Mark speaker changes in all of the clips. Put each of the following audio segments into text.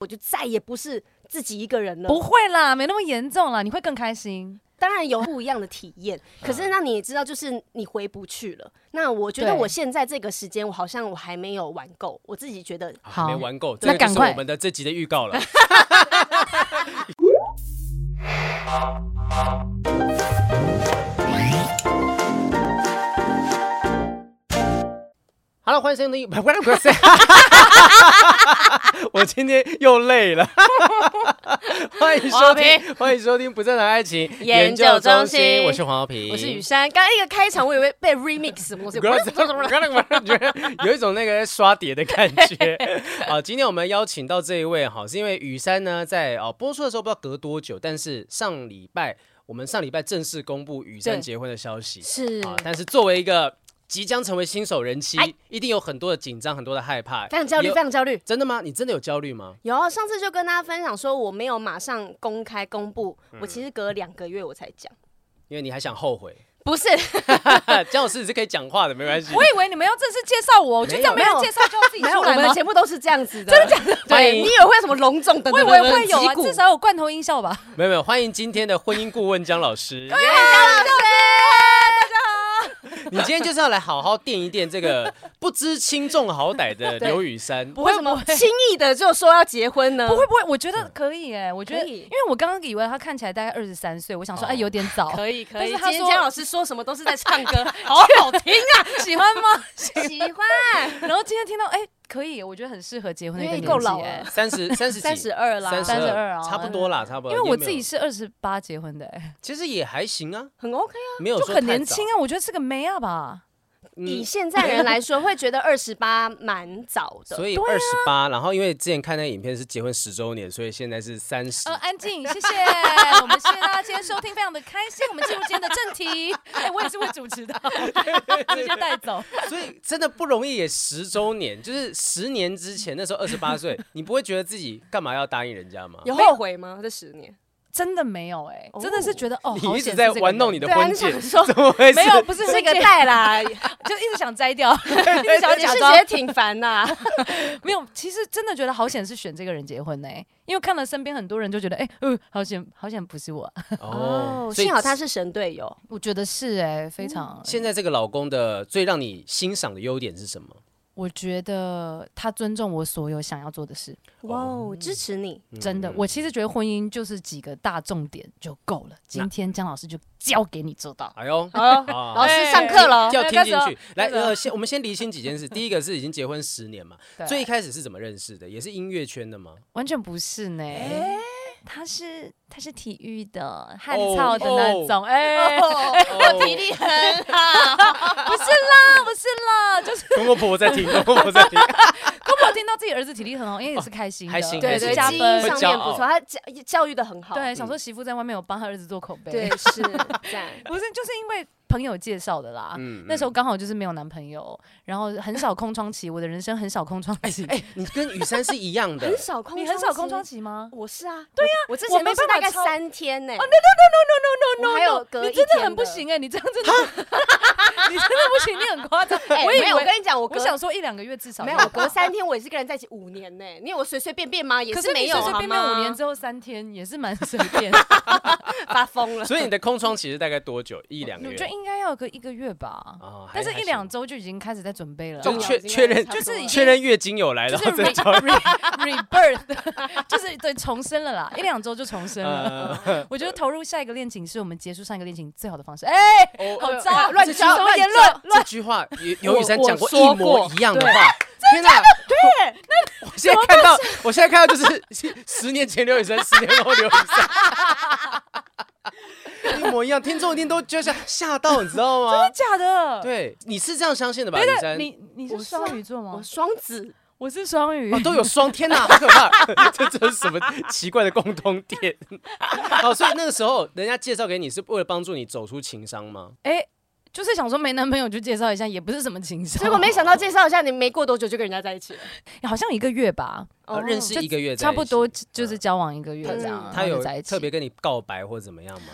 Speaker 1: 我就再也不是自己一个人了。
Speaker 2: 不会啦，没那么严重啦，你会更开心。
Speaker 1: 当然有不一样的体验，可是那你也知道，就是你回不去了。那我觉得
Speaker 2: 对
Speaker 1: 我现在这个时间，我好像我还没有玩够，我自己觉得
Speaker 2: 好
Speaker 3: 没玩够，这
Speaker 2: 那
Speaker 3: 个就是
Speaker 2: 赶快
Speaker 3: 我们的这集的预告了。好了，欢迎收听，不是不是，我今天又累了。欢迎收
Speaker 2: 黄
Speaker 3: 听，欢迎收听不正常爱情研究
Speaker 1: 究中
Speaker 3: 中心，
Speaker 1: 心
Speaker 3: 我是黄浩平，
Speaker 1: 我是雨珊。刚刚一个开场，我以为被 remix 什么东西，
Speaker 3: 觉得有一种那个在刷碟的感觉。 好，今天我们邀请到这一位哈，是因为雨珊呢在哦播出的时候不知道隔多久，但是上礼拜我们上礼拜正式公布雨珊
Speaker 1: 对
Speaker 3: 结婚的消息
Speaker 1: 是
Speaker 3: 啊，但是作为一个即将成为新手人妻
Speaker 1: 哎，
Speaker 3: 一定有很多的紧张，很多的害怕，
Speaker 1: 非常焦虑，
Speaker 3: 有
Speaker 1: 非常焦虑。
Speaker 3: 真的吗？你真的有焦虑吗？
Speaker 1: 有上次就跟大家分享说，我没有马上公开公布，我其实隔了两个月我才讲，
Speaker 3: 因为你还想后悔，
Speaker 1: 不是
Speaker 3: 姜老师你是可以讲话的，没关系。
Speaker 2: 我以为你们要正式介绍我，我就这样
Speaker 1: 没
Speaker 2: 没
Speaker 1: 有
Speaker 2: 人介绍就要自己
Speaker 1: 没有，
Speaker 2: 出
Speaker 1: 我
Speaker 2: 来
Speaker 1: 们
Speaker 2: 吗
Speaker 1: 的？节目都是这样子的，真的假的？
Speaker 3: 欢
Speaker 1: 对，
Speaker 3: 迎
Speaker 1: 你以为会有什么隆重的？
Speaker 2: 我以为会有啊，
Speaker 1: 击鼓
Speaker 2: 至少有罐头音效吧。哎
Speaker 3: 没有没有，欢迎今天的婚姻顾问姜老师。
Speaker 1: 哎
Speaker 3: 你今天就是要来好好垫一垫这个不知轻重好歹的刘雨珊。
Speaker 1: 为什么轻易的就说要结婚呢？
Speaker 2: 不会不会，我觉得可以哎、我觉得，
Speaker 1: 嗯可以
Speaker 2: 因为我刚刚以为他看起来大概二十三岁，我想说
Speaker 3: 哦
Speaker 2: 哎、有点早，
Speaker 1: 可以可
Speaker 2: 但
Speaker 1: 以，
Speaker 2: 是
Speaker 1: 今
Speaker 2: 他
Speaker 1: 天
Speaker 2: 说
Speaker 1: 姜老师说什么都是在唱歌， 好好听啊，
Speaker 2: 喜欢吗？
Speaker 1: 喜欢，
Speaker 2: 然后今天听到哎、可以，我觉得很适合结婚的一
Speaker 1: 因
Speaker 2: 个
Speaker 1: 为
Speaker 2: 年
Speaker 1: 够
Speaker 2: 纪、
Speaker 1: 老
Speaker 2: 哎
Speaker 1: 了，
Speaker 3: 三 十三十
Speaker 1: 三十二啦，
Speaker 3: 三
Speaker 2: 32啊
Speaker 3: 差不多啦，差不多。
Speaker 2: 因为
Speaker 3: 也
Speaker 2: 我
Speaker 3: 没
Speaker 2: 自
Speaker 3: 有
Speaker 2: 己是二十八结婚的、哎，
Speaker 3: 其实也还行啊，
Speaker 1: 很 OK 啊。
Speaker 3: 没有
Speaker 2: 就
Speaker 3: 说
Speaker 2: 很
Speaker 3: 太
Speaker 2: 年
Speaker 3: 早
Speaker 2: 轻。啊，我觉得是个妹啊吧。
Speaker 1: 以
Speaker 3: 嗯，
Speaker 1: 现在人来说，会觉得二十八蛮早的，
Speaker 3: 所以
Speaker 2: 啊
Speaker 3: 二十八，然后因为之前看那个影片是结婚十周年，所以现在是三 十
Speaker 2: 呃，。安静，谢谢。我们谢谢大家今天收听，非常的开心。我们进入今天的正题。 哎、我也是会主持 的，直接带走。
Speaker 3: 所以真的不容易，也十周年，就是十年之前那时候二 十八岁，你不会觉得自己干嘛要答应人家吗？
Speaker 1: 有后悔吗？这十年，
Speaker 2: 真的没有哎、
Speaker 1: 哦
Speaker 2: 真的是觉得哦，
Speaker 3: 你
Speaker 2: 好
Speaker 3: 一
Speaker 2: 险
Speaker 3: 直
Speaker 2: 是
Speaker 3: 在
Speaker 2: 这个
Speaker 3: 玩弄
Speaker 2: 人
Speaker 3: 你的
Speaker 1: 对啊
Speaker 3: 婚
Speaker 1: 你
Speaker 3: 戒，
Speaker 1: 想说
Speaker 3: 怎么回事？
Speaker 2: 没有，不是
Speaker 1: 这
Speaker 2: 这
Speaker 1: 个
Speaker 2: 个，
Speaker 1: 带啦，
Speaker 2: 就一直想摘 掉，一直想
Speaker 1: 小
Speaker 2: 要
Speaker 1: 姐
Speaker 2: 假
Speaker 1: 师
Speaker 2: 装
Speaker 1: 姐挺烦呐。
Speaker 2: 没有。其实真的觉得好险是选这个人结婚呢、因为看了身边很多人就觉得，哎、嗯、好险，好险不是我。
Speaker 3: 哦，所以
Speaker 1: 幸好她是神队友，
Speaker 2: 我觉得是哎、非常。
Speaker 3: 现在这个老公的最让你欣赏的优点是什么？
Speaker 2: 我觉得他尊重我所有想要做的事，
Speaker 1: 哇哦，支持你，
Speaker 3: 嗯
Speaker 2: 真的。我其实觉得婚姻就是几个大重点就够了。今天姜老师就交给你做到。
Speaker 3: 哎呦，
Speaker 1: 好，
Speaker 3: 啊
Speaker 1: 老师上课了，
Speaker 3: 要听进
Speaker 2: 开始
Speaker 3: 去
Speaker 2: 哦。
Speaker 3: 来，
Speaker 2: 开始哦
Speaker 3: 呃，先我们先厘清几件事。第一个是已经结婚十年嘛，
Speaker 2: 对
Speaker 3: 最一开始是怎么认识的？也是音乐圈的吗？
Speaker 2: 完全不是呢。
Speaker 1: 哎
Speaker 2: 他是他是体育的汉
Speaker 3: 哦
Speaker 2: 操的那种，哎、
Speaker 3: 哦
Speaker 1: 体力很好，
Speaker 2: 不是啦，不是啦，就是
Speaker 3: 公公婆婆在听，公公婆婆在听。
Speaker 2: 公婆听到自己儿子体力很 好，因为也是开心的，
Speaker 3: 哦还行
Speaker 1: 对对，
Speaker 2: 加
Speaker 1: 基因
Speaker 2: 分。
Speaker 1: 上面不错，她教教育的很好，
Speaker 3: 嗯
Speaker 2: 对，想说媳妇在外面有帮他儿子做口碑，
Speaker 1: 对，是赞，
Speaker 2: 不是就是因为朋友介绍的啦。
Speaker 3: 嗯
Speaker 2: 那时候刚好就是没有男朋友，然后很少空窗期，我的人生很少空窗期。哎、
Speaker 3: 你跟雨珊是一样 的
Speaker 1: 很，少空，
Speaker 2: 你很少空窗，期吗
Speaker 1: 我是啊，对呀，我之
Speaker 2: 我
Speaker 1: 前
Speaker 2: 没
Speaker 1: 都是大
Speaker 2: 办法
Speaker 1: 概
Speaker 2: 超
Speaker 1: 三天呢，
Speaker 2: ？No no no no no no no，
Speaker 1: 我还有隔
Speaker 2: 你
Speaker 1: 一
Speaker 2: 真的
Speaker 1: 天
Speaker 2: 很不
Speaker 1: 的
Speaker 2: 行哎、你这样真的，你真的不行，你很夸张。
Speaker 1: 哎
Speaker 2: 我以
Speaker 1: 没有我
Speaker 2: 为
Speaker 1: 跟你讲，我
Speaker 2: 我
Speaker 1: 隔
Speaker 2: 想说一两个月至少
Speaker 1: 没有，
Speaker 2: 要
Speaker 1: 我
Speaker 2: 吧
Speaker 1: 隔三天我也是跟人在一起五年 呢、你有我随随便便吗？也
Speaker 2: 可是
Speaker 1: 没
Speaker 2: 你
Speaker 1: 有
Speaker 2: 随随便便
Speaker 1: 好吗
Speaker 2: 五年之后三天也是蛮随便，
Speaker 1: 发疯了。
Speaker 3: 所以你的空窗期是大概多久？一两个
Speaker 2: 我
Speaker 3: 月
Speaker 2: 觉得？应该要有个一个月吧。
Speaker 3: 啊还
Speaker 2: 但是
Speaker 3: 还
Speaker 2: 一
Speaker 3: 行
Speaker 2: 两周就已经开始在准备了，
Speaker 3: 就
Speaker 1: 重要
Speaker 3: 确
Speaker 1: 应该
Speaker 3: 确认
Speaker 1: 差不多
Speaker 2: 就是
Speaker 1: 了
Speaker 2: 已经
Speaker 3: 确认月经有来，
Speaker 2: 就
Speaker 3: 然
Speaker 2: 是
Speaker 3: 后再
Speaker 2: re,
Speaker 3: 找。
Speaker 2: re, rebirth，就是 对重生了啦，一两周就重生了。
Speaker 3: 呃，
Speaker 2: 我觉得投入下一个恋情是我们结束上一个恋情最好的方式。哎、
Speaker 3: 哦
Speaker 2: 好
Speaker 1: 哎
Speaker 2: 糟，
Speaker 1: 乱
Speaker 2: 这是
Speaker 1: 糟
Speaker 2: 什么
Speaker 1: 乱
Speaker 2: 言
Speaker 1: 糟
Speaker 2: 论？
Speaker 3: 这句话有有雨珊
Speaker 1: 我
Speaker 3: 讲过
Speaker 1: 我
Speaker 3: 一
Speaker 1: 说
Speaker 3: 模
Speaker 1: 过
Speaker 3: 一样的
Speaker 1: 对
Speaker 3: 话，天哪！对，那我现在看到，我现在看到就是是 十年前刘雨珊，十年后刘雨珊，一模一样。听众一定都就像吓到，你知道吗？
Speaker 2: 真的假的？
Speaker 3: 对，你是这样相信的吧，
Speaker 2: 等
Speaker 3: 雨
Speaker 2: 等，
Speaker 3: 珊？
Speaker 2: 你你是
Speaker 1: 我是
Speaker 2: 双鱼座吗
Speaker 1: 我？双子，
Speaker 2: 我是双鱼
Speaker 3: 哦，。都有双，天哪，好可怕！ 这这是什么奇怪的共通点？ 哦，所以那个时候人家介绍给你是为了帮助你走出情商吗？
Speaker 2: 哎、就是想说没男朋友就介绍一下，也不是什么情商。
Speaker 1: 结果没想到介绍一下，你没过多久就跟人家在一起了。
Speaker 2: 好像一个月吧，
Speaker 1: 哦
Speaker 3: 呃认识
Speaker 2: 就
Speaker 3: 一个月在一起，啊
Speaker 2: 差不多就就是交往一个月
Speaker 1: 嗯
Speaker 2: 这样，
Speaker 3: 他
Speaker 2: 然后
Speaker 3: 有
Speaker 2: 就在一起。
Speaker 3: 特别跟你告白或怎么样吗？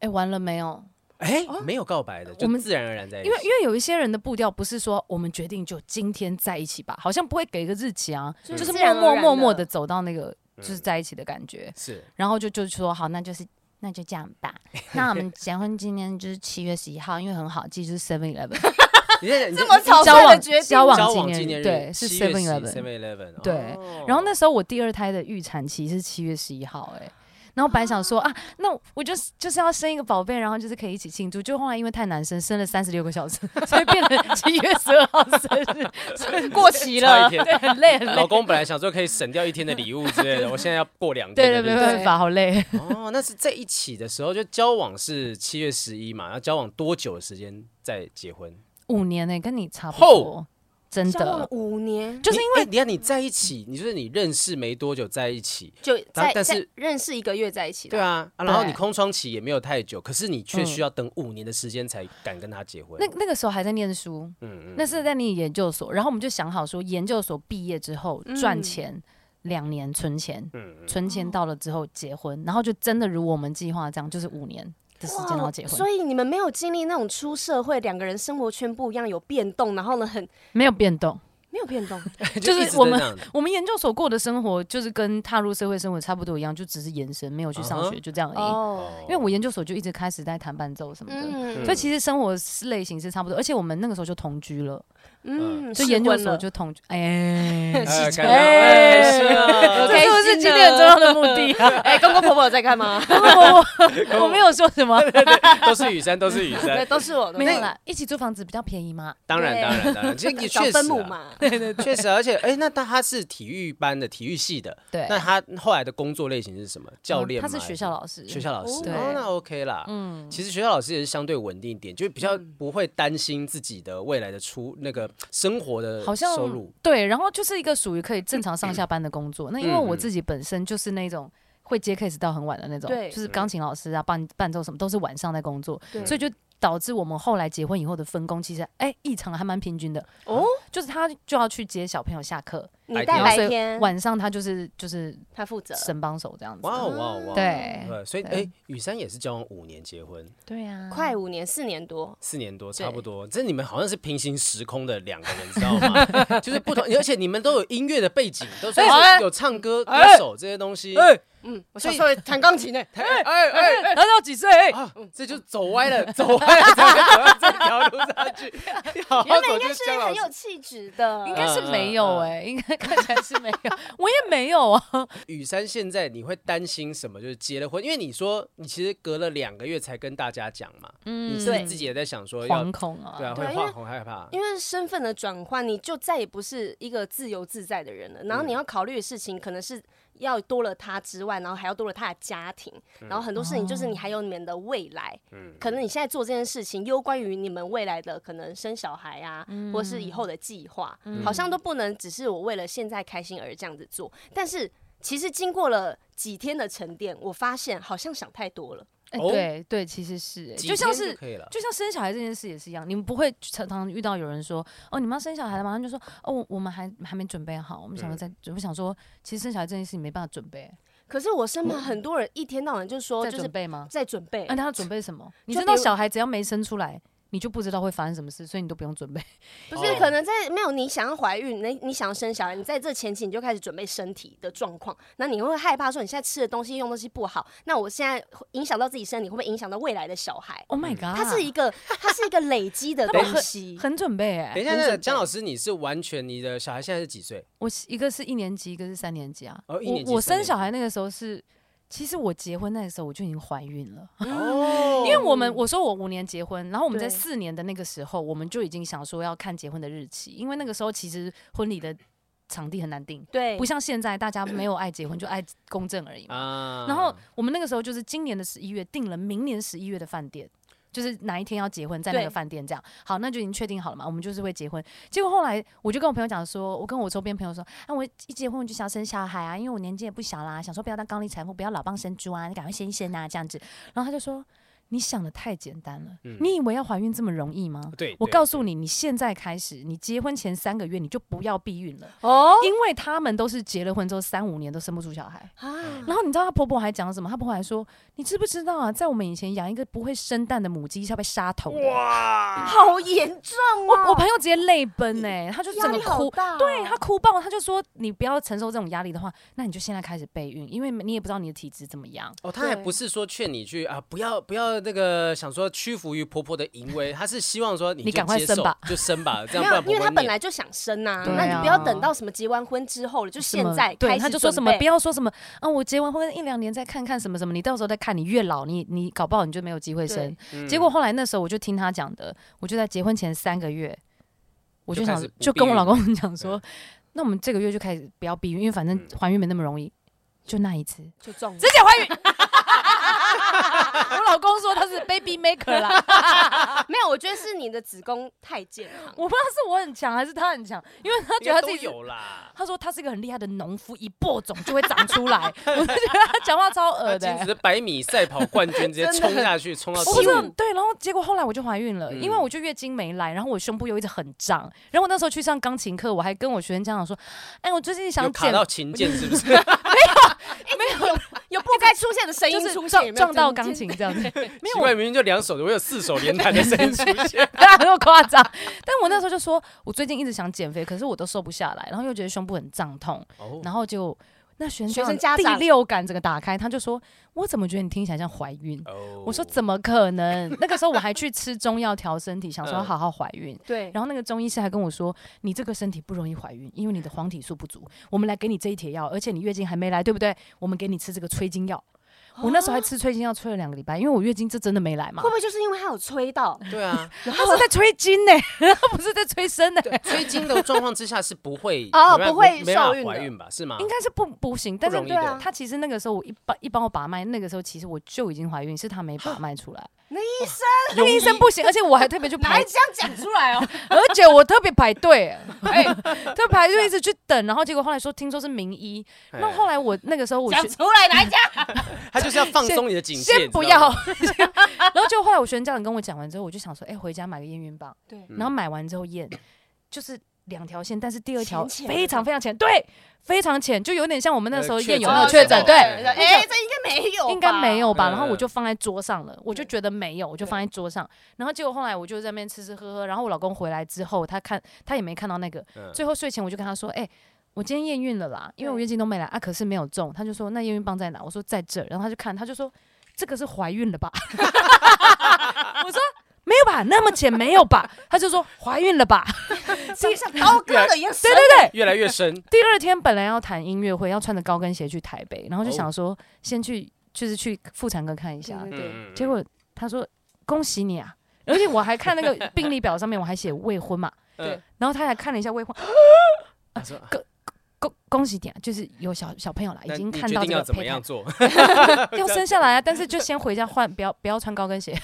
Speaker 2: 哎、玩了没有？
Speaker 3: 哎，没有告白的，就
Speaker 2: 我们
Speaker 3: 自然而然在一起。
Speaker 2: 因为因为有一些人的步调不是说我们决定就今天在一起吧，好像不会给一个日期啊，
Speaker 1: 就是
Speaker 2: 就是
Speaker 1: 自
Speaker 2: 默
Speaker 1: 然而
Speaker 2: 默
Speaker 1: 然
Speaker 2: 默默
Speaker 1: 的
Speaker 2: 的走到那个就是
Speaker 3: 嗯
Speaker 2: 在一起的感觉，
Speaker 3: 是
Speaker 2: 然后就就说好，那就是那就这样 吧。那我们结婚纪念就是七月十一号，因为很好记，就是 Seven Eleven
Speaker 3: 你在你在
Speaker 1: 这么草
Speaker 2: 交
Speaker 1: 率的
Speaker 2: 往
Speaker 1: 决定，
Speaker 2: 交
Speaker 3: 交
Speaker 2: 往
Speaker 3: 往纪
Speaker 2: 念
Speaker 3: 日，
Speaker 2: 对，是 Seven Eleven。
Speaker 3: Seven Eleven，
Speaker 2: 对
Speaker 3: 哦
Speaker 2: 然后那时候我第二胎的预产期是七月十一号、哎。然后本来想说啊，那我就是就是要生一个宝贝，然后就是可以一起庆祝。就后来因为太难生，生了三十六个小时， 所以变成七月十二号生日，
Speaker 1: 过期
Speaker 3: 差一
Speaker 1: 了，
Speaker 3: 天
Speaker 2: 对，很累很累
Speaker 3: 老。公本来想说可以省掉一天的礼物 之类的，我现在要过两
Speaker 2: 对
Speaker 3: 天的
Speaker 2: 对，
Speaker 3: 礼
Speaker 2: 没
Speaker 3: 物。
Speaker 2: 办法，好累。
Speaker 3: 哦，那是在一起的时候，就交往是七月十一嘛，要交往多久的时间再结婚？
Speaker 2: 五年呢、跟你差不
Speaker 3: 吼
Speaker 2: 多，真
Speaker 1: 交往
Speaker 2: 的。
Speaker 1: 五年
Speaker 2: 就是
Speaker 3: 因为你看你在一起，你就是你认识没多久在一起，
Speaker 1: 就
Speaker 3: 然后
Speaker 1: 在
Speaker 3: 但是
Speaker 1: 在认识一个月在一起的，
Speaker 3: 对啊，啊然后
Speaker 2: 对
Speaker 3: 你空窗期也没有太久，可是你却
Speaker 2: 嗯
Speaker 3: 需要等五年的时间才敢跟他结婚。
Speaker 2: 那那个时候还在念书，
Speaker 3: 嗯嗯，
Speaker 2: 那是在你研究所，然后我们就想好说，研究所毕业之后
Speaker 1: 嗯
Speaker 2: 赚钱两、年存钱，
Speaker 3: 嗯嗯
Speaker 2: 存
Speaker 1: 哦
Speaker 2: 钱到了之后结婚，然后就真的如我们计划这样，就是五年的时间然后结婚，
Speaker 1: 哦所以你们没有经历那种出社会两个人生活圈不一样有变动，然后呢很
Speaker 2: 没有变动。
Speaker 1: 没有变动，
Speaker 2: 就是
Speaker 3: 一直
Speaker 2: 我
Speaker 3: 都
Speaker 2: 们
Speaker 3: 这样子
Speaker 2: 我们研究所过的生活就是跟踏入社会生活差不多一样，就只是延伸，没有去上
Speaker 3: 嗯
Speaker 2: 学，
Speaker 3: 哼
Speaker 2: 就这样而已。
Speaker 1: 哦，
Speaker 2: 因为我研究所就一直开始在弹伴奏什么的。
Speaker 1: 嗯
Speaker 2: 所以其实生活是类型是差不多，而且我们那个时候就同居了，
Speaker 1: 嗯，
Speaker 2: 就
Speaker 1: 试
Speaker 2: 研究
Speaker 1: 婚
Speaker 2: 所
Speaker 1: 了
Speaker 2: 就同居，哎、
Speaker 3: 哎
Speaker 1: 是
Speaker 3: 感觉哎
Speaker 2: 哎
Speaker 3: 是 啊
Speaker 2: 这是不是今天很重要的目 的啊？
Speaker 1: 哎，公公婆婆有在干嘛？
Speaker 2: 我我我没有说 什么，
Speaker 3: 都是雨山，都是雨
Speaker 1: 对，
Speaker 3: 山，
Speaker 1: 都是我的
Speaker 2: 没有啦，一起租房子比较便宜嘛。
Speaker 3: 当然
Speaker 1: 对
Speaker 3: 当 然当然，这也
Speaker 1: 小
Speaker 3: 确实
Speaker 1: 分母
Speaker 3: 啊
Speaker 1: 嘛，
Speaker 3: 确实，而且哎、那但他是体育班的，体育系的，
Speaker 2: 对，嗯
Speaker 3: 那他后来的工作类型是什么？教练、
Speaker 2: 他是学校，老师，
Speaker 3: 学校老师，
Speaker 2: 对
Speaker 3: 哦，那 OK 啦。嗯，其实学校老师也是相对稳定一点，就比较
Speaker 2: 嗯
Speaker 3: 不会担心自己的未来的出那个生活的
Speaker 2: 好像
Speaker 3: 呃收入。
Speaker 2: 对，然后就是一个属于可以正常上下班的工作。那因为
Speaker 3: 嗯
Speaker 2: 我自己本身就是那种。会接 case 到很晚的那种，
Speaker 1: 对
Speaker 2: 就是钢琴老师啊、伴伴奏什么都是晚上在工作，
Speaker 1: 对
Speaker 2: 所以就导致我们后来结婚以后的分工其实哎异常还蛮平均的，
Speaker 1: 哦，
Speaker 2: 就是他就要去接小朋友下课，
Speaker 1: 你
Speaker 3: 白
Speaker 1: 带
Speaker 3: 天
Speaker 1: 白天，
Speaker 2: 哦晚上他就是就是
Speaker 1: 他负责，
Speaker 2: 神帮手这样子，
Speaker 3: 哇哦哇哦哇哦！
Speaker 2: 对
Speaker 3: 对，所以
Speaker 2: 对
Speaker 3: 哎，雨珊也是交往五年结婚，
Speaker 2: 对啊，
Speaker 1: 快五年，四年多，
Speaker 3: 四年多，
Speaker 2: 对
Speaker 3: 差不多。这你们好像是平行时空的两个人，知道吗？ 就是不同，而且你们都有音乐的背景，都是
Speaker 2: 哎
Speaker 3: 有唱歌、歌
Speaker 2: 哎
Speaker 3: 手这些东西。
Speaker 1: 嗯，我小时候也弹钢琴呢，嗯
Speaker 3: 哎哎
Speaker 2: 他到几岁？
Speaker 3: 啊，这就走歪了， 走歪了，才会走到这条路上去。好好
Speaker 1: 原本
Speaker 3: 走
Speaker 1: 应该
Speaker 3: 就是啊江老
Speaker 1: 很
Speaker 3: 师
Speaker 1: 有气质的，
Speaker 2: 应该是没
Speaker 3: 嗯嗯
Speaker 2: 有
Speaker 3: 嗯
Speaker 2: 哎、应该看起来是没有，我也没有啊。
Speaker 3: 雨珊现在你会担心什么？就是结了婚，因为你说你其实隔了两个月才跟大家讲嘛，
Speaker 2: 嗯
Speaker 3: 你是不是自己也在想说要
Speaker 2: 惶恐啊，
Speaker 3: 对啊，
Speaker 1: 对啊
Speaker 3: 会
Speaker 1: 因为
Speaker 3: 慌，很害怕。
Speaker 1: 因为身份的转换，你就再也不是一个自由自在的人了。然后你要考虑的事情，可能是要多了他之外，然后还要多了他的家庭，然后很多事情就是你还有你们的未来。可能你现在做这件事情，攸关于你们未来的可能生小孩啊，或是以后的计划，好像都不能只是我为了现在开心而这样子做。但是其实经过了几天的沉淀，我发现好像想太多了。
Speaker 2: 哎
Speaker 3: 哦
Speaker 2: 对对，其实是、哎
Speaker 3: 几
Speaker 2: 就像
Speaker 3: 天
Speaker 2: 是。
Speaker 3: 可以了，
Speaker 2: 就像生小孩这件事也是一样，你们不会常常遇到有人说哦，你们要生小孩了吗？他就说哦，我我们还还没准备好，我们想要再，我们想说，其实生小孩这件事情没办法准备，
Speaker 1: 可是我身旁很多人一天到晚就说，
Speaker 2: 再
Speaker 1: 哦就是
Speaker 2: 准备吗？
Speaker 1: 在准啊备
Speaker 2: 那、，他要准备什么？你
Speaker 1: 就
Speaker 2: 知道
Speaker 1: 比如
Speaker 2: 小孩只要没生出来，你就不知道会发生什么事，所以你都不用准备。
Speaker 1: 不是
Speaker 3: 哦，
Speaker 1: 可能在没有你想要怀孕，那你想要生小孩，你在这前期你就开始准备身体的状况，那你会害怕说你现在吃的东西、用东西不好，那我现在会影响到自己身体，会不会影响到未来的小孩？
Speaker 2: Oh
Speaker 3: 嗯
Speaker 2: my god，
Speaker 1: 它是一个，它是一个累积 的
Speaker 2: 那
Speaker 1: 东
Speaker 2: 么
Speaker 1: 西。
Speaker 2: 很准备哎、
Speaker 3: 等一下，那
Speaker 1: 准
Speaker 3: 个
Speaker 1: 备
Speaker 3: 江老师，你是完全你的小孩现在是几岁？
Speaker 2: 我是一个是一年级，一个是三年级啊。
Speaker 3: 哦一年级
Speaker 2: 我我
Speaker 3: 三
Speaker 2: 生
Speaker 3: 年级
Speaker 2: 小孩那个时候是，其实我结婚那个时候我就已经怀孕了，
Speaker 3: 哦
Speaker 2: 嗯因为我们我说我五年结婚，然后我们在
Speaker 1: 对
Speaker 2: 四年的那个时候，我们就已经想说要看结婚的日期，因为那个时候其实婚礼的场地很难定，
Speaker 1: 对，
Speaker 2: 不像现在大家没有爱结婚就爱公证而已嘛。
Speaker 3: 啊
Speaker 2: 然后我们那个时候就是今年的十一月定了明年十一月的饭店，就是哪一天要结婚，在那
Speaker 1: 对
Speaker 2: 个饭店这样。好，那就已经确定好了嘛，我们就是会结婚。结果后来我就跟我朋友讲说，我跟我周边朋友说，啊，我一结婚我就想生小孩啊，因为我年纪也不小啦，想说不要当高龄产妇，不要老帮生猪啊，你赶快生一生啊这样子。然后他就说。你想的太简单了。你以为要怀孕这么容易吗？
Speaker 3: 对，
Speaker 2: 我
Speaker 3: 对
Speaker 2: 告诉你，你现在开始，你结婚前三个月你就不要避孕了，
Speaker 1: 哦
Speaker 2: 因为他们都是结了婚之后三五年都生不出小孩。
Speaker 1: 啊，
Speaker 2: 然后你知道她婆婆还讲什么？她婆婆还说：“你知不知道啊，在我们以前养一个不会生蛋的母鸡是要被杀头的。嗯
Speaker 3: 哇，
Speaker 1: 好严重
Speaker 2: 我
Speaker 1: 哦
Speaker 2: 我，朋友直接泪奔哎、她就整
Speaker 1: 压
Speaker 2: 个
Speaker 1: 力好
Speaker 2: 哭，
Speaker 1: 大哦，
Speaker 2: 对她哭爆，她就说：“你不要承受这种压力的话，那你就现在开始备孕，因为你也不知道你的体质怎么样。
Speaker 3: 哦，他还
Speaker 1: 对
Speaker 3: 不是说劝你去啊，不要不要那个想说屈服于婆婆的淫威，他是希望说你
Speaker 2: 你
Speaker 3: 就
Speaker 2: 赶快
Speaker 3: 接
Speaker 2: 生
Speaker 3: 受
Speaker 2: 吧，
Speaker 3: 就 生吧，这样
Speaker 1: 没
Speaker 3: 不
Speaker 1: 有因
Speaker 3: 然，
Speaker 1: 为
Speaker 3: 婆
Speaker 1: 他
Speaker 3: 婆
Speaker 1: 本
Speaker 3: 念
Speaker 1: 来就想生呐、
Speaker 2: 对
Speaker 1: 那你
Speaker 2: 啊
Speaker 1: 不要等到什么结完婚之后了，就现
Speaker 2: 什么
Speaker 1: 在开
Speaker 2: 对，
Speaker 1: 始
Speaker 2: 她就说什
Speaker 1: 准
Speaker 2: 么
Speaker 1: 备
Speaker 2: 不要说什么啊，我结完婚一两年再看看什么什么，你到时候再看，你越老，你你搞不好你就没有机会生。
Speaker 3: 嗯
Speaker 2: 结果后来那时候我就听她讲的，我就在结婚前三个月，我就
Speaker 3: 就开
Speaker 2: 想
Speaker 3: 始不
Speaker 2: 就跟
Speaker 3: 避
Speaker 2: 我老
Speaker 3: 孕
Speaker 2: 公讲说，那我们这个月就开始不要避孕，因为反
Speaker 3: 嗯
Speaker 2: 正怀孕没那么容易，就那一次。
Speaker 1: 就中了
Speaker 2: 直接怀孕。 我老公说他是 baby maker 啦，
Speaker 1: 没有，我觉得是你的子宫太健康。
Speaker 2: 我不知道是我很强还是他很强，因为他
Speaker 3: 应
Speaker 2: 觉得
Speaker 3: 该
Speaker 2: 他
Speaker 3: 都
Speaker 2: 自己是。
Speaker 3: 有啦，
Speaker 2: 他说他是一个很厉害的农夫，一播种就会长出来。 我就觉得他讲话超
Speaker 3: 他
Speaker 2: 恶的、
Speaker 3: 简直是百米赛跑冠军，直接
Speaker 1: 真的
Speaker 3: 冲下去，冲到
Speaker 2: 我不
Speaker 3: 第
Speaker 2: 知道
Speaker 3: 五，，
Speaker 2: 对，然后结果后来我就怀孕了，
Speaker 3: 嗯
Speaker 2: 因为我就月经没来，然后我胸部又一直很胀，然后我那时候去上钢琴课，我还跟我学生家长说，哎，我最近想
Speaker 3: 有卡
Speaker 2: 减
Speaker 3: 到琴键是不是？
Speaker 2: 哎
Speaker 1: 没 有有不该出现的声音
Speaker 2: 就是
Speaker 1: 出现，有
Speaker 2: 撞
Speaker 1: 没有
Speaker 2: 撞到
Speaker 1: 真
Speaker 2: 钢琴这样子， 没
Speaker 3: 奇
Speaker 2: 有，我
Speaker 3: 怪，明明就两手的，我有四手连弹的声音出 现。
Speaker 2: 那么夸张。但我那时候就说，我最近一直想减肥，可是我都瘦不下来，然后又觉得胸部很胀痛，
Speaker 3: 哦，
Speaker 2: 然后就那学
Speaker 1: 学
Speaker 2: 生
Speaker 1: 生
Speaker 2: 家
Speaker 1: 家
Speaker 2: 第
Speaker 1: 长
Speaker 2: 六感整个打开，他就说，我怎么觉得你听起来像怀孕？
Speaker 3: 哦
Speaker 2: 我说怎么可能？那个时候我还去吃中药调身体，想说要
Speaker 3: 嗯
Speaker 2: 好好怀孕。
Speaker 1: 对，
Speaker 2: 然后那个中医师还跟我说，你这个身体不容易怀孕，因为你的黄体素不足。我们来给你这一帖药，而且你月经还没来，对不对？我们给你吃这个催经药。我那时候还吃催经药，催了两个礼拜，因为我月经这真的没来嘛
Speaker 1: 哦会。不会就是因为他有吹到？
Speaker 3: 对啊，
Speaker 1: 然
Speaker 2: 他
Speaker 1: 后
Speaker 2: 是在催经呢、 他不是在催生呢、
Speaker 3: 追经的状况之下是不会
Speaker 1: 哦
Speaker 3: 没办法
Speaker 1: 不会
Speaker 3: 没办
Speaker 1: 受
Speaker 3: 法
Speaker 1: 孕
Speaker 3: 怀
Speaker 1: 的
Speaker 3: 孕吧？是吗？
Speaker 2: 应该是不不行。但
Speaker 3: 不
Speaker 2: 是
Speaker 3: 容易
Speaker 1: 对啊
Speaker 3: 的。
Speaker 2: 他其实那个时候我一帮一帮我把脉，那个时候其实我就已经怀孕，是他没把脉出来。
Speaker 1: 那医生
Speaker 3: 庸
Speaker 2: 医生不行，而且我还特 别去
Speaker 1: 哪
Speaker 2: 排
Speaker 1: 里这样讲出来 哦？
Speaker 2: 而且我特别排队，哎、特别排队一直去等，然后结果后来说听说是名医，
Speaker 3: 哎
Speaker 2: 那后来我那个时候我
Speaker 1: 讲
Speaker 2: 学
Speaker 1: 出来 哪一家？
Speaker 3: 他就是要放松你的警戒，
Speaker 2: 先
Speaker 3: 你
Speaker 2: 不
Speaker 3: 知道
Speaker 2: 要，
Speaker 3: 吗。
Speaker 2: 然后就后来我学生家长跟我讲完之后，我就想说，哎、回家买个验孕棒，
Speaker 1: 对，
Speaker 2: 然后买完之后验，就是两条线，但是第二条
Speaker 1: 浅浅
Speaker 2: 非常非常浅，对，非常浅，就有点像我们那时候
Speaker 3: 呃
Speaker 2: 验有
Speaker 3: 诊
Speaker 2: 没有
Speaker 3: 的
Speaker 2: 确
Speaker 3: 时
Speaker 2: 诊，哦
Speaker 3: 候
Speaker 2: 对。
Speaker 3: 哎
Speaker 1: 哦哎，这应该没有，
Speaker 2: 应该没有吧？
Speaker 3: 嗯
Speaker 2: 然后我就放在桌上了，我就
Speaker 1: 嗯对
Speaker 2: 觉得没有，我就放在桌上。然后结果后来我就在那边吃吃喝喝。然后我老公回来之后，他看他也没看到那个。
Speaker 3: 嗯
Speaker 2: 最后睡前我就跟他说：“哎、我今天验孕了啦，因为我
Speaker 1: 对
Speaker 2: 月经都没来啊，可是没有中。”他就说：“那验孕棒在哪？”我说：“在这儿。”然后他就看，他就说：“这个是怀孕了吧？” 我说。没有吧，那么浅没有吧？他就说怀孕了吧。
Speaker 1: 像像 刀割了一样深。对
Speaker 3: 越来越深，
Speaker 2: 第二天本来要谈音乐会，要穿着高跟鞋去台北，然后就想说先去就是去妇产科看一下。
Speaker 3: 嗯
Speaker 1: 对对，
Speaker 2: 结果他说恭喜你啊，而且我还看那个病历表上面我还写未婚嘛，
Speaker 1: 对
Speaker 2: 然后他还看了一下未婚，
Speaker 3: 呃他说
Speaker 2: 恭恭喜你啊，就是有小小朋友啦，啊已
Speaker 3: 那
Speaker 2: 经
Speaker 3: 你
Speaker 2: 看
Speaker 3: 决
Speaker 2: 到
Speaker 3: 定
Speaker 2: 这
Speaker 3: 要
Speaker 2: 个
Speaker 3: 怎么
Speaker 2: 胚
Speaker 3: 样
Speaker 2: 胎
Speaker 3: 做？
Speaker 2: 要生下来啊，但是就先回家换，不要不要穿高跟鞋，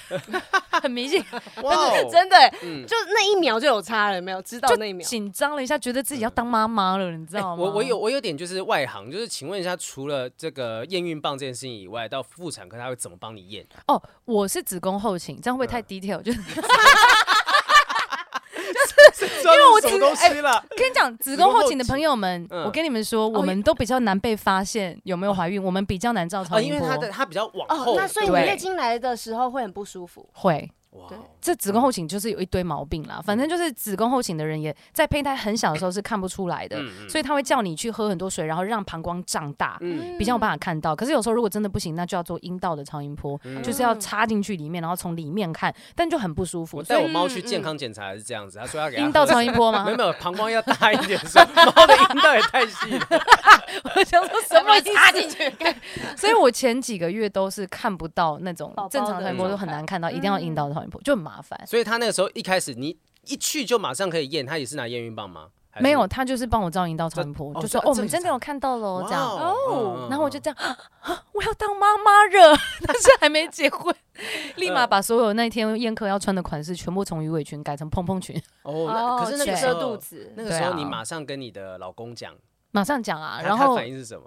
Speaker 2: 很迷信，
Speaker 3: 哇哦，
Speaker 1: 真的欸
Speaker 3: 嗯，
Speaker 1: 就那一秒就有差了，有没有？知道
Speaker 2: 就
Speaker 1: 那一秒，
Speaker 2: 紧张了一下，觉得自己要当妈妈了，你知道吗？
Speaker 3: 哎我我有我有点就是外行，就是请问一下，除了这个验孕棒这件事情以外，到妇产科他会怎么帮你 验？
Speaker 2: 哦，我是子宫后倾，这样会不会太
Speaker 3: 嗯
Speaker 2: detail？就是
Speaker 3: 因为我什么东
Speaker 2: 哎
Speaker 3: 西了？
Speaker 2: 跟你 讲，子
Speaker 3: 宫
Speaker 2: 宫
Speaker 3: 后
Speaker 2: 后倾的朋友们，
Speaker 3: 嗯
Speaker 2: 我跟你们说，我们都比较难被发现有没有怀孕，我们比较难照
Speaker 3: 啊，
Speaker 2: 超
Speaker 3: 因
Speaker 2: 音
Speaker 3: 为他的
Speaker 2: 波。
Speaker 3: 他比较往
Speaker 1: 哦
Speaker 3: 后，，
Speaker 1: 那所以你
Speaker 2: 对
Speaker 1: 月经来的时候会很不舒服，
Speaker 2: 会，
Speaker 3: 哇
Speaker 1: 对
Speaker 3: 哦，
Speaker 2: 这子宫后倾就是有一堆毛病啦，反
Speaker 3: 嗯
Speaker 2: 正就是子宫后倾的人也在胚胎很小的时候是看不出来的，
Speaker 3: 嗯嗯
Speaker 2: 所以他会叫你去喝很多水，然后让膀胱胀大，
Speaker 3: 嗯，
Speaker 2: 比较有办法看到。可是有时候如果真的不行，那就要做阴道的超音波，
Speaker 3: 嗯
Speaker 2: 就是要插进去里面，然后从里面看，但就很不舒服。
Speaker 3: 我
Speaker 2: 所
Speaker 3: 带
Speaker 2: 以
Speaker 3: 我猫去健康检查还是这样子，他说要给
Speaker 2: 嗯
Speaker 3: 它
Speaker 2: 阴道
Speaker 3: 喝
Speaker 2: 超音波吗
Speaker 3: 没有？没有，膀胱要大一点，说 猫的阴道也太细了。
Speaker 2: 我想说什么意
Speaker 1: 插进
Speaker 2: 思？
Speaker 1: 去？
Speaker 2: 所以我前几个月都是看不到那种
Speaker 1: 宝宝
Speaker 2: 正常超音波，
Speaker 1: 的
Speaker 2: 都很难看
Speaker 3: 嗯
Speaker 2: 到，一定要阴道超音波，就很麻烦。
Speaker 3: 所以他那个时候一开始你一去就马上可以验，他也是拿验孕棒吗？还是
Speaker 2: 没有，，他就是帮我照阴道超音波，
Speaker 3: 这
Speaker 2: 就说哦
Speaker 3: 哦这
Speaker 2: 我们真的有看到
Speaker 3: 哇
Speaker 2: 喽，这样。
Speaker 3: 哦
Speaker 2: 然后我就这样，啊啊我要当妈妈了， 但是还没结 婚，立
Speaker 3: 嗯
Speaker 2: 马把所有那天宴客要穿的款式全部从鱼尾裙改成蓬蓬裙，
Speaker 3: 哦，那可是那
Speaker 1: 去
Speaker 3: 个时
Speaker 1: 遮
Speaker 3: 候
Speaker 1: 肚子，
Speaker 3: 那个时
Speaker 2: 对
Speaker 3: 候
Speaker 2: 啊
Speaker 3: 你马上跟你的老公讲，
Speaker 2: 马上讲啊，
Speaker 3: 他
Speaker 2: 然
Speaker 3: 他
Speaker 2: 后
Speaker 3: 反应是什么？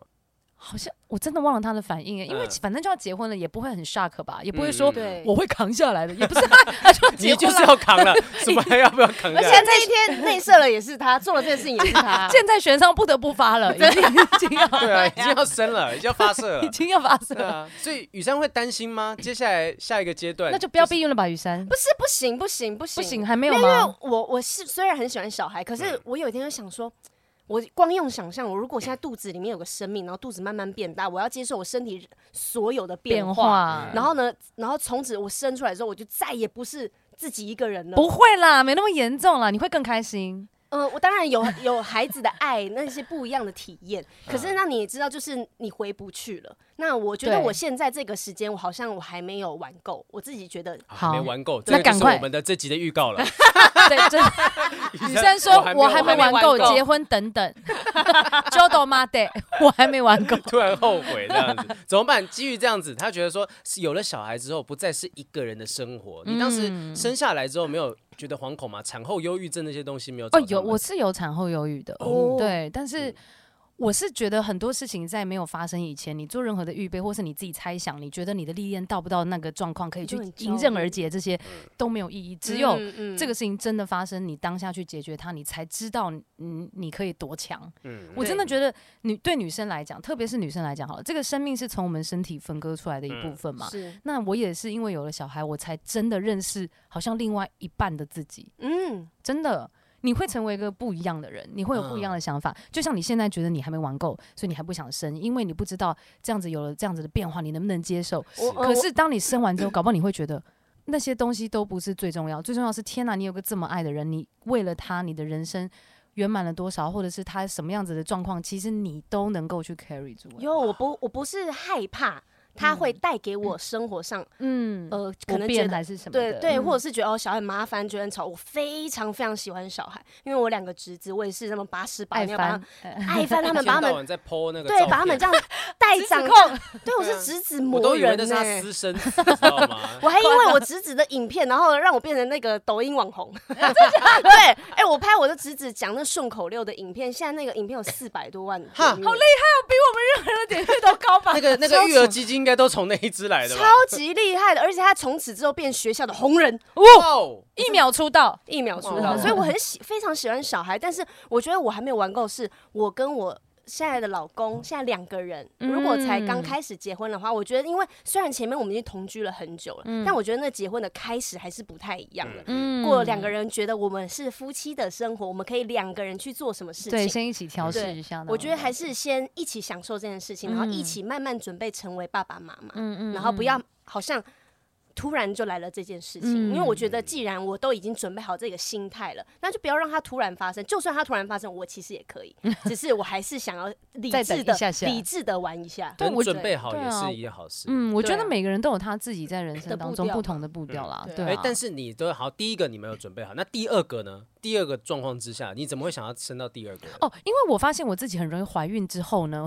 Speaker 2: 好像我真的忘了他的反应欸耶，因为
Speaker 3: 嗯
Speaker 2: 反正就要结婚了，也不会很 shock 吧，也不会
Speaker 3: 嗯
Speaker 2: 说
Speaker 3: 嗯
Speaker 1: 对
Speaker 2: 我会扛下来的，也不 是他他就结
Speaker 3: 你就
Speaker 2: 婚
Speaker 3: 是
Speaker 2: 了。
Speaker 3: 要扛 了，什么还要不要扛啊下
Speaker 1: 而且
Speaker 3: 来？
Speaker 1: 那一天内射了也是他，做了这件事情也是 他。
Speaker 2: 箭在弦上不得不发了，已经已经要
Speaker 3: 对啊，已经要生了，已经要发射
Speaker 2: 已
Speaker 3: 了。
Speaker 2: 经要发射
Speaker 3: 对
Speaker 2: 了，
Speaker 3: 啊，所以雨山会担心吗？接下来下一个阶段，
Speaker 2: 那就不要避孕了吧，雨珊。
Speaker 1: 不是不行不行不
Speaker 2: 不
Speaker 1: 行
Speaker 2: 行，还没
Speaker 1: 没
Speaker 2: 有
Speaker 1: 有，因为
Speaker 2: 吗？嗯
Speaker 1: 我我是虽然很喜欢小孩，可是我有一天就想说，我光用想象，我如果现在肚子里面有个生命，然后肚子慢慢变大，我要接受我身体所有的变
Speaker 2: 变化
Speaker 3: 嗯
Speaker 1: 然后呢，然后从此我生出来之后，我就再也不是自己一个人了。
Speaker 2: 不会啦，没那么严重啦，你会更开 心。
Speaker 1: 嗯、我当然有有孩子的爱，那些不一样的体验。
Speaker 2: 嗯
Speaker 1: 可是那你也知道，就是你回不去了。那我觉得
Speaker 2: 对
Speaker 1: 我现在这个时间，我好像我还没有玩够，我自己觉得
Speaker 3: 啊
Speaker 2: 好
Speaker 3: 没玩够，
Speaker 2: 那
Speaker 3: 这个就
Speaker 2: 赶
Speaker 3: 是
Speaker 2: 快
Speaker 3: 我们的这集的 预告了。
Speaker 2: 对，真的雨珊啊说我还没
Speaker 3: 没
Speaker 2: 玩
Speaker 1: 我
Speaker 2: 够，
Speaker 1: 还没玩够
Speaker 2: 结婚等等。 就到妈的，我还没玩 够。
Speaker 3: 突然后悔这样子， 怎么办？基于这样子，他觉得说是有了小孩之后，不再是一个人的生活。你当时
Speaker 2: 嗯
Speaker 3: 生下来之后，没有觉得惶恐吗？产后忧郁症那些东西没有找
Speaker 2: 哦
Speaker 3: 他，们？
Speaker 2: 有我是有产后忧郁的，
Speaker 1: 哦
Speaker 2: 对，但是
Speaker 3: 嗯。
Speaker 2: 我是觉得很多事情在没有发生以前，你做任何的预备，或是你自己猜想，你觉得你的历练到不到那个状况，可以去
Speaker 1: 就很焦
Speaker 2: 迎刃而
Speaker 1: 虑
Speaker 2: 解，这些都没有意义。只有
Speaker 1: 嗯嗯
Speaker 2: 这个事情真的发生，你当下去解决它，你才知道你你你可以多强。
Speaker 3: 嗯
Speaker 2: 我
Speaker 1: 对
Speaker 2: 真的觉得女对女生来讲，特别是女生来讲，好了，这个生命是从我们身体分割出来的一部
Speaker 3: 嗯
Speaker 2: 分嘛。
Speaker 1: 是
Speaker 2: 那我也是因为有了小孩，我才真的认识好像另外一半的自己。
Speaker 1: 嗯
Speaker 2: 真的，你会成为一个不一样的人，你会有不一样的
Speaker 1: 嗯
Speaker 2: 想法。就像你现在觉得你还没玩够，所以你还不想生，因为你不知道这样子有了这样子的变化，你能不能接受？
Speaker 1: 哦我
Speaker 2: 可是当你生完之后，搞不好你会觉得。那些东西都不是最重要，最重要是天哪，你有个这么爱的人，你为了他，你的人生圆满了多少，或者是他什么样子的状况，其实你都能够去 carry 住。
Speaker 1: 因为我不我不是害怕它会带给我生活上、
Speaker 2: 嗯，
Speaker 1: 呃可能觉
Speaker 2: 不变
Speaker 1: 得。
Speaker 2: 还是什么
Speaker 1: 对
Speaker 2: 的？
Speaker 1: 对，
Speaker 2: 嗯
Speaker 1: 或者是觉得哦，小孩很麻烦，觉得很吵。我非常非常喜欢小孩，因为我两个侄子，我也是那么把屎把
Speaker 2: 爱
Speaker 1: 尿，把
Speaker 2: 翻
Speaker 1: 他，爱翻他
Speaker 3: 他
Speaker 1: 们，把他
Speaker 3: 到
Speaker 1: 们
Speaker 3: 晚在 PO 那个
Speaker 1: 对，
Speaker 3: 照
Speaker 1: 把他们
Speaker 3: 片啊
Speaker 1: 这样带长大。 对，我是侄子
Speaker 3: 我
Speaker 1: 魔
Speaker 3: 都以为
Speaker 1: 人
Speaker 3: 那是
Speaker 1: 呢、
Speaker 3: 他
Speaker 2: 欸
Speaker 3: 私生子，你知道吗？
Speaker 1: 我还因为我侄子的影片，然后让我变成那个抖音网红。 对，哎、我拍我的侄子讲那顺口溜的影片，现在那个影片有四百多万，
Speaker 3: 哈
Speaker 1: 好
Speaker 3: 好
Speaker 1: 厉
Speaker 2: 那点阅都高吧？
Speaker 3: 那个那个育儿基金应该都从那一只来的吧？
Speaker 1: 超级厉害的，而且他从此之后变学校的红人，
Speaker 3: 哇哦，
Speaker 2: 一秒出道，
Speaker 1: 一秒出
Speaker 3: 哇
Speaker 1: 道，所以我 很喜非常喜欢小孩，但是我觉得我还没有玩够，是我跟我。现在的老公，现在两个人，
Speaker 2: 嗯
Speaker 1: 如果才刚开始结婚的话，我觉得，因为虽然前面我们已经同居了很久了，但我觉得那结婚的开始还是不太一样的。
Speaker 2: 嗯
Speaker 1: 过两个人觉得我们是夫妻的生活，我们可以两个人去做什么事
Speaker 2: 对，
Speaker 1: 情。
Speaker 2: 先一起调试
Speaker 1: 对
Speaker 2: 一下。
Speaker 1: 我觉得还是先一起享受这件事情，然后一起慢慢准备成为爸爸妈妈。
Speaker 2: 嗯
Speaker 1: 然后不要好像突然就来了这件事情，因为我觉
Speaker 2: 嗯
Speaker 1: 得既然我都已经准备好这个心态了，那就不要让它突然发生。就算它突然发生，我其实也 可以，只是我还是想要理
Speaker 2: 再等
Speaker 1: 智
Speaker 2: 一
Speaker 1: 的、
Speaker 2: 下下
Speaker 1: 理智的玩一下。
Speaker 2: 对
Speaker 3: 能
Speaker 2: 我觉
Speaker 3: 准备好
Speaker 2: 对
Speaker 3: 也
Speaker 2: 啊
Speaker 3: 是一件好事。
Speaker 2: 嗯，我觉
Speaker 1: 对
Speaker 2: 得
Speaker 1: 啊
Speaker 2: 每个人都有他自己在人生
Speaker 1: 的
Speaker 2: 当
Speaker 1: 步
Speaker 2: 中
Speaker 1: 调
Speaker 2: 不同的步调啦，
Speaker 1: 嗯
Speaker 2: 对
Speaker 3: 哎
Speaker 2: 啊。，
Speaker 3: 但是你都好，第一个你没有准备好，那第二个呢？第二个状况之下，你怎么会想要生到第二个？
Speaker 2: 哦，因为我发现我自己很容易怀孕之后 呢，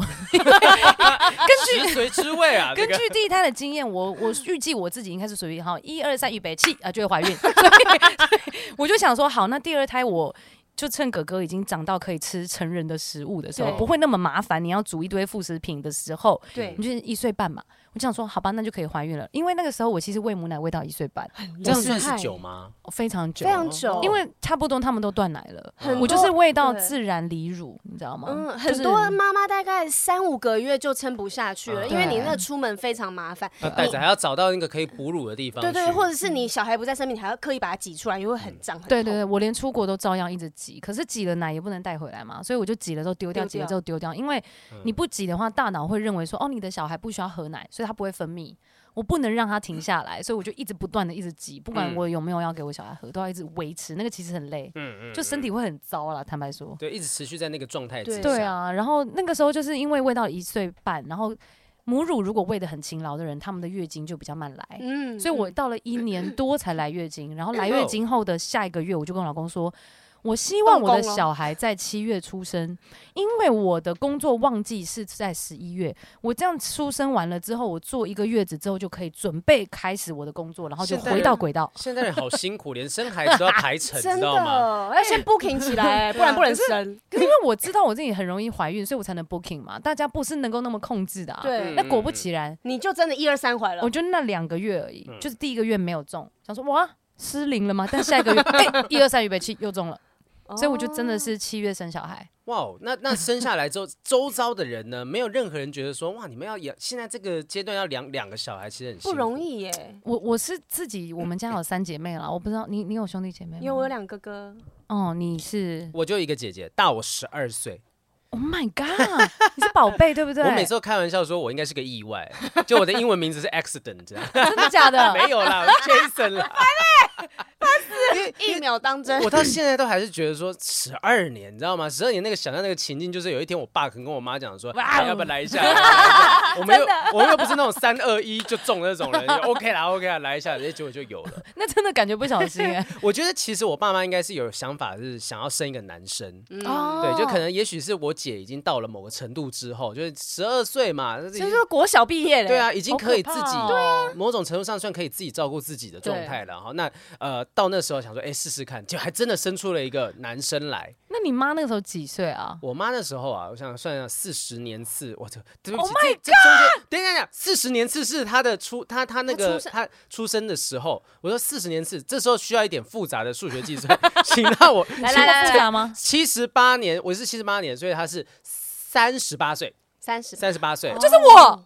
Speaker 3: 食髓知味啊，这
Speaker 2: 根
Speaker 3: 啊个
Speaker 2: 据第一胎的经验，我 我预计我自己应该是属于哈一二三预备起啊就会怀孕， 所以所以我就想说好，那第二胎我。就趁哥哥已经长到可以吃成人的食物的时候，
Speaker 1: 对
Speaker 2: 不会那么麻烦。你要煮一堆副食品的时候，
Speaker 1: 对
Speaker 3: 嗯
Speaker 2: 你，就是一岁半嘛。我就想说，好吧，那就可以怀孕了。因为那个时候我其实喂母奶喂到一岁半，
Speaker 3: 这样算是久吗？
Speaker 2: 非常久，
Speaker 1: 非常久，
Speaker 2: 因为哦差不多他们都断奶了，
Speaker 3: 嗯
Speaker 1: 很
Speaker 2: 我就是
Speaker 1: 多
Speaker 2: 喂到
Speaker 1: 对
Speaker 2: 自然离乳，你知道吗？
Speaker 1: 嗯，
Speaker 2: 就是
Speaker 1: 很多妈妈大概三五个月就撑不下去了，
Speaker 3: 嗯
Speaker 1: 因为你
Speaker 2: 对
Speaker 1: 那出门非常麻烦。
Speaker 3: 那带着还要找到那个可以哺乳的地方去，
Speaker 1: 呃对对，或者是你小孩不在身边，你还要刻意把它挤出来，因为会
Speaker 3: 嗯
Speaker 1: 很胀。很
Speaker 2: 嗯对对
Speaker 1: 痛
Speaker 2: 对，我连出国都照样一直挤，可是挤了奶也不能带回来嘛，所以我就挤了之后丢掉，
Speaker 1: 丢
Speaker 2: 挤了之后丢掉，因为
Speaker 3: 嗯
Speaker 2: 你不挤的话，大脑会认为说，哦，你的小孩不需要喝奶，所以他不会分泌，我不能让他停下来，所以我就一直不断的一直挤，不管
Speaker 3: 嗯
Speaker 2: 我有没有要给我小孩喝，都要一直维持，那个其实很累，
Speaker 3: 嗯，嗯嗯，
Speaker 2: 就身体会很糟啦，坦白说。
Speaker 3: 对，一直持续在那个状态之
Speaker 1: 对
Speaker 3: 下。
Speaker 2: 对，啊，然后那个时候就是因为喂到一岁半，然后母乳如果喂得很勤劳的人，他们的月经就比较慢来。
Speaker 1: 嗯哦
Speaker 2: 所以我到了一年多才来月经，然后来月经后的下一个月，我就跟我老公说，我希望我的
Speaker 1: 动工哦
Speaker 2: 小孩在七月出生，因为我的工作旺季是在十一月。我这样出生完了之后，我做一个月子之后就可以准备开始我的工作，然后就
Speaker 3: 现代人
Speaker 2: 回到 轨道。
Speaker 3: 现代人好辛苦，连生孩子都要排程，
Speaker 1: 真
Speaker 3: 知
Speaker 1: 的
Speaker 3: 道吗？
Speaker 1: 要先 booking 起 来，不然不能生。
Speaker 2: 啊可是因为我知道我自己很容易怀孕，所以我才能 booking 嘛。大家不是能够那么控制的
Speaker 3: 嗯
Speaker 2: 啊。
Speaker 1: 对
Speaker 2: 那果不其然，
Speaker 1: 你就真的一二三怀了
Speaker 2: 哦我。就那两个月而已，
Speaker 3: 嗯
Speaker 2: 就是第一个月没有中，想说哇失 灵了吗？但下一个月，哎，一二三预备起又中了，
Speaker 1: 哦
Speaker 2: 所以我就真的是七月生小孩。
Speaker 3: 哇哦，那那生下来之后，周遭的人呢，没有任何人觉得说，哇，你们要养，现在这个阶段要养两个小孩，其实很辛
Speaker 1: 不
Speaker 3: 苦
Speaker 1: 容。易耶。
Speaker 2: 我我是自己，我们家有三姐妹啦，我不知道你你有兄弟姐妹吗？
Speaker 1: 因为我有两个哥，
Speaker 2: 哦，你是
Speaker 3: 我就有一个姐姐，大我十二岁。
Speaker 2: Oh my God，你 是宝贝对不对？
Speaker 3: 我每次都开玩笑说，我应该是个意外， 就我的英文名字是 accident，这样
Speaker 2: 真的假的？
Speaker 3: 没有啦我是，Jason 啦。
Speaker 1: 一秒当真。
Speaker 3: 我到现在都还是觉得说，十二年，你知道吗？十二年那个想象那个情境，就是有一天我爸可能跟我妈讲说，
Speaker 2: 哇哦
Speaker 3: 哎要不要来一下？要不要来一下我们又 我们又不是那种三二一就中的那种人，OK 啦 OK 啦，来一下，哎结果就有了。
Speaker 2: 那真的感觉不小心哎。
Speaker 3: 我觉得其实我爸妈应该是有想法，是想要生一个男生。
Speaker 1: 嗯，
Speaker 2: 哦，
Speaker 3: 对，就可能也许是我姐已经到了某个程度之后，就是十二岁嘛，就是已
Speaker 1: 所以
Speaker 3: 经
Speaker 1: 说国小毕业了。
Speaker 3: 对，啊，已经
Speaker 2: 好
Speaker 3: 可以自
Speaker 2: 怕
Speaker 3: 己啊
Speaker 2: 哦，
Speaker 3: 某种程度上算可以自己照顾自己的状
Speaker 2: 对
Speaker 3: 态了哈。那呃，到那时候想说，哎、试试看，就还真的生出了一个男生来。
Speaker 2: 那你妈那个时候几岁啊？
Speaker 3: 我妈那时候啊，我想算想四十年次，我这对不
Speaker 1: Oh
Speaker 3: 起这这中间等一下等一下，四十年次是她的出她她那
Speaker 1: 她出
Speaker 3: 个
Speaker 1: 生
Speaker 3: 她出生的时候，我说四十年次，这时候需要一点复杂的数学计算， 请让我
Speaker 1: 来来来
Speaker 2: 这么复杂吗？
Speaker 3: 七十八年，我是七十八年，所以她是三十八岁，
Speaker 1: 三十，哦
Speaker 3: 三十八岁。
Speaker 2: 就是我，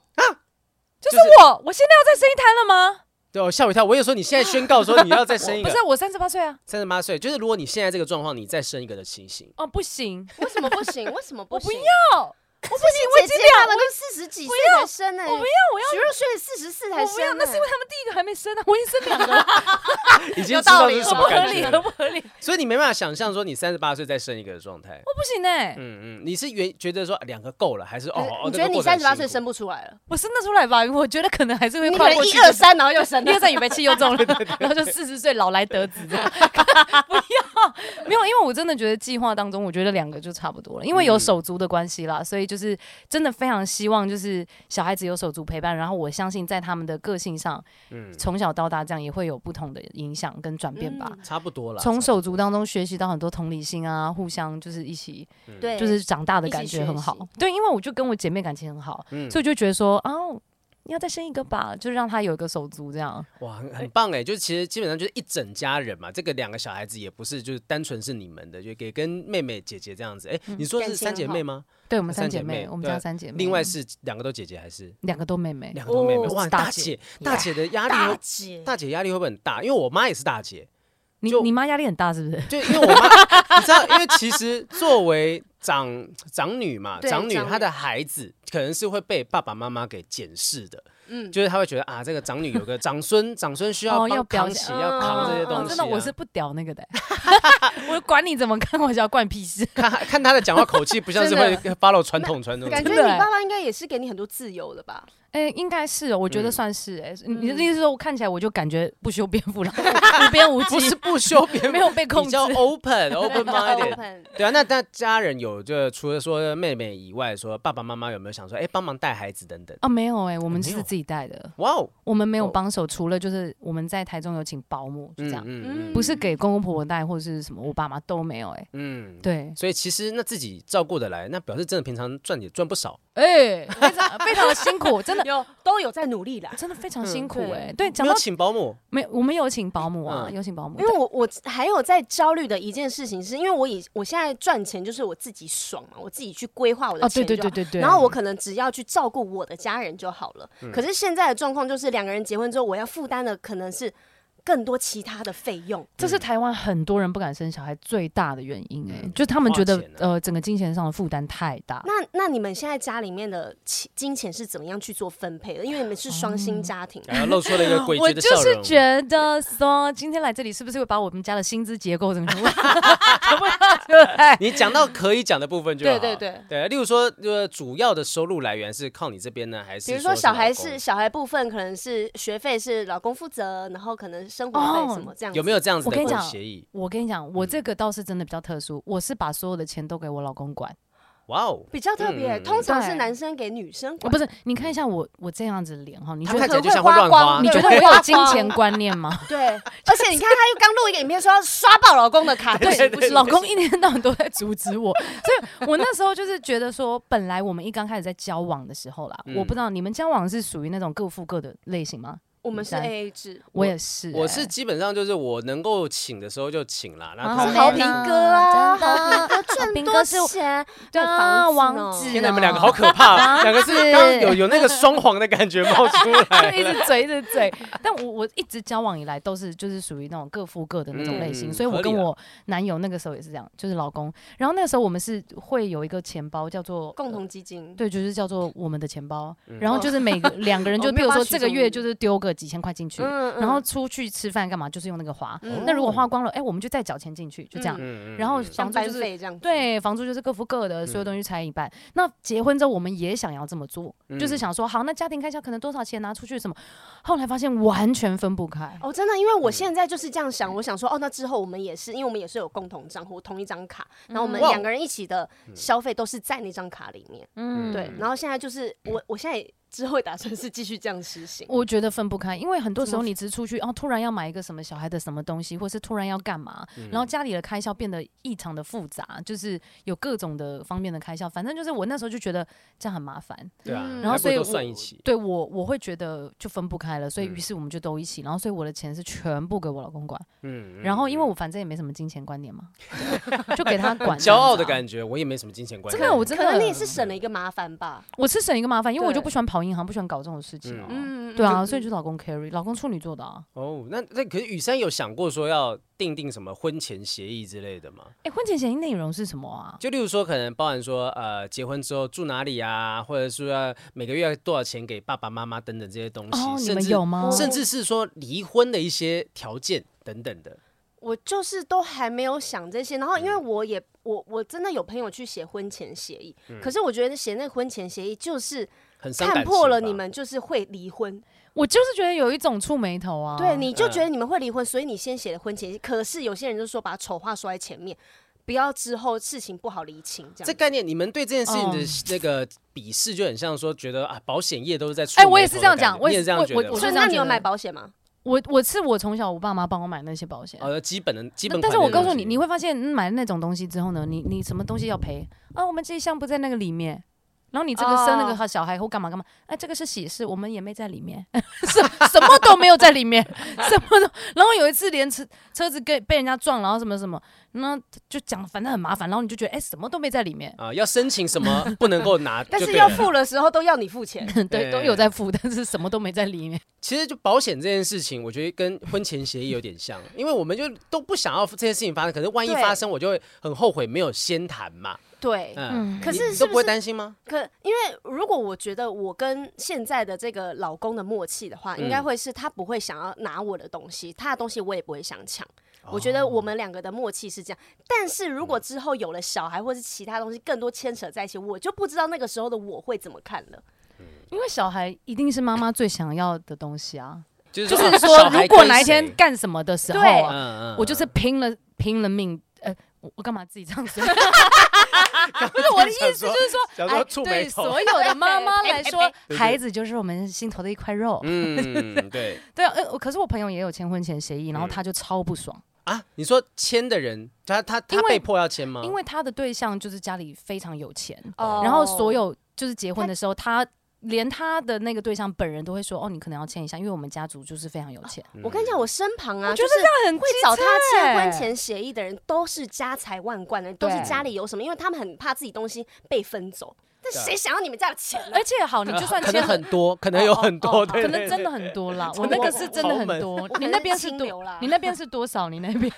Speaker 2: 就是我，我现在要再生一胎了吗？
Speaker 3: 对，我吓我一跳。我有说你现在宣告说你要 再生一
Speaker 2: 不
Speaker 3: 个
Speaker 2: 是，，我三十八岁啊。
Speaker 3: 三十八岁，就是如果你现在这个状况，你再生一个的情形，
Speaker 2: 哦，不行，
Speaker 1: 为什么不行？为什么不
Speaker 2: 我
Speaker 1: 行？
Speaker 2: 不要，我不行，我已
Speaker 1: 姐
Speaker 2: 经
Speaker 1: 姐
Speaker 2: 两，
Speaker 1: 他们
Speaker 2: 我
Speaker 1: 都四十几岁才生呢。
Speaker 2: 我不要，我要
Speaker 1: 徐若瑄四十四才
Speaker 2: 我不
Speaker 1: 生
Speaker 2: 要，
Speaker 1: 欸呢
Speaker 2: 那是因为他们第一个还没生啊呢，我已经生两个 了，
Speaker 3: 已经
Speaker 1: 有
Speaker 3: 知道
Speaker 1: 道
Speaker 3: 这
Speaker 1: 理
Speaker 3: 是什
Speaker 2: 合不
Speaker 3: 么
Speaker 2: 合
Speaker 3: 感
Speaker 2: 理？
Speaker 3: 觉
Speaker 2: 合
Speaker 3: 了，
Speaker 2: 不合理？
Speaker 3: 所以你没办法想象说你三十八岁再生一个的状态。
Speaker 2: 我不行哎、
Speaker 3: 嗯嗯，你是原觉得说两个够了，还是哦哦？
Speaker 1: 嗯你
Speaker 3: 这
Speaker 1: 觉得
Speaker 3: 个
Speaker 1: 你
Speaker 3: 过程
Speaker 1: 三
Speaker 3: 很
Speaker 1: 十八岁
Speaker 3: 辛
Speaker 1: 生不出来了？
Speaker 2: 我生得出来吧？我觉得可能还是会
Speaker 1: 你可
Speaker 2: 跨
Speaker 1: 能
Speaker 2: 过
Speaker 1: 一
Speaker 2: 去。
Speaker 1: 二三，然后又生
Speaker 2: 一
Speaker 1: 了
Speaker 2: 二。三预备器又中了，然后就四十岁老来得子这样， 不要没有，因为我真的觉得计划当中，我觉得两个就差不多了，因为有手足的关系
Speaker 3: 嗯
Speaker 2: 啦，所以就是真的非常希望就是小孩子有手足陪伴，然后我相信在他们的个性上，
Speaker 3: 嗯
Speaker 2: 从小到大这样也会有不同的影响跟转变吧。
Speaker 1: 嗯
Speaker 3: 苦差不多了。
Speaker 2: 从
Speaker 3: 差不
Speaker 2: 手足当中学习到很多同理心啊，互相就是一起
Speaker 3: 多，
Speaker 1: 对，
Speaker 2: 就是长大的感
Speaker 1: 一起
Speaker 2: 觉
Speaker 1: 学
Speaker 2: 很好
Speaker 1: 习。
Speaker 2: 对，因为我就跟我姐妹感情很好，
Speaker 3: 嗯
Speaker 2: 所以我就觉得说，哦，要再生一个吧，就让她有一个手足这样。
Speaker 3: 哇，很很棒哎！就是其实基本上就是一整家人嘛，这个两个小孩子也不是就是单纯是你们的，就给跟妹妹姐姐这样子。哎，你说
Speaker 1: 嗯感
Speaker 3: 是
Speaker 1: 情
Speaker 3: 三姐
Speaker 1: 很好
Speaker 3: 妹吗？
Speaker 2: 对我们
Speaker 3: 三
Speaker 2: 三姐
Speaker 3: 姐
Speaker 2: 妹，
Speaker 3: 妹
Speaker 2: 我们
Speaker 3: 对
Speaker 2: 家三姐妹，
Speaker 3: 另外是两个都姐姐还是
Speaker 2: 两个都妹妹。
Speaker 3: 两个都妹妹？
Speaker 1: 哦
Speaker 3: 哇，
Speaker 2: 是大
Speaker 3: 大
Speaker 2: 姐
Speaker 3: 姐大姐的压力会
Speaker 1: 姐
Speaker 3: 大姐压力会不会很大？因为我妈也是大姐，
Speaker 2: 你
Speaker 3: 就
Speaker 2: 你妈压力很大是不是？
Speaker 3: 就因为我妈，你知道，因为其实作为长长女嘛，
Speaker 1: 对
Speaker 3: 长女
Speaker 1: 长女
Speaker 3: 她的孩子可能是会被爸爸妈妈给检视的，
Speaker 1: 嗯，
Speaker 3: 就是她会觉得啊，这个长女有个长孙，长孙需要
Speaker 2: 哦要
Speaker 3: 帮
Speaker 2: 表
Speaker 3: 扛
Speaker 2: 现哦
Speaker 3: 起，要 扛这些
Speaker 1: 嗯嗯嗯
Speaker 3: 东西啊。
Speaker 2: 真的我是不屌那个的、 我管你怎么看，我只要关你屁事。
Speaker 3: 看看她的讲话口气，不像是会 follow 传统传统。
Speaker 1: 感觉
Speaker 2: 真的欸
Speaker 1: 你爸爸应该也是给你很多自由的吧？
Speaker 2: 哎、应该是哦，我觉得
Speaker 3: 嗯
Speaker 2: 算是哎、你的
Speaker 1: 嗯
Speaker 2: 意思是说我看起来我就感觉不修边幅了， 无边无际，
Speaker 3: 不是不修边
Speaker 2: 没有被
Speaker 3: 幅，
Speaker 2: 控
Speaker 3: 比
Speaker 2: 制。
Speaker 3: 较 open
Speaker 1: 对
Speaker 3: open mind 一点。
Speaker 1: open
Speaker 3: 对啊，那那家人有就除了说妹妹以外，说爸爸妈妈有没有想说，哎，帮忙带孩子等等？
Speaker 2: 啊，没有哎、我们
Speaker 3: 哦没
Speaker 2: 是
Speaker 3: 有
Speaker 2: 自己带的，
Speaker 3: 哇哦，
Speaker 2: 我们没有
Speaker 3: 哦
Speaker 2: 帮手，除了就是我们在台中有请保姆，就这样，
Speaker 3: 嗯
Speaker 2: 不是给公公婆婆带或者是什么，我爸妈都没有哎、
Speaker 3: 嗯，
Speaker 2: 对，
Speaker 3: 所以其实那自己照顾得来，那表示真的平常赚也赚不少。
Speaker 2: 哎、非常非常的辛苦，真的
Speaker 1: 有 都有在努力啦。
Speaker 2: 真的非常辛苦
Speaker 1: 对
Speaker 2: 哎、对，讲
Speaker 3: 没
Speaker 2: 到
Speaker 3: 有请保姆，
Speaker 2: 没，我们有请保姆啊，
Speaker 3: 嗯
Speaker 2: 有请保姆，
Speaker 1: 因为我我还有在焦虑的一件事情，是因为我以我现在赚钱就是我自己爽嘛，我自己去规划我的
Speaker 2: 哦，对
Speaker 1: 钱就
Speaker 2: 对
Speaker 1: 好
Speaker 2: 对对对，
Speaker 1: 然后我可能只要去照顾我的家人就好了。
Speaker 3: 嗯
Speaker 1: 可是现在的状况就是，两个人结婚之后，我要负担的可能是更多其他的费用。
Speaker 2: 这是台湾很多人不敢生小孩最大的原因哎、
Speaker 1: 嗯
Speaker 2: 就他们
Speaker 3: 花
Speaker 2: 觉得、
Speaker 3: 钱啊
Speaker 2: 呃整个金钱上的负担太大。
Speaker 1: 那那你们现在家里面的钱金钱是怎么样去做分配的？因为你们是双
Speaker 2: 哦
Speaker 1: 薪家庭，
Speaker 3: 然后露出 了一个诡
Speaker 2: 我
Speaker 3: 谲的
Speaker 2: 就
Speaker 3: 笑
Speaker 2: 是
Speaker 3: 容。
Speaker 2: 觉得说，今天来这里是不是会把我们家的薪资结构整个全部 拉出来？
Speaker 3: 你讲到可以讲的部分就好。
Speaker 1: 对对对
Speaker 3: 对，例如说，呃，主要的收入来源是靠你这边呢，还是
Speaker 1: 比如
Speaker 3: 说
Speaker 1: 说小孩
Speaker 3: 老公
Speaker 1: 是小孩部分可能是学费是老公负责，然后可能生活
Speaker 2: 哦
Speaker 1: 费什么这样子。
Speaker 3: 有没有这样子
Speaker 2: 我
Speaker 3: 的
Speaker 2: 跟你
Speaker 3: 共
Speaker 2: 讲
Speaker 3: 协议？
Speaker 2: 我跟你讲，我这个倒是真的比较特殊，我是把所有的钱都给我老公管。
Speaker 3: 哇哦，
Speaker 1: 比较特别？
Speaker 3: 嗯
Speaker 1: 通常是
Speaker 2: 对
Speaker 1: 男生给女生
Speaker 2: 哦
Speaker 1: 管，
Speaker 2: 不是，你看一下我我这样子的脸哈，你
Speaker 3: 他
Speaker 2: 觉 得
Speaker 3: 看起来就
Speaker 1: 很
Speaker 3: 像
Speaker 1: 会
Speaker 3: 会乱
Speaker 1: 花
Speaker 3: 花
Speaker 1: 光
Speaker 2: 你
Speaker 1: 对
Speaker 2: 觉得 我有金钱观念吗？
Speaker 1: 对。 而且你看，他又刚录一个影片说要刷爆老公的卡，不行不行，
Speaker 2: 老公一天到晚都在阻止我，所以我那时候就是觉得说，本来我们一刚开始在交往的时候啦，
Speaker 3: 嗯
Speaker 2: 我不知道你们交往是属于那种各付各的类型吗？
Speaker 1: 我们是
Speaker 2: 对
Speaker 1: A A 制，
Speaker 2: 我也是欸、
Speaker 3: 我是基本上就是我能够请的时候就请啦，然
Speaker 2: 啊
Speaker 3: 后
Speaker 1: 好
Speaker 3: 他
Speaker 1: 累好
Speaker 3: 们
Speaker 1: 平哥啊
Speaker 2: 真 的，好平哥是
Speaker 1: 钱，
Speaker 2: 对
Speaker 1: 买
Speaker 2: 啊，
Speaker 1: 房
Speaker 2: 王
Speaker 1: 子呢
Speaker 2: 子哦，
Speaker 3: 天哪，你们两个好 可
Speaker 2: 啊
Speaker 3: 怕，啊两个是刚刚有有那个双簧的感觉冒出来
Speaker 2: 一
Speaker 3: 了。
Speaker 2: 直嘴一直嘴，但我我一直交往以来都是就是属于那种各付各的那种类型，
Speaker 3: 嗯
Speaker 2: 所以我
Speaker 3: 合理
Speaker 2: 跟
Speaker 3: 啦
Speaker 2: 我男友那个时候也是这样，就是老公。然后那个时候我们是会有一个钱包叫做
Speaker 1: 共同基金，
Speaker 2: 对，就是叫做我们的钱包。
Speaker 3: 嗯
Speaker 2: 然后就是每个两个人就，
Speaker 1: 哦
Speaker 2: 比
Speaker 1: 没有
Speaker 2: 如说
Speaker 1: 办法
Speaker 2: 这个
Speaker 1: 取中
Speaker 2: 月
Speaker 1: 你
Speaker 2: 就是丢个几千块进去，
Speaker 1: 嗯，嗯
Speaker 2: 然后出去吃饭干嘛，就是用那个花。
Speaker 1: 嗯
Speaker 2: 那如果花光了，哎，我们就再缴钱进去，就这样。
Speaker 3: 嗯
Speaker 2: 然后
Speaker 3: 嗯
Speaker 1: 像
Speaker 2: 房租
Speaker 1: 班
Speaker 2: 就是
Speaker 1: 费这样子，
Speaker 2: 对，房租就是各付各的，所有东西拆一半。那结婚之后，我们也想要这么做，
Speaker 3: 嗯
Speaker 2: 就是想说，好，那家庭开销可能多少钱啊拿出去什么？后来发现完全分不开。
Speaker 1: 哦，真的，因为
Speaker 3: 嗯
Speaker 1: 我现在就是这样想，我想说，哦，那之后我们也是，因为我们也是有共同账户，同一张卡，然后我们
Speaker 3: 嗯哇嗯
Speaker 1: 两个人一起的消费都是在那张卡里面，
Speaker 2: 嗯，
Speaker 1: 对。然后现在就是我，我现在之后也打算是继续这样实行。
Speaker 2: 我觉得分不开，因为很多时
Speaker 1: 怎
Speaker 2: 候
Speaker 1: 么
Speaker 2: 你只是出去，哦，突然要买一个什么小孩的什么东西，或是突然要干嘛，
Speaker 3: 嗯
Speaker 2: 然后家里的开销变得异常的复杂，就是有各种的方面的开销。反正就是我那时候就觉得这样很麻烦，
Speaker 3: 对啊，
Speaker 1: 嗯
Speaker 2: 然后
Speaker 3: 还不
Speaker 2: 所以
Speaker 3: 如都
Speaker 2: 我
Speaker 3: 算一起，
Speaker 2: 对我我会觉得就分不开了，所以
Speaker 3: 嗯
Speaker 2: 于是我们就都一起，然后所以我的钱是全部给我老公管，
Speaker 3: 嗯
Speaker 2: 然后因为
Speaker 3: 我
Speaker 2: 我反正也没什么金钱观念嘛， 对就给他管。
Speaker 3: 骄傲的
Speaker 2: 觉，
Speaker 3: 感觉，我也没什么金钱观
Speaker 2: 真
Speaker 3: 念，
Speaker 2: 的啊我真
Speaker 1: 可能
Speaker 2: 的
Speaker 1: 你也是
Speaker 3: 嗯
Speaker 1: 省了一个麻烦吧，
Speaker 2: 我是省一个麻烦，因为我就
Speaker 1: 对
Speaker 2: 不喜欢跑银行，不喜欢搞这种事情哦。
Speaker 1: 嗯，
Speaker 2: 对
Speaker 1: 嗯
Speaker 2: 啊，所以就老公 carry，老公处女座的啊。
Speaker 3: 哦，那那可是雨珊有想过说要订定什么婚前协议之类的吗？
Speaker 2: 哎，婚前协议内容是什么啊？
Speaker 3: 就例如说，可能包含说，呃，结婚之后住哪里啊，或者说要每个月多少钱给爸爸妈妈等等这些东西，
Speaker 2: 哦，你
Speaker 3: 甚
Speaker 2: 们
Speaker 3: 至
Speaker 2: 有吗？
Speaker 3: 甚至是说离婚的一些条件等等的。
Speaker 1: 我就是都还没有想这些，然后因为
Speaker 3: 嗯
Speaker 1: 我也我我真的有朋友去写婚前协议，可是我觉得写那个婚前协议就是
Speaker 3: 很嗯伤
Speaker 1: 看
Speaker 3: 感
Speaker 1: 破
Speaker 3: 情
Speaker 1: 了
Speaker 3: 吧
Speaker 1: 你，们就是会离婚，
Speaker 2: 我就是觉得有一种触眉头啊。
Speaker 1: 对，你就
Speaker 3: 嗯
Speaker 1: 觉得你们会离婚，所以你先写了婚前协议。可是有些人就说把丑话说在前面，不要之后事情不好厘清这
Speaker 3: 这
Speaker 1: 样。
Speaker 3: 概念，你们对这件事情
Speaker 2: 哦
Speaker 3: 的那个鄙视就很像说，觉得啊，保险业都是在触
Speaker 2: 哎我也
Speaker 3: 眉
Speaker 2: 是
Speaker 3: 头
Speaker 2: 这样
Speaker 3: 的感
Speaker 2: 讲
Speaker 3: 觉
Speaker 2: 我
Speaker 3: 你
Speaker 2: 也
Speaker 3: 也
Speaker 2: 是
Speaker 3: 这样
Speaker 2: 我
Speaker 3: 觉
Speaker 2: 我
Speaker 3: 得
Speaker 2: 我
Speaker 3: 吗
Speaker 2: 是
Speaker 1: 所以
Speaker 2: 这
Speaker 1: 那
Speaker 2: 样
Speaker 1: 你有
Speaker 2: 觉得
Speaker 1: 买保险吗？
Speaker 2: 我我是我从小我爸妈帮我买那些保险。
Speaker 3: 呃基本的基
Speaker 2: 但
Speaker 3: 本款
Speaker 2: 但
Speaker 3: 的
Speaker 2: 是
Speaker 3: 东
Speaker 2: 我
Speaker 3: 西。
Speaker 2: 告诉你，你会发现、嗯、买那种东西之后呢，你你什么东西要赔啊？我们这一项不在那个里面，然后你这个生那个
Speaker 1: 哦
Speaker 2: 小孩或干嘛干嘛，哎、这个是喜事，我们也没在里面， 什什么都没有在里面，什么都。然后有一次连车车子跟被人家撞，然后什么什么，那就讲反正很麻烦，然后你就觉得哎、什么都没在里面，
Speaker 3: 啊、要申请什么不能够拿就
Speaker 1: 但
Speaker 3: 对了，
Speaker 1: 是要付的时候都要你付钱，
Speaker 2: 对，都有在付，但是什么都没在里面。
Speaker 3: 其实就保险这件事情，我觉得跟婚前协议有点像，因为我们就都不想要这件事情发生，可是万一
Speaker 1: 对
Speaker 3: 发生，我就会很后悔没有先谈嘛。
Speaker 1: 对。
Speaker 3: 嗯，
Speaker 1: 可
Speaker 3: 你
Speaker 1: 是
Speaker 3: 你
Speaker 1: 是
Speaker 3: 都
Speaker 1: 不
Speaker 3: 不会
Speaker 1: 是
Speaker 3: 担心吗？
Speaker 1: 可因为如果我觉得我跟现在的这个老公的默契的话，应该
Speaker 3: 嗯
Speaker 1: 会是他不会想要拿我的东西，他的东西我也不会想抢。我觉得
Speaker 2: 哦
Speaker 1: 我们两个的默契是这样，但是如
Speaker 2: 嗯
Speaker 1: 果之后有了小孩或是其他东西更多牵扯在一起，我就不知道那个时候的我会怎么看了。
Speaker 2: 因为小孩一定是妈妈最想要的东西啊，
Speaker 3: 就是
Speaker 2: 就是
Speaker 3: 说
Speaker 2: 说
Speaker 3: 小孩
Speaker 2: 如果
Speaker 3: 跟
Speaker 2: 哪一
Speaker 3: 谁
Speaker 2: 天干什么的时候
Speaker 1: 对
Speaker 2: 啊，
Speaker 3: 嗯嗯
Speaker 2: 我就是
Speaker 3: 嗯
Speaker 2: 拼了拼了命，呃，我我干嘛自己这样 说？
Speaker 3: 不
Speaker 2: 是我的意 思就是哎
Speaker 3: 说，想说触
Speaker 2: 对
Speaker 3: 眉头
Speaker 2: 所，有的妈 妈来说，
Speaker 3: 对
Speaker 2: 孩子就是我们心头的一块肉。
Speaker 3: 嗯， 对
Speaker 2: 对啊，呃，可是我朋友也有签婚前协议，然后他就超不爽，
Speaker 3: 啊，你说签的人，他他他
Speaker 2: 因为
Speaker 3: 被迫要签吗？
Speaker 2: 因为他的对象就是家里非常有钱，
Speaker 1: 哦
Speaker 2: 然后所有就是结婚的时候，他连他的那个对象本人都会说，哦，你可能要签一下，因为我们家族就是非常有钱。
Speaker 1: 我跟你讲，我身旁啊，
Speaker 2: 嗯我觉
Speaker 1: 就
Speaker 2: 得
Speaker 1: 是
Speaker 2: 这啊样很
Speaker 1: 会
Speaker 2: 机
Speaker 1: 找他签
Speaker 2: 欸
Speaker 1: 婚前协议的人，都是家财万贯的人，都是
Speaker 2: 对
Speaker 1: 家里有什么，因为他们很怕自己东西被分走。但
Speaker 3: 对啊
Speaker 1: 谁想要你们家的钱呢？
Speaker 2: 而且好，你就算
Speaker 3: 呃 可
Speaker 2: 签了
Speaker 3: 能
Speaker 2: 哦
Speaker 3: 很多，可能有很多，对
Speaker 2: 可
Speaker 3: 对
Speaker 2: 能真的很多 啦，我
Speaker 1: 真的
Speaker 2: 那个是真的
Speaker 3: 豪门
Speaker 2: 很多
Speaker 1: 我。
Speaker 2: 你
Speaker 1: 可
Speaker 2: 那
Speaker 1: 能
Speaker 2: 边
Speaker 1: 是
Speaker 2: 是
Speaker 1: 清流
Speaker 2: 多
Speaker 1: 啦，
Speaker 2: 你那边是多少？你那边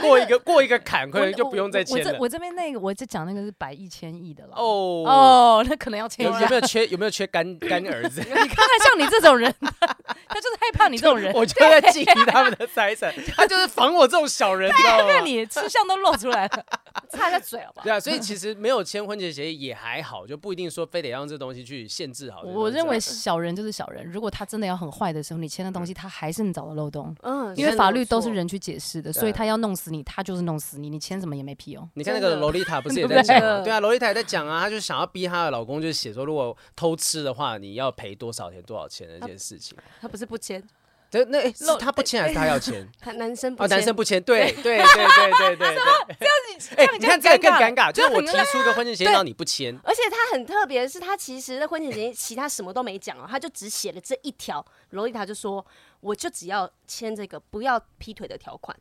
Speaker 3: 过一个过一个坎，可
Speaker 2: 我
Speaker 3: 能就不用再
Speaker 2: 我
Speaker 3: 签
Speaker 2: 这
Speaker 3: 了。
Speaker 2: 我这边那个，我这讲那个是百亿、千亿的啦。哦
Speaker 3: 哦，
Speaker 2: 哦，那可能要签
Speaker 3: 有
Speaker 2: 一
Speaker 3: 有
Speaker 2: 下。
Speaker 3: 没有缺有没有缺干干儿子？
Speaker 2: 你看看像你这种人，他就是害怕你这 种人。
Speaker 3: 我就在觊觎他们的财产，他就是防我这种小人，你知道
Speaker 2: 看
Speaker 3: 吗？
Speaker 2: 你吃相都露出来了，
Speaker 1: 擦一下嘴好不好？
Speaker 3: 对啊，所以其实没有签婚前的协议也还好，就不一定说非得让这东西去限制好这个东西啊。
Speaker 2: 我认为小人就是小人，如果他真的要很坏的时候，你签的东西他还是能找到漏洞，
Speaker 1: 嗯，
Speaker 2: 因
Speaker 3: 嗯真
Speaker 2: 为
Speaker 3: 的
Speaker 2: 法
Speaker 1: 没
Speaker 2: 律都是
Speaker 1: 错，
Speaker 2: 人去解释的，
Speaker 3: 对
Speaker 2: 所以他要弄死你，他就是弄死你，你签什么也没屁用。
Speaker 3: 你看那
Speaker 1: 真
Speaker 3: 个
Speaker 1: 的
Speaker 3: 洛丽塔不是也
Speaker 2: 对
Speaker 3: 在
Speaker 2: 不
Speaker 3: 讲
Speaker 2: 对
Speaker 3: 吗？对啊，洛丽塔也在讲啊，她就想要逼她的老公，就是写说如果偷吃的话，你要赔多少钱多少钱的这件事情。
Speaker 1: 他不是不签，
Speaker 3: 对，那诶是
Speaker 1: 洛
Speaker 3: 她不签还是她要签？
Speaker 1: 他男生不
Speaker 3: 哦，
Speaker 1: 签，
Speaker 3: 男生不签，对对对对对对对。这样你，哎，你看这个更尴尬，就是我提出个婚前协议，
Speaker 1: 对
Speaker 3: 然后你不签，
Speaker 1: 而且他很特别，是他其实的婚前协议其他什么都没讲哦，他就只写了这一条。罗丽塔就说：“我就只要签这个不要劈腿的条款，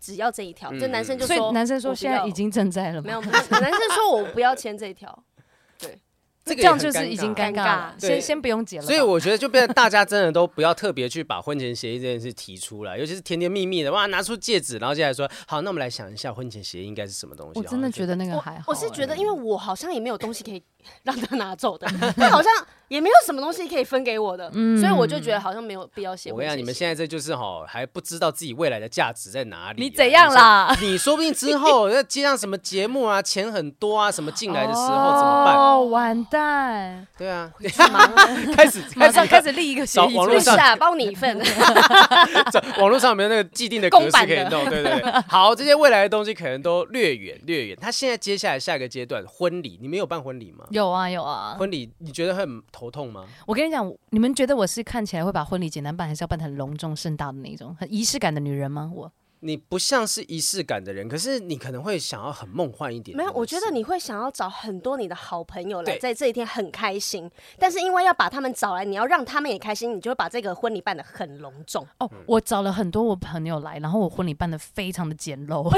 Speaker 1: 只要这一条。
Speaker 3: 嗯
Speaker 1: 这男生就
Speaker 2: 所
Speaker 1: 说：“
Speaker 2: 以男生
Speaker 1: 我
Speaker 2: 说
Speaker 1: 不
Speaker 2: 现在
Speaker 1: 要
Speaker 2: 已经正在了
Speaker 1: 没
Speaker 2: 嘛，
Speaker 1: 有， 男生说我不要签这一条。
Speaker 3: 这个
Speaker 2: 这
Speaker 3: 也
Speaker 2: 样
Speaker 3: 很
Speaker 2: 就是已经
Speaker 1: 尴
Speaker 2: 尴
Speaker 1: 尬
Speaker 2: 尬了，
Speaker 3: 对
Speaker 2: 先先不用结了吧。
Speaker 3: 所以我觉得就变成大家真的都不要特别去把婚前协议这件事提出来，尤 其是甜甜蜜蜜的哇，拿出戒指，然后接下来说好，那我们来想一下婚前协议应该是什么东西。
Speaker 2: 我真的觉得
Speaker 3: 得
Speaker 2: 那个
Speaker 1: 我
Speaker 2: 还好欸，
Speaker 1: 我是觉得，因为我好像也没有东西可以让他拿走的，他好像也没有什么东西可以分给我的，
Speaker 2: 嗯
Speaker 1: 所以我就觉得好像没有必要写
Speaker 3: 我
Speaker 1: 婚
Speaker 3: 跟
Speaker 1: 前
Speaker 3: 你
Speaker 1: 协议。
Speaker 3: 讲，你们现在这就是哈，还不知道自己未来的价值在哪里、啊
Speaker 2: 你怎样？啦？
Speaker 3: 你说不定之后要接上什么节目啊，钱很多啊，什么进来的时候怎么办？
Speaker 2: 哦，完蛋！
Speaker 3: 对啊， 开始
Speaker 2: 马
Speaker 3: 开
Speaker 2: 上
Speaker 3: 始
Speaker 2: 开始立一个协
Speaker 3: 找
Speaker 2: 议
Speaker 3: 网
Speaker 2: 出
Speaker 1: 律
Speaker 3: 络
Speaker 2: 来。
Speaker 1: 师
Speaker 3: 上
Speaker 1: 啊，包你一份。
Speaker 3: 找网络上有没有那个既定的格
Speaker 1: 公
Speaker 3: 式
Speaker 1: 版
Speaker 3: 可以
Speaker 1: 的
Speaker 3: 弄？对对对，好，这些未来的东西可能都略远略远。他现在接下来下一个阶段婚礼，你们有办婚礼吗？
Speaker 2: 有啊有啊，
Speaker 3: 婚礼你觉得会很头痛吗？
Speaker 2: 我跟你讲，你们觉得我是看起来会把婚礼简单办，还是要办得很隆重盛大的那种，很仪式感的女人吗？我
Speaker 3: 你不像是仪式感的人，可是你可能会想要很梦幻一点。
Speaker 1: 没有，我觉得
Speaker 3: 是
Speaker 1: 你会想要找很多你的好朋友来
Speaker 3: 对
Speaker 1: 在这一天很开心，但是因为要把他们找来，你要让他们也开心，你就会把这个婚礼办得很隆重。
Speaker 2: 哦，
Speaker 3: 嗯
Speaker 2: 我找了很多我朋友来，然后我婚礼办得非常的简陋。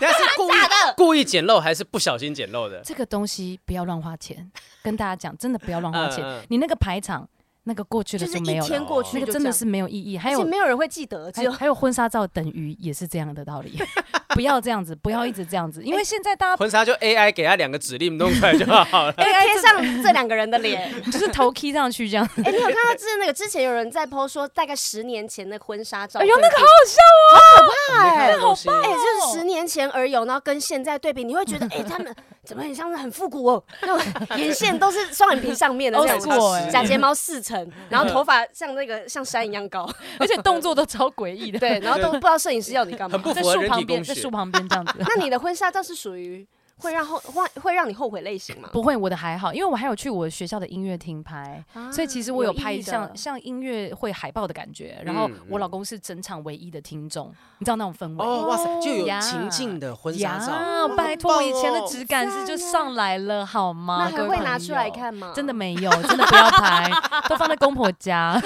Speaker 3: 等下是故意故意捡漏还是不小心捡漏的？
Speaker 2: 这个东西不要乱花钱，跟大家讲，真的不要乱花钱
Speaker 3: 嗯嗯。
Speaker 2: 你那个排场，那个过去了
Speaker 1: 就是
Speaker 2: 没
Speaker 1: 一
Speaker 2: 有
Speaker 1: 天
Speaker 2: 了，哦
Speaker 1: 过去
Speaker 2: 那
Speaker 1: 就
Speaker 2: 个
Speaker 1: 这
Speaker 2: 真
Speaker 1: 样
Speaker 2: 的是没有意义。还
Speaker 1: 而且
Speaker 2: 有
Speaker 1: 没有人会记得，只
Speaker 2: 还有
Speaker 1: 有
Speaker 2: 还有婚纱照等于也是这样的道理， 不要这样子，不要一直这样子，因为现在大家
Speaker 3: 婚纱就 AI 给他两个指令弄出来就好 了。
Speaker 1: 因
Speaker 2: 哎
Speaker 1: 为贴上这两个人的脸。
Speaker 2: 就是头 key 上去这样。
Speaker 1: 哎、你有看到之那个之前有人在 PO 说，大概十年前的婚纱照？
Speaker 2: 哎呦，那个好哦好笑哦！
Speaker 3: 哎，那个东西
Speaker 1: 哎、就是十年前而哦有，然后跟现在对比，你会觉得，哎、他们怎么很像是很复古哦？那 种眼线都是双眼皮上面的这样
Speaker 2: Old
Speaker 1: 子
Speaker 2: school 哎，
Speaker 1: 假睫毛四层，然后头发像那个像山一样高，
Speaker 2: 而且动作都超诡异的，
Speaker 1: 对，然后都不知道摄影师要你干嘛
Speaker 3: 很。不
Speaker 2: 在
Speaker 3: 符合
Speaker 2: 树
Speaker 3: 人体
Speaker 2: 旁边，
Speaker 3: 工
Speaker 2: 在
Speaker 3: 学
Speaker 2: 树。旁边这样子。
Speaker 1: 那你的婚纱照是属于会让后会会让你后悔类型吗？
Speaker 2: 不会，我的还好，因为我还有去我学校的音乐厅拍，所以其实我有拍
Speaker 1: 啊
Speaker 2: 啊
Speaker 1: 意义的
Speaker 2: 像像音乐会海报的感觉。然后
Speaker 3: 嗯
Speaker 2: 我
Speaker 3: 嗯
Speaker 2: 老公是整场唯一的听众，你知道那种氛围。
Speaker 3: 哦，哇塞，就有
Speaker 2: 呀
Speaker 3: 情境的婚纱
Speaker 2: 呀
Speaker 3: 照，
Speaker 2: 拜托，我以前的
Speaker 3: 好棒哦
Speaker 2: 质感是就上来了，好吗？
Speaker 1: 那还
Speaker 2: 各位
Speaker 1: 会拿
Speaker 2: 朋
Speaker 1: 出来
Speaker 2: 友。
Speaker 1: 看吗？
Speaker 2: 真的没有，真的不要拍， 都放在公婆家。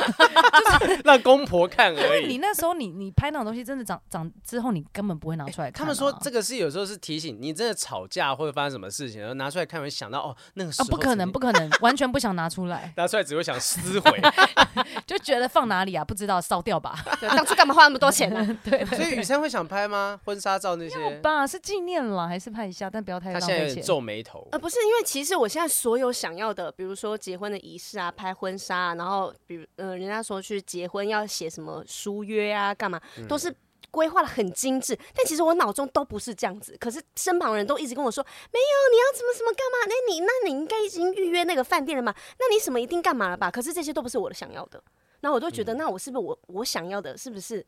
Speaker 3: 让公婆看而
Speaker 2: 你
Speaker 3: 已。
Speaker 2: 那时候你你拍那种东西，真的长长之后，你根本不会拿出来看啊、
Speaker 3: 他们说这个是有时候是提醒你，真的吵架或者发生什么事情，然后拿出来看，会想到哦，那个时
Speaker 2: 啊
Speaker 3: 候，
Speaker 2: 不可能，
Speaker 3: 曾经
Speaker 2: 不可能， 完全不想拿出来，
Speaker 3: 拿出来只会想撕 毁。
Speaker 2: 就觉得放哪里啊？不知道，烧掉吧。
Speaker 1: 对，当初干嘛花那么多钱呢、
Speaker 3: 所以雨珊会想拍吗？婚纱照那些，
Speaker 2: 吧，是纪念啦，还是拍一下，但不要太
Speaker 3: 她
Speaker 2: 浪
Speaker 3: 现在
Speaker 2: 费
Speaker 3: 有点
Speaker 2: 钱。
Speaker 3: 皱眉头。
Speaker 1: 呃，不是，因为其实我现在所有想要的，比如说结婚的仪式啊，拍婚纱、啊，然后比如呃，人家说去结婚要写什么书约啊，干嘛，都是规划的很精致。但其实我脑中都不是这样子，可是身旁人都一直跟我说，没有，你要怎么什么干嘛？那你那你应该已经预约那个饭店了嘛？那你什么一定干嘛了吧？可是这些都不是我的想要的，那我都觉得，那我是不是我我想要的是不是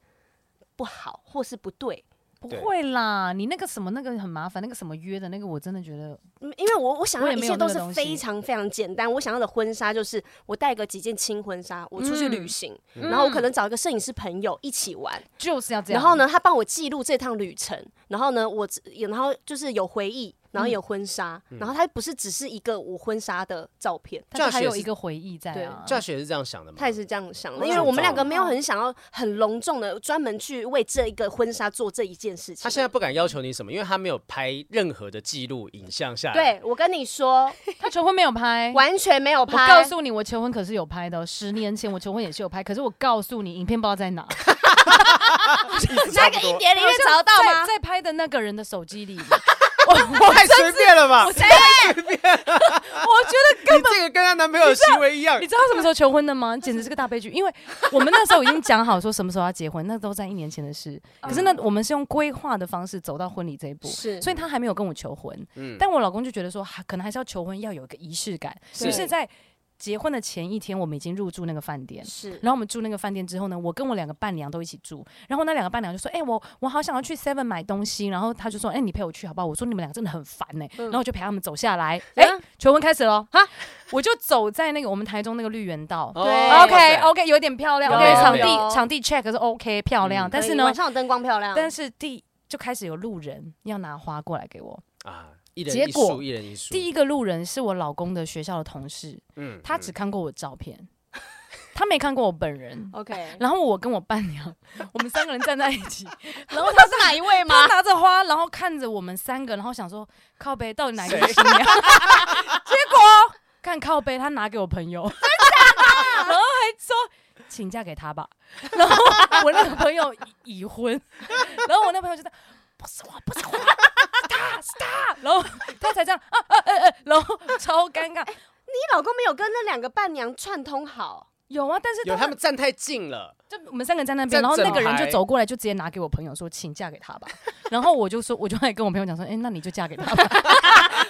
Speaker 1: 不好，或是不对？
Speaker 2: 不
Speaker 3: 对
Speaker 2: 会啦，你那个什么那个很麻烦，那个什么约的那个，我真的觉得
Speaker 1: 嗯因为我我想
Speaker 2: 我
Speaker 1: 要
Speaker 2: 也
Speaker 1: 一
Speaker 2: 没
Speaker 1: 切
Speaker 2: 有
Speaker 1: 都
Speaker 2: 那个
Speaker 1: 是
Speaker 2: 东西
Speaker 1: 非常非常简单，我想要的婚纱就是我带个几件轻婚纱，我出去旅
Speaker 2: 嗯
Speaker 1: 行，然后我可能找一个摄影师朋友一起玩，
Speaker 2: 就是嗯要这样。
Speaker 1: 然后？呢，他帮我记录这趟旅程，然后呢，我只然后就是有回忆，然后
Speaker 2: 嗯
Speaker 1: 有婚纱，然后它不是只是一个我婚纱的照片，
Speaker 2: 但是还
Speaker 3: Josh 也
Speaker 2: 有
Speaker 3: 是
Speaker 2: 一个回忆在啊。
Speaker 3: Josh 也是这样想的吗
Speaker 1: 他？也是这样想的，
Speaker 3: 我
Speaker 1: 因为
Speaker 3: 想
Speaker 1: 我们
Speaker 3: 到
Speaker 1: 两个
Speaker 3: 了
Speaker 1: 没
Speaker 2: 哦
Speaker 1: 有很想要很隆重的专门去为这一个婚纱做这一件事情。
Speaker 3: 他现在不敢要求你什么，因为他没有拍任何的记录影像下来。
Speaker 1: 对我跟你说，
Speaker 2: 他求婚没有拍。
Speaker 1: 完全没有
Speaker 2: 哎我
Speaker 1: 拍，
Speaker 2: 告诉你，我求婚可是有拍的哦、十年前我求婚也是有拍，可是我告诉你，影片不知道在哪，
Speaker 3: 对，
Speaker 2: 啊
Speaker 1: 那个一点里面找到吗？
Speaker 2: 在在拍的那个人的手机里。
Speaker 3: 太随便了吧？
Speaker 2: 谁？我觉得
Speaker 3: 你这个跟她男朋友的行为一样
Speaker 2: 你，知道什么时候求婚的吗？简直是个大悲剧，因为我们那时候已经讲好说什么时候要结婚，那都在一年前的事。可是呢，我们是用规划的方式走到婚礼这一步，
Speaker 1: 嗯是
Speaker 2: 所以他还没有跟我求婚。
Speaker 3: 嗯
Speaker 2: 但我老公就觉得说，哈可能还是要求婚要有一个仪式感，
Speaker 1: 对
Speaker 2: 于是，在结婚的前一天，我们已经入住那个饭店。
Speaker 1: 是
Speaker 2: 然后我们住那个饭店之后呢，我跟我两个伴娘都一起住。然后那两个伴娘就说：“哎、我我好想要去 Seven 买东西。”然后他就说：“哎、你陪我去好不好？”我说：“你们两个真的很烦欸呢、
Speaker 1: 嗯
Speaker 2: 然后我就陪他们走下来。哎、
Speaker 1: 哎，
Speaker 2: 求婚开始喽！
Speaker 1: 哈
Speaker 2: 哈，我就走在那个我们台中那个绿园道。
Speaker 3: 哦
Speaker 1: 对
Speaker 3: 哇
Speaker 2: OK
Speaker 3: 塞
Speaker 2: OK，有点漂亮。
Speaker 3: 有
Speaker 2: OK，
Speaker 3: 有
Speaker 2: 场
Speaker 1: 有
Speaker 2: 地场地 check 是 OK 漂亮，
Speaker 3: 嗯
Speaker 2: 但是
Speaker 1: 可以
Speaker 2: 呢
Speaker 1: 晚，上有灯光漂亮，
Speaker 2: 但是第就开始有路人要拿花过来给我。
Speaker 3: 啊，一人
Speaker 2: 结
Speaker 3: 一
Speaker 2: 果
Speaker 3: 束，一人一束。
Speaker 2: 第一个路人是我老公的学校的同事，
Speaker 3: 嗯
Speaker 2: 他
Speaker 3: 嗯
Speaker 2: 只看过我照片， 他没看过我本
Speaker 1: 哦
Speaker 2: 人。
Speaker 1: OK，
Speaker 2: 然后我跟我伴娘，我们三个人站在一起，
Speaker 1: 然后他是哪一位
Speaker 2: 他
Speaker 1: 吗？
Speaker 2: 拿着花，然后看着我们三个，然后想说靠背到底哪一个是
Speaker 3: 谁
Speaker 2: 新娘？结果 看靠背，他拿给我朋友，真的，然后还说请嫁给他吧。然后我那个朋友 已已婚，然后我那朋友就在不是我，不是我， 是他是他，然后他才这样啊啊呃呃，然后超尴尬。
Speaker 1: 你老公没有跟那两个伴娘串通好，
Speaker 2: 有啊，但是
Speaker 3: 有
Speaker 2: 他
Speaker 3: 他
Speaker 2: 们
Speaker 3: 们站太近了，
Speaker 2: 就我们三个人在那边，然后那个人就走过来，就直接拿给我朋友说，请嫁给他吧。 然后我就说，我就还跟我朋友讲说，哎、那你就嫁给 他吧。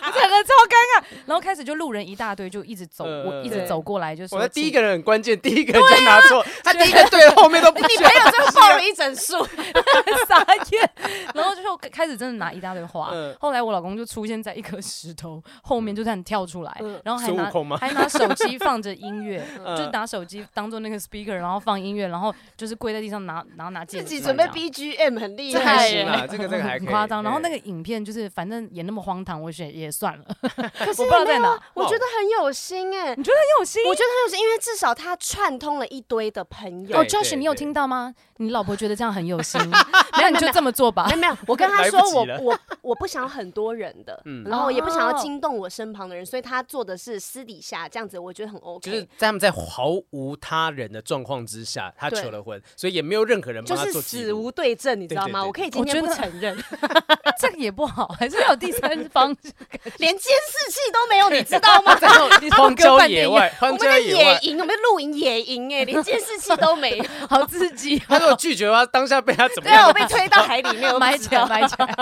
Speaker 2: 我整个超尴尬。然后开始就路人一大堆，就一直走，
Speaker 3: 嗯
Speaker 2: 我一直走过来，就
Speaker 3: 我
Speaker 2: 说
Speaker 3: 的第一个人很关键，第一个人就
Speaker 2: 啊
Speaker 3: 拿错，他第一个对了，后面都不
Speaker 1: 你朋友最后报了一整束，
Speaker 2: 请 傻眼，然后就开始真的拿一大堆花。
Speaker 3: 嗯
Speaker 2: 后来我啊老公就出现在一颗石头后面，就这样跳出来，
Speaker 1: 嗯
Speaker 2: 然后还
Speaker 3: 孙悟
Speaker 2: 拿
Speaker 3: 空吗
Speaker 2: 还拿手机放着音乐，
Speaker 3: 嗯
Speaker 2: 就拿手机当做那个 speaker，然后放音乐，然后就是跪在地上拿，然后拿戒
Speaker 1: 自
Speaker 2: 指
Speaker 1: 己
Speaker 2: 出来
Speaker 1: 准备
Speaker 2: 这样
Speaker 1: BGM 很厉
Speaker 3: 这还
Speaker 1: 害
Speaker 3: 行
Speaker 1: 耶。
Speaker 3: 啊，这 个这个还
Speaker 2: 很
Speaker 3: 可以
Speaker 2: 夸张。然后那
Speaker 3: 个
Speaker 2: 个影片就是，反正也那么荒唐，我选也算了。
Speaker 1: 可是
Speaker 2: 我不知道
Speaker 1: 没
Speaker 2: 在
Speaker 1: 有
Speaker 2: 哪
Speaker 1: 啊，我觉得很有心哎，
Speaker 2: 你觉得很有心
Speaker 1: 我觉得很有心，因为至少他串通了一堆的朋友
Speaker 2: 哦。
Speaker 3: 对
Speaker 2: ，Josh，
Speaker 3: 对
Speaker 2: 你有
Speaker 3: 对
Speaker 2: 听到吗？你老婆觉得这样很有 心，那你就这么做吧
Speaker 1: 没。有没有，我跟他
Speaker 3: 来不
Speaker 1: 说
Speaker 3: 及
Speaker 1: 我
Speaker 3: 了
Speaker 1: 我我不想很多人的，
Speaker 3: 嗯
Speaker 1: 然后也不想要
Speaker 2: 哦
Speaker 1: 惊动我身旁的人，所以他做的是私底下这样子，我觉得很 OK。
Speaker 3: 就是在他们在毫无他人的状况之下，他
Speaker 1: 对
Speaker 3: 求了婚，所以也没有任何人
Speaker 1: 就
Speaker 3: 帮他
Speaker 1: 是
Speaker 3: 做记
Speaker 1: 死
Speaker 3: 录。
Speaker 1: 无对证，你知道吗？
Speaker 3: 对对对
Speaker 1: 我可以今
Speaker 2: 我
Speaker 1: 天
Speaker 2: 觉
Speaker 1: 不
Speaker 2: 得
Speaker 1: 承认，
Speaker 2: 这个也不好，还是要有第三方。
Speaker 1: 连监视器都没有，你知道吗？
Speaker 2: 你
Speaker 3: 荒
Speaker 2: 跟
Speaker 3: 郊
Speaker 2: 饭
Speaker 3: 野
Speaker 2: 店一
Speaker 3: 外
Speaker 2: 样，，
Speaker 1: 我
Speaker 3: 荒
Speaker 1: 们
Speaker 3: 郊
Speaker 1: 在
Speaker 3: 野外
Speaker 1: 野。营，我们在露营野营， 哎，连监视器都没 有。
Speaker 2: 好刺 激。
Speaker 3: 他如果拒绝的话，当下被他怎么
Speaker 1: 对啊，
Speaker 3: 样
Speaker 2: 哦
Speaker 1: 我？被推到海里 面，我不
Speaker 2: 买
Speaker 1: 知
Speaker 2: 起来，
Speaker 1: 道
Speaker 2: 买起来！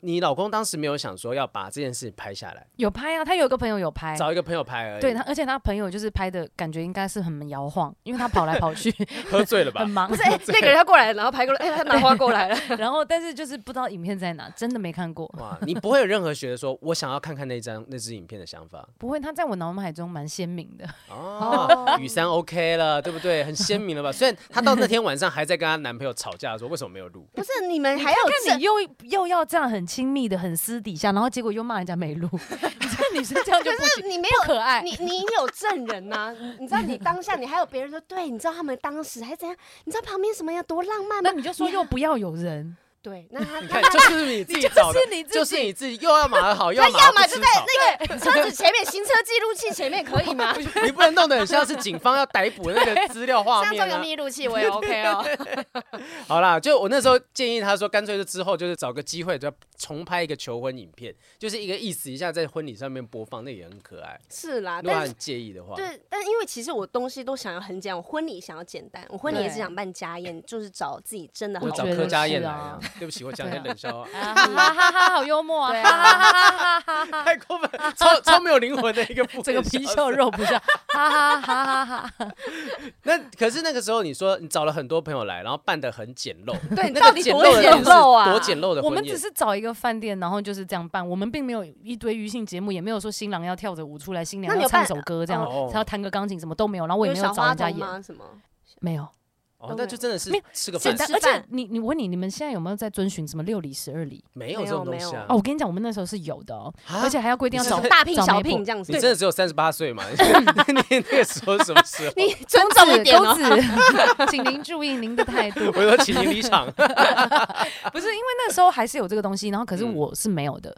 Speaker 3: 你老公当时没有想说要把这件事拍下来，
Speaker 2: 有拍啊，他有一个朋友有拍，
Speaker 3: 找一个朋友拍而已。
Speaker 2: 对他，而且他朋友就是拍的感觉应该是很摇晃，因为他跑来跑 去，
Speaker 3: 喝醉了吧
Speaker 2: 很？忙
Speaker 1: 不。是，哎，那个人他过来，然后拍过来，哎，他拿花过来了。
Speaker 2: 然后，但是就是不知道影片在哪，真的没看过。
Speaker 3: 哇，你不会有任何觉得说我想要看看那张那支影片的想法
Speaker 2: 不会，他在我脑海中蛮鲜明的。
Speaker 3: 哦，雨山 OK 了，对不对？很鲜明了 吧？虽然她到那天晚上还在跟她男朋友吵架，说为什么没 有录，
Speaker 1: 不是，你们还要
Speaker 2: 看你又又要这样很亲密的、很私底下，然后结果又骂人家没录，你这个女生这样就不
Speaker 1: 这，
Speaker 2: 行，
Speaker 1: 你没
Speaker 2: 不
Speaker 1: 有
Speaker 2: 可爱。
Speaker 1: 你你有证人呐、你你知道你当下你还有别人说，对，你知道他们当时还怎样？你知道旁边什么呀多浪漫
Speaker 2: 那
Speaker 1: 吗？
Speaker 2: 你就说又不要有人，
Speaker 1: 对， 那他
Speaker 3: 你
Speaker 1: 他
Speaker 3: 看，就是你自己找的，
Speaker 2: 就是你自己
Speaker 3: 就是你自己，又要马好，又要
Speaker 1: 他要
Speaker 3: 马
Speaker 1: 么
Speaker 3: 不
Speaker 1: 就
Speaker 3: 吃
Speaker 1: 在
Speaker 3: 草，
Speaker 1: 那个车子前面，行车记录器前面可 以吗？
Speaker 3: 你不能弄得很像是警方要逮捕那个资料 画
Speaker 1: 像这
Speaker 3: 面
Speaker 1: 个
Speaker 3: 啊。
Speaker 1: 密录器我 也 OK 哦。
Speaker 3: 好啦，就我那时候建议他说，干脆就之后就是找个机会，就要重拍一个求婚影片，就是一个意思一下在婚礼上面播放，那也很可爱。
Speaker 1: 是啦，
Speaker 3: 如果
Speaker 1: 啊
Speaker 3: 他
Speaker 1: 但是
Speaker 3: 很介意的话，
Speaker 1: 对，但因为其实我东西都想要很简单，我婚礼想要简单，我婚礼也是
Speaker 2: 对
Speaker 1: 想办家宴，就是找自己真的好
Speaker 3: 我找
Speaker 2: 觉得
Speaker 3: 柯佳燕
Speaker 2: 是
Speaker 3: 来
Speaker 2: 啊
Speaker 3: 啊。对不起，我讲的冷笑话。
Speaker 2: 哈哈哈哈，好幽默
Speaker 1: 对
Speaker 2: 啊！
Speaker 1: 啊，
Speaker 3: 太过分，超超没有灵魂的一个部分。
Speaker 2: 整个皮笑肉不笑，哈哈哈哈哈！
Speaker 3: 那可是那个时候，你说你找了很多朋友来，然后办的很简陋，
Speaker 1: 对，
Speaker 3: 那
Speaker 1: 到
Speaker 3: 个
Speaker 1: 底
Speaker 3: 简
Speaker 1: 多
Speaker 3: 陋的
Speaker 1: 简
Speaker 3: 婚
Speaker 1: 陋啊？
Speaker 3: 是多简陋的
Speaker 2: 我
Speaker 3: 婚
Speaker 2: 们
Speaker 3: 宴，
Speaker 2: 只是找一个饭店，然后就是这样办，我们并没有一堆娱性节目，也没有说新郎要跳着舞出来，新
Speaker 1: 那
Speaker 2: 娘
Speaker 1: 你
Speaker 2: 要
Speaker 1: 有办
Speaker 2: 唱首歌这样
Speaker 3: 哦，
Speaker 2: 才要弹个钢琴，什么都没有。然后我也
Speaker 1: 有
Speaker 2: 没
Speaker 1: 小
Speaker 2: 有找
Speaker 1: 花
Speaker 2: 人家
Speaker 1: 筒
Speaker 2: 演，
Speaker 1: 吗？什么？
Speaker 2: 没有。
Speaker 3: 哦，那就真的是
Speaker 2: 没有
Speaker 3: 吃个饭
Speaker 2: 简单
Speaker 1: 吃，
Speaker 2: 而
Speaker 1: 饭
Speaker 2: 且你你我问你，你们现在有没有在遵循什么六礼十二礼？
Speaker 3: 没有这种东西啊
Speaker 2: 哦，。我跟你讲，我们那时候是有的哦，
Speaker 3: 啊
Speaker 2: 而且还要规定要
Speaker 3: 你
Speaker 2: 找
Speaker 3: 是
Speaker 1: 大聘
Speaker 2: 找
Speaker 1: 小
Speaker 2: 媒婆
Speaker 1: 聘这样子
Speaker 3: 你，真的只有三十八岁嘛？ 你那个时候什么时候？
Speaker 1: 你 尊重一点哦
Speaker 2: 公。子，请您注意您的态度。
Speaker 3: 我说请您离场。
Speaker 2: 不是因为那时候还是有这个东西，然后可是
Speaker 3: 嗯
Speaker 2: 我是没有的，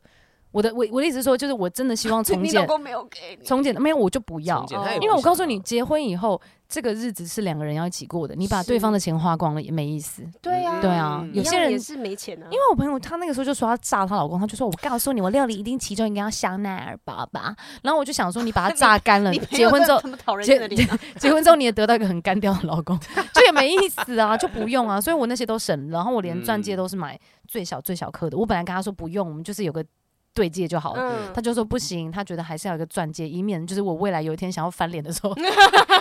Speaker 2: 我的我我的意思是说，就是我真的希望从
Speaker 1: 你
Speaker 2: 简
Speaker 1: 老公没有给你，
Speaker 2: 从简没有我就不要
Speaker 3: 从，简他也
Speaker 1: 哦
Speaker 3: 不
Speaker 2: 因为我
Speaker 3: 想
Speaker 2: 告诉 你，
Speaker 3: 啊
Speaker 2: 结婚以后这个日子是两个人要一起过的，你把对
Speaker 1: 是
Speaker 2: 方的钱花光了也没意思。
Speaker 1: 对啊，
Speaker 2: 对啊
Speaker 3: 嗯，
Speaker 2: 有
Speaker 1: 一
Speaker 2: 些
Speaker 1: 样
Speaker 2: 人
Speaker 1: 也是没钱啊，
Speaker 2: 因为我朋友她那个时候就说她炸她老公，她就说我告诉你，我料理一定其中一个要香奈儿爸爸。然后我就想说，你把它榨干了，
Speaker 1: 你朋
Speaker 2: 结
Speaker 1: 友
Speaker 2: 婚
Speaker 1: 真
Speaker 2: 之
Speaker 1: 的
Speaker 2: 后
Speaker 1: 他们讨人
Speaker 2: 结
Speaker 1: 厌的脸啊，
Speaker 2: 结婚之后你也得到一个很干掉的老公， 就也没意思啊，就不用啊。所以我那些都省了，然后我连钻戒都是买最小最小颗的。我本来跟他说不用，我们就是有个对戒就好了。
Speaker 1: 嗯
Speaker 2: 他，就说不行，他觉得还是要有一个钻戒，以免就是我未来有一天想要翻脸的 时候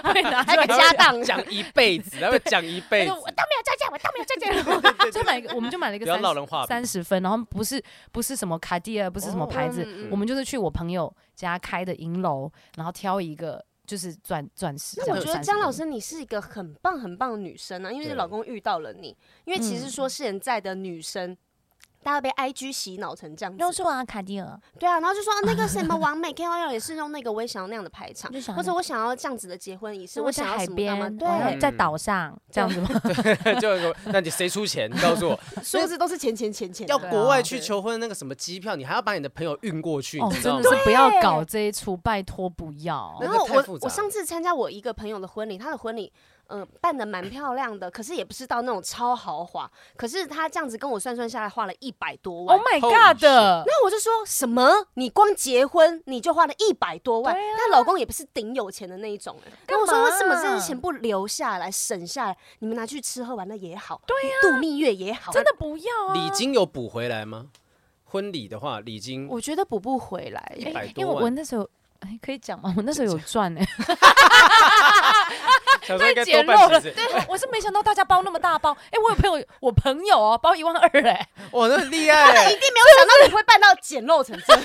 Speaker 2: 会拿
Speaker 1: 还有
Speaker 2: 出
Speaker 1: 个
Speaker 2: 来。
Speaker 1: 家当，
Speaker 3: 讲 一 辈子，他会讲一
Speaker 2: 他
Speaker 3: 辈
Speaker 2: 就
Speaker 3: 子，
Speaker 2: 我当没有钻戒，我当没 有钻戒，然后就买一个，我们就买了一
Speaker 3: 不
Speaker 2: 个
Speaker 3: 要
Speaker 2: 三
Speaker 3: 闹人话柄。
Speaker 2: 三十分，然后不是不是什么卡地亚，不是什么牌子，
Speaker 1: 嗯
Speaker 2: 我们就是去我朋友家开的银楼，然后挑一个就是钻钻石。
Speaker 1: 那
Speaker 2: 这
Speaker 1: 我
Speaker 2: 样
Speaker 1: 觉得
Speaker 2: 30
Speaker 1: 江老
Speaker 2: 分
Speaker 1: 师你是一个很棒很棒的女生啊，因为
Speaker 3: 对
Speaker 1: 你老公遇到了你，因为其实
Speaker 2: 嗯
Speaker 1: 说现在的女生。大家被 I G 洗脑成这样
Speaker 2: 要
Speaker 1: 子，
Speaker 2: 说啊，卡地尔
Speaker 1: 对啊，然后就说、啊、那个什 么完美 K O L 也是用那个，我也想要那样的排场
Speaker 2: 就，想
Speaker 1: 或者我想要这样子的结婚仪式，
Speaker 2: 是我
Speaker 1: 我
Speaker 2: 在
Speaker 1: 想要
Speaker 2: 海
Speaker 1: 什么干嘛？
Speaker 2: 边，
Speaker 1: 对，
Speaker 2: 然后在
Speaker 3: 嗯
Speaker 2: 岛上这样子 吗？
Speaker 3: 就有个那你谁出钱？你 告诉我，
Speaker 1: 数字都是钱钱钱钱的，
Speaker 3: 嗯要
Speaker 2: 对
Speaker 3: 国外
Speaker 2: 啊
Speaker 3: 去
Speaker 1: 对
Speaker 3: 求婚的那个什么机票，你还要把你的朋友运过去，
Speaker 2: 哦
Speaker 3: 你，知道
Speaker 2: 真
Speaker 3: 吗
Speaker 2: 的？是不要
Speaker 1: 对
Speaker 2: 搞这一出，拜托不要。
Speaker 3: 那
Speaker 1: 然
Speaker 3: 个
Speaker 1: 后
Speaker 3: 太复
Speaker 1: 我
Speaker 3: 杂
Speaker 1: 我
Speaker 3: 了
Speaker 1: 上次参加我一个朋友的婚礼，他的婚礼呃办的蛮漂亮的，可是也不是到那种超豪华，可是他这样子跟我算算下来花了一百多万。
Speaker 2: Oh my
Speaker 3: Holy
Speaker 2: god！对
Speaker 1: 那我就说什么？你光结婚你就花了一百多万，
Speaker 2: 对啊
Speaker 1: 她、老公也不是顶有钱的那一种、欸。跟我说
Speaker 2: 干嘛啊
Speaker 1: 为什么这些钱不留下来省下来，你们拿去吃喝玩乐也好，对呀、度蜜月也好，
Speaker 2: 啊真的不要 啊！
Speaker 3: 礼金有补回来吗？婚礼的话，礼金
Speaker 1: 我觉得补不回来。
Speaker 3: 一
Speaker 2: 哎
Speaker 3: 百
Speaker 2: 因为
Speaker 3: 多
Speaker 2: 我
Speaker 3: 万，
Speaker 2: 那时候。哎，可以讲吗？我那时 候有赚哎、
Speaker 3: 想说应该多
Speaker 2: 简
Speaker 3: 办
Speaker 2: 陋
Speaker 3: 几
Speaker 2: 了。
Speaker 3: 次。
Speaker 2: 对，我是没想到大家包那么大包。哎、我有朋友，我朋友哦，包一万二哎、
Speaker 3: 哇，那很厉害
Speaker 1: 一
Speaker 3: 欸！
Speaker 1: 定没有想到你会办到简陋成这样，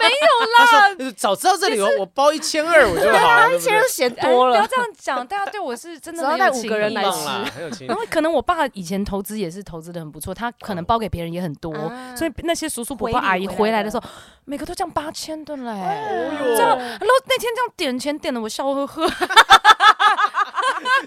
Speaker 2: 没有啦，
Speaker 3: 呃早知道这里有我包一千二我就 好了， 对
Speaker 1: 一
Speaker 3: 不
Speaker 1: 千都
Speaker 3: 对？
Speaker 1: 嫌
Speaker 2: 哎
Speaker 1: 多
Speaker 2: 不
Speaker 1: 了
Speaker 2: 要。这样讲，大家对我是真的
Speaker 1: 只要
Speaker 2: 很有
Speaker 1: 带五
Speaker 2: 情
Speaker 1: 个人
Speaker 2: 义
Speaker 1: 来
Speaker 3: 棒
Speaker 1: 吃
Speaker 3: 啦，很有情
Speaker 2: 然。后可能我爸以前投资也是投资的很不错，他可能包给别人也很多，
Speaker 1: 啊
Speaker 2: 所以那些叔叔伯
Speaker 1: 回
Speaker 2: 伯
Speaker 1: 礼
Speaker 2: 阿姨
Speaker 1: 回来
Speaker 2: 回来的
Speaker 1: 的哎
Speaker 2: 时候，每个都这样八千的嘞，
Speaker 3: 哦
Speaker 2: 这样，然后那天这样点钱点的我笑呵呵，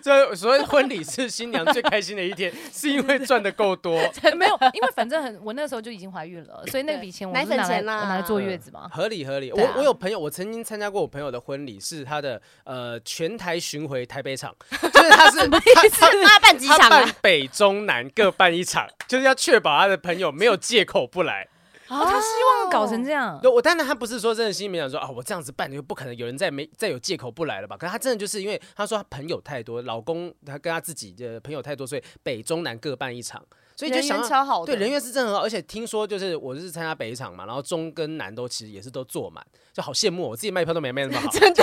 Speaker 3: 这所以 婚礼是新娘最开心的一天，是因为赚的 够多，
Speaker 2: 没有，因为反正很我那时候就已经怀孕了，所以那笔钱我
Speaker 1: 奶
Speaker 2: 不
Speaker 1: 粉
Speaker 2: 是拿来
Speaker 1: 钱啦
Speaker 2: 我拿来坐月子嘛，
Speaker 3: 合理合理。
Speaker 2: 对啊
Speaker 3: 我我有朋友，我曾经参加过我朋友的婚礼，是他的呃全台巡回台北场，就是他是他他
Speaker 1: 那办几
Speaker 3: 他
Speaker 1: 场啊
Speaker 3: 办？北中南各办一场，就是要确保他的朋友没有借口不来。
Speaker 2: 哦，他希望搞成这样
Speaker 3: 对，，我当然他不是说真的心里面想说啊，我这样子办就不可能有人再没再有借口不来了吧？可是他真的就是因为他说他朋友太多，老公他跟他自己的朋友太多，所以北中南各办一场，所以就
Speaker 1: 人
Speaker 3: 想
Speaker 1: 缘
Speaker 3: 要。
Speaker 1: 超好的，
Speaker 3: 对人缘是真的很好，而且听说就是我是参加北场嘛，然后中跟南都其实也是都坐满，就好羡慕哦我自己卖票都没卖那么好，真的。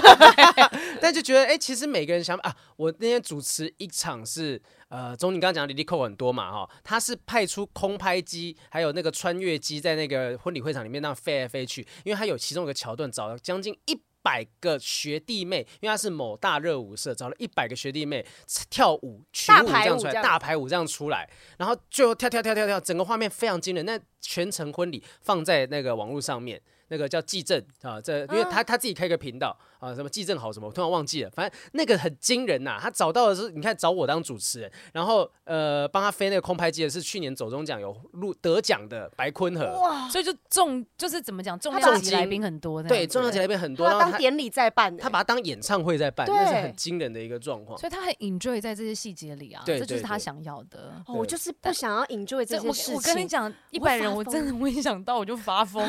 Speaker 3: 但就觉得哎、其实每个人想法啊，我那天主持一场是呃，钟宁刚刚讲的 Lily Cole 很多嘛哈、他是派出空拍机，还有那个穿越机在那个婚礼会场里面那样飞来飞去，因为他有其中有个桥段找了将近一。百个学弟妹，因为他是某大热舞社，找了一百个学弟妹跳舞、群
Speaker 1: 大
Speaker 3: 舞
Speaker 1: 排
Speaker 3: 这样
Speaker 1: 舞
Speaker 3: 出
Speaker 1: 这
Speaker 3: 来，
Speaker 1: 样
Speaker 3: 大排舞这样出来，然后最后跳跳跳跳跳，整个画面非常惊人。那全程婚礼放在那个网络上面，那个叫纪政啊，这因为他他自己开个频道啊，什么纪政好什么，我突然忘记了，反正那个很惊人呐、他找到的是，你看找我当主持人，然后呃帮他飞那个空拍机的是去年走中奖有入得奖的白坤和，
Speaker 1: 哇，
Speaker 2: 所以就重就是怎么讲，重
Speaker 1: 他
Speaker 2: 量
Speaker 1: 把
Speaker 2: 级来宾很多，
Speaker 3: 对，中奖
Speaker 2: 级，
Speaker 3: 节那边很多，然
Speaker 1: 他
Speaker 3: 后
Speaker 1: 当
Speaker 3: 他
Speaker 1: 典礼在办欸，
Speaker 3: 他把它当演唱会在办，
Speaker 1: 对
Speaker 3: 那是很惊人的一个状况。
Speaker 2: 所以他很 enjoy 在这些细节里啊，
Speaker 3: 对
Speaker 2: 这就是
Speaker 3: 对
Speaker 2: 他
Speaker 3: 对
Speaker 2: 想要的。
Speaker 1: 哦，我
Speaker 3: 对
Speaker 1: 就是不想要 enjoy 这
Speaker 2: 这
Speaker 1: 些事情。
Speaker 2: 我我跟你，讲，一
Speaker 1: 我
Speaker 2: 百
Speaker 1: 会
Speaker 2: 人
Speaker 1: 发
Speaker 2: 我
Speaker 1: 疯
Speaker 2: 真的我一想到我就发疯，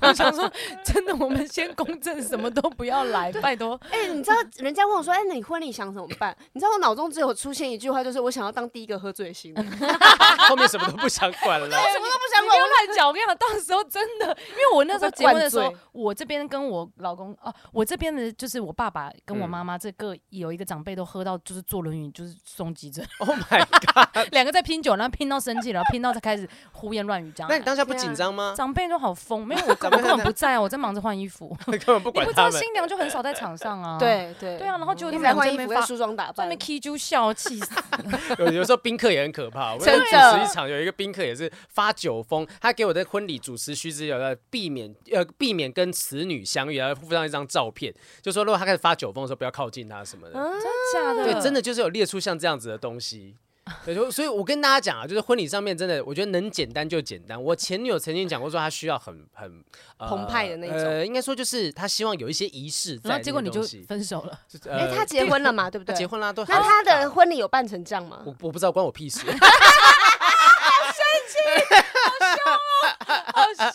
Speaker 2: 我想说真的，我们先公证，什么都不要来，拜托。
Speaker 1: 哎、你知道人家问我说，哎、你婚礼想怎么办？你知道我脑中只有出现一句话，就是我想要当第一个喝醉的新人，我
Speaker 3: 后面什么都不想 管了。
Speaker 1: 什么都不
Speaker 2: 你
Speaker 1: 想
Speaker 2: 不要
Speaker 1: 管。
Speaker 2: 乱讲，我跟你讲，到时候真的，因为我那时候
Speaker 1: 会被
Speaker 2: 结婚的时
Speaker 1: 灌
Speaker 2: 候
Speaker 1: 醉，
Speaker 2: 我这边跟我老公哦、我这边的就是我爸爸跟我
Speaker 3: 嗯
Speaker 2: 妈妈这个有一个长辈都喝到就是坐轮椅就是送急诊，
Speaker 3: Oh my god！
Speaker 1: 呃
Speaker 2: 两个在拼酒，然后拼到生气了，然后拼到才开始胡言乱语这样
Speaker 3: 那你
Speaker 2: 欸。
Speaker 3: 当下不紧张吗？
Speaker 2: 长辈都好疯，没有 我根我根本不在啊，我在忙着换衣服，
Speaker 3: 根本不
Speaker 2: 你
Speaker 3: 管
Speaker 2: 不知道
Speaker 3: 他们。
Speaker 2: 新娘就很少在场上 啊。。
Speaker 1: 对对嗯
Speaker 2: 对啊，，然后结果
Speaker 1: 一
Speaker 2: 他
Speaker 1: 直
Speaker 2: 们
Speaker 1: 在
Speaker 2: 两个
Speaker 1: 换
Speaker 2: 在那
Speaker 1: 衣
Speaker 2: 边
Speaker 1: 服
Speaker 2: 发
Speaker 1: 跟梳妆打
Speaker 2: 在那
Speaker 1: 扮
Speaker 2: 边。踢就笑，气死！
Speaker 3: 有有时候宾客也很可怕。我
Speaker 1: 真
Speaker 3: 们
Speaker 1: 的
Speaker 3: 主持一场，有一个宾客也是发酒疯，他给我的婚礼主持须知有要避免呃避免跟此女相遇，然后附上一张照片，就说如果他开始发酒疯的时候，不要靠近他什么的。
Speaker 1: 嗯，
Speaker 2: 假的
Speaker 3: 对，真的就是有列出像这样子的东西，对，就所以，我跟大家讲啊，就是婚礼上面真的，我觉得能简单就简单。我前女友曾经讲过，说她需要很很、呃
Speaker 1: 澎湃的那种
Speaker 3: 呃，应该说就是她希望有一些仪式在。
Speaker 2: 然后结果你就
Speaker 3: 就是
Speaker 2: 分手了，
Speaker 3: 呃
Speaker 1: 哎、他结婚了嘛，对不
Speaker 3: 她
Speaker 1: 对？
Speaker 3: 结婚啦，都
Speaker 1: 那
Speaker 3: 好
Speaker 1: 他的婚礼有办成这样吗？
Speaker 3: 我我不知道，关我屁事。哦
Speaker 2: 好凶！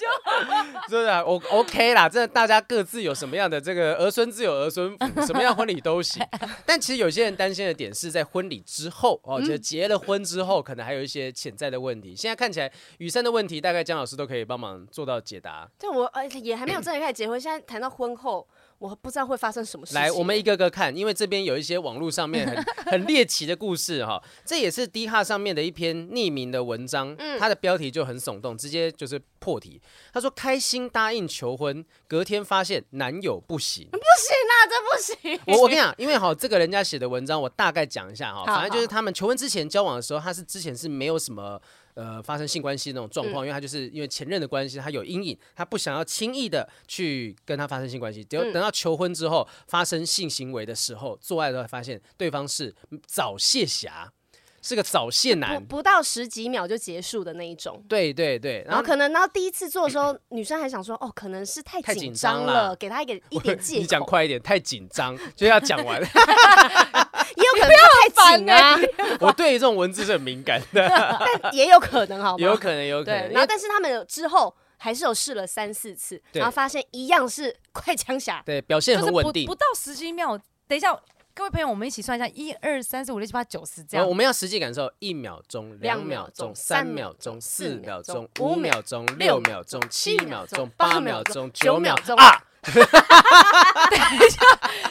Speaker 3: 真的啊，我 OK 啦，真的，大家各自有什么样的这个儿孙自有儿孙福，什么样婚礼都行。但其实有些人担心的点是在婚礼之后哦，就结了婚之后，可能还有一些潜在的问题。现在看起来，雨珊的问题大概姜老师都可以帮忙做到解答。
Speaker 1: 对，我呃也还没有真的开始结婚，现在谈到婚后，我不知道会发生什么事情。啊
Speaker 3: 来，我们一个个看，因为这边有一些网络 上面很很猎奇的故事哈、这也是 D 哈上面的一篇匿名的文章，
Speaker 1: 嗯
Speaker 3: 它的标题就很耸动，直接就是破题。他说开心答应求婚，隔天发现男友不行。
Speaker 1: 不行啊，这不行。
Speaker 3: 我我跟你讲，因为哈，这个人家写的文章，我大概讲一下哈。
Speaker 1: 好
Speaker 3: 反正就是
Speaker 1: 好
Speaker 3: 他们求婚之前交往的时候，他是之前是没有什么呃发生性关系那种状
Speaker 1: 嗯
Speaker 3: 况，因为他就是因为前任的关系，他有阴影，他不想要轻易的去跟他发生性关系。只有
Speaker 1: 嗯
Speaker 3: 等到求婚之后发生性行为的时候，做爱的时候发现对方是早泄侠，是个早泄男。
Speaker 1: 不不到十几秒就结束的那一种。
Speaker 3: 对对对，
Speaker 1: 然
Speaker 3: 然
Speaker 1: 后
Speaker 3: 后
Speaker 1: 可能，然后第一次做的时候，女生还想说，哦，可能是太
Speaker 3: 太
Speaker 1: 紧
Speaker 3: 紧张
Speaker 1: 了，
Speaker 3: 啦
Speaker 1: 给她一个一点借口。
Speaker 3: 你讲快一点，太紧张，就要讲完。
Speaker 1: 也有可能是太紧啊，
Speaker 3: 我对于这种文字是很敏感的，
Speaker 1: 但也有可能， 好吗？
Speaker 3: 有可能，有可能
Speaker 1: 对。。
Speaker 3: 因
Speaker 1: 然
Speaker 3: 为
Speaker 1: 后，但是他们有之后还是有试了三四次，
Speaker 3: 对
Speaker 1: 然后发现一样是 快枪侠，
Speaker 3: 对表现
Speaker 2: 就是
Speaker 3: 很
Speaker 2: 不
Speaker 3: 稳定
Speaker 2: 不，到十几秒。等一下，各位朋友，我们一起算一下，一二三四五六七八九十这
Speaker 3: 然
Speaker 2: 样
Speaker 3: 后哦我。们要实际感受，一秒钟、
Speaker 1: 两
Speaker 3: 两秒
Speaker 1: 秒钟
Speaker 3: 钟、
Speaker 1: 三
Speaker 3: 三
Speaker 1: 秒
Speaker 3: 秒钟、
Speaker 1: 钟
Speaker 3: 四
Speaker 1: 四
Speaker 3: 秒
Speaker 1: 秒
Speaker 3: 钟
Speaker 1: 钟、
Speaker 3: 五
Speaker 1: 五
Speaker 3: 秒
Speaker 1: 秒
Speaker 3: 钟、
Speaker 1: 六
Speaker 3: 六
Speaker 1: 秒
Speaker 3: 秒钟
Speaker 1: 钟、
Speaker 3: 七
Speaker 1: 七
Speaker 3: 秒
Speaker 1: 秒
Speaker 3: 钟
Speaker 1: 钟、
Speaker 3: 八
Speaker 1: 八
Speaker 3: 秒
Speaker 1: 秒
Speaker 3: 钟
Speaker 1: 钟、
Speaker 3: 九
Speaker 1: 九
Speaker 3: 秒
Speaker 1: 秒钟
Speaker 3: 啊！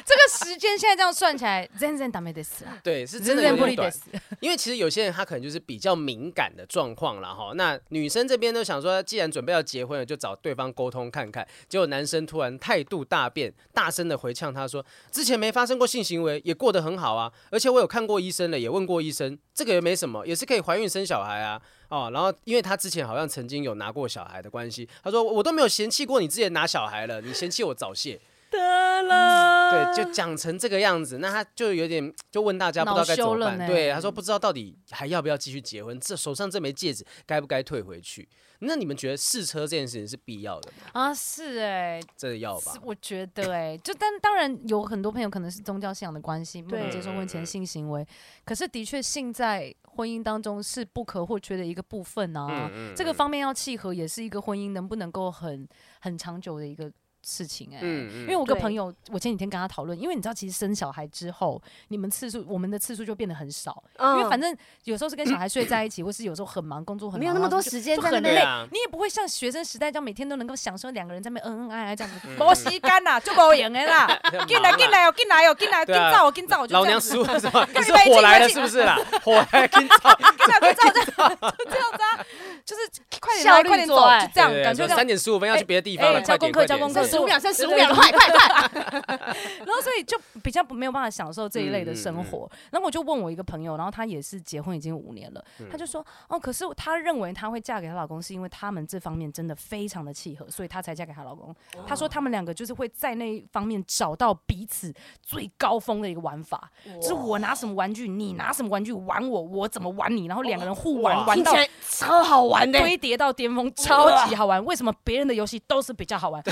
Speaker 2: 这个时间现在这样算起来，真正打没得死，啊
Speaker 3: 对，是真
Speaker 2: 真
Speaker 3: 的有
Speaker 2: 正不
Speaker 3: 点
Speaker 2: 理得
Speaker 3: 短。
Speaker 2: 死。
Speaker 3: 因为其实有些人他可能就是比较敏感的状况啦，哈。那女生这边都想说，既然准备要结婚了，就找对方沟通看看。结果男生突然态度大变，大声的回呛他说：“之前没发生过性行为，也过得很好啊，而且我有看过医生了，也问过医生，这个也没什么，也是可以怀孕生小孩啊。”哦，然后因为他之前好像曾经有拿过小孩的关系，他说我都没有嫌弃过你之前拿小孩了，你嫌弃我早泄，
Speaker 1: 得了
Speaker 2: 呃
Speaker 3: 对，就讲成这个样子，那他就有点就问大家不知道该怎么
Speaker 2: 恼羞了
Speaker 3: 办。
Speaker 2: 呢
Speaker 3: 对，他说不知道到底还要不要继续结婚，这手上这枚戒指该不该退回去？那你们觉得试车这件事情是必要的吗？
Speaker 2: 啊，是哎、
Speaker 3: 这个要吧
Speaker 2: 是？我觉得哎、就但当然有很多朋友可能是宗教信仰的关系，不能
Speaker 1: 对
Speaker 2: 接受婚前性行为，可是的确性在婚姻当中是不可或缺的一个部分啊。
Speaker 3: 嗯
Speaker 2: 这个方面要契合，也是一个婚姻能不能够很很长久的一个事情哎、
Speaker 3: 嗯
Speaker 2: 因为我有个
Speaker 1: 对
Speaker 2: 朋友，我前几天跟他讨论，因为你知道，其实生小孩之后，你们次数我们的次数就变得很少，因为反
Speaker 1: 正
Speaker 2: 正有时候是跟小孩睡在一起，或是有时候很忙，工作很
Speaker 1: 嗯
Speaker 2: 忙，
Speaker 1: 没有那么
Speaker 2: 然后
Speaker 1: 多
Speaker 2: 就
Speaker 1: 时间
Speaker 2: 就
Speaker 1: 在那
Speaker 2: 很
Speaker 3: 对
Speaker 1: 边
Speaker 2: 累
Speaker 3: 啊，
Speaker 2: 你也不会像学生时代这样每天都能够享受两个人在那边恩恩爱爱这样
Speaker 3: 嗯
Speaker 2: 子，没时间啦，就无用的 啦，进来进来哦，进来哦，进来，
Speaker 3: 对
Speaker 2: 进
Speaker 3: 啊
Speaker 2: 灶哦，进灶哦，就
Speaker 3: 老
Speaker 2: 这样
Speaker 3: 娘
Speaker 2: 子
Speaker 3: 输了是吧？你
Speaker 2: 干
Speaker 3: 是
Speaker 2: 你白
Speaker 3: 火
Speaker 2: 进
Speaker 3: 来
Speaker 2: 白
Speaker 3: 了
Speaker 2: 进
Speaker 3: 是不是啦？火来跟操，
Speaker 2: 进来哦就这样子，就这样子啊，就是快点
Speaker 1: 效
Speaker 2: 来，
Speaker 1: 率
Speaker 2: 快点走，
Speaker 1: 做爱
Speaker 2: 就这样，
Speaker 3: 对
Speaker 2: 感觉这
Speaker 3: 三
Speaker 2: 样。
Speaker 3: 点十五分要去别的地
Speaker 2: 哎
Speaker 3: 方了，
Speaker 2: 哎
Speaker 3: 快点
Speaker 2: 交功课
Speaker 3: 快点
Speaker 2: 交功课
Speaker 1: 剩十五秒，剩十
Speaker 2: 对
Speaker 1: 五
Speaker 2: 对
Speaker 1: 秒，
Speaker 2: 对
Speaker 1: 快快快！
Speaker 2: 然后所以就比较没有办法享受这一类的生
Speaker 1: 嗯
Speaker 2: 活。然后我就问我一个朋友，然后她也是结婚已经五年了，她就说哦，可是她认为她会嫁给她老公是因为他们这方面真的非常的契合，所以她才嫁给她老公。她说他们两个就是会在那一方面找到彼此最高峰的一个玩法。就是我拿什么玩具，你拿什么玩具玩我，我怎么玩你，然后两个人互玩，
Speaker 3: 哇
Speaker 2: 玩
Speaker 1: 听
Speaker 2: 到
Speaker 1: 起来超好玩的，
Speaker 2: 堆叠到巅峰，超级好玩。为什么别人的游戏都是比较好玩？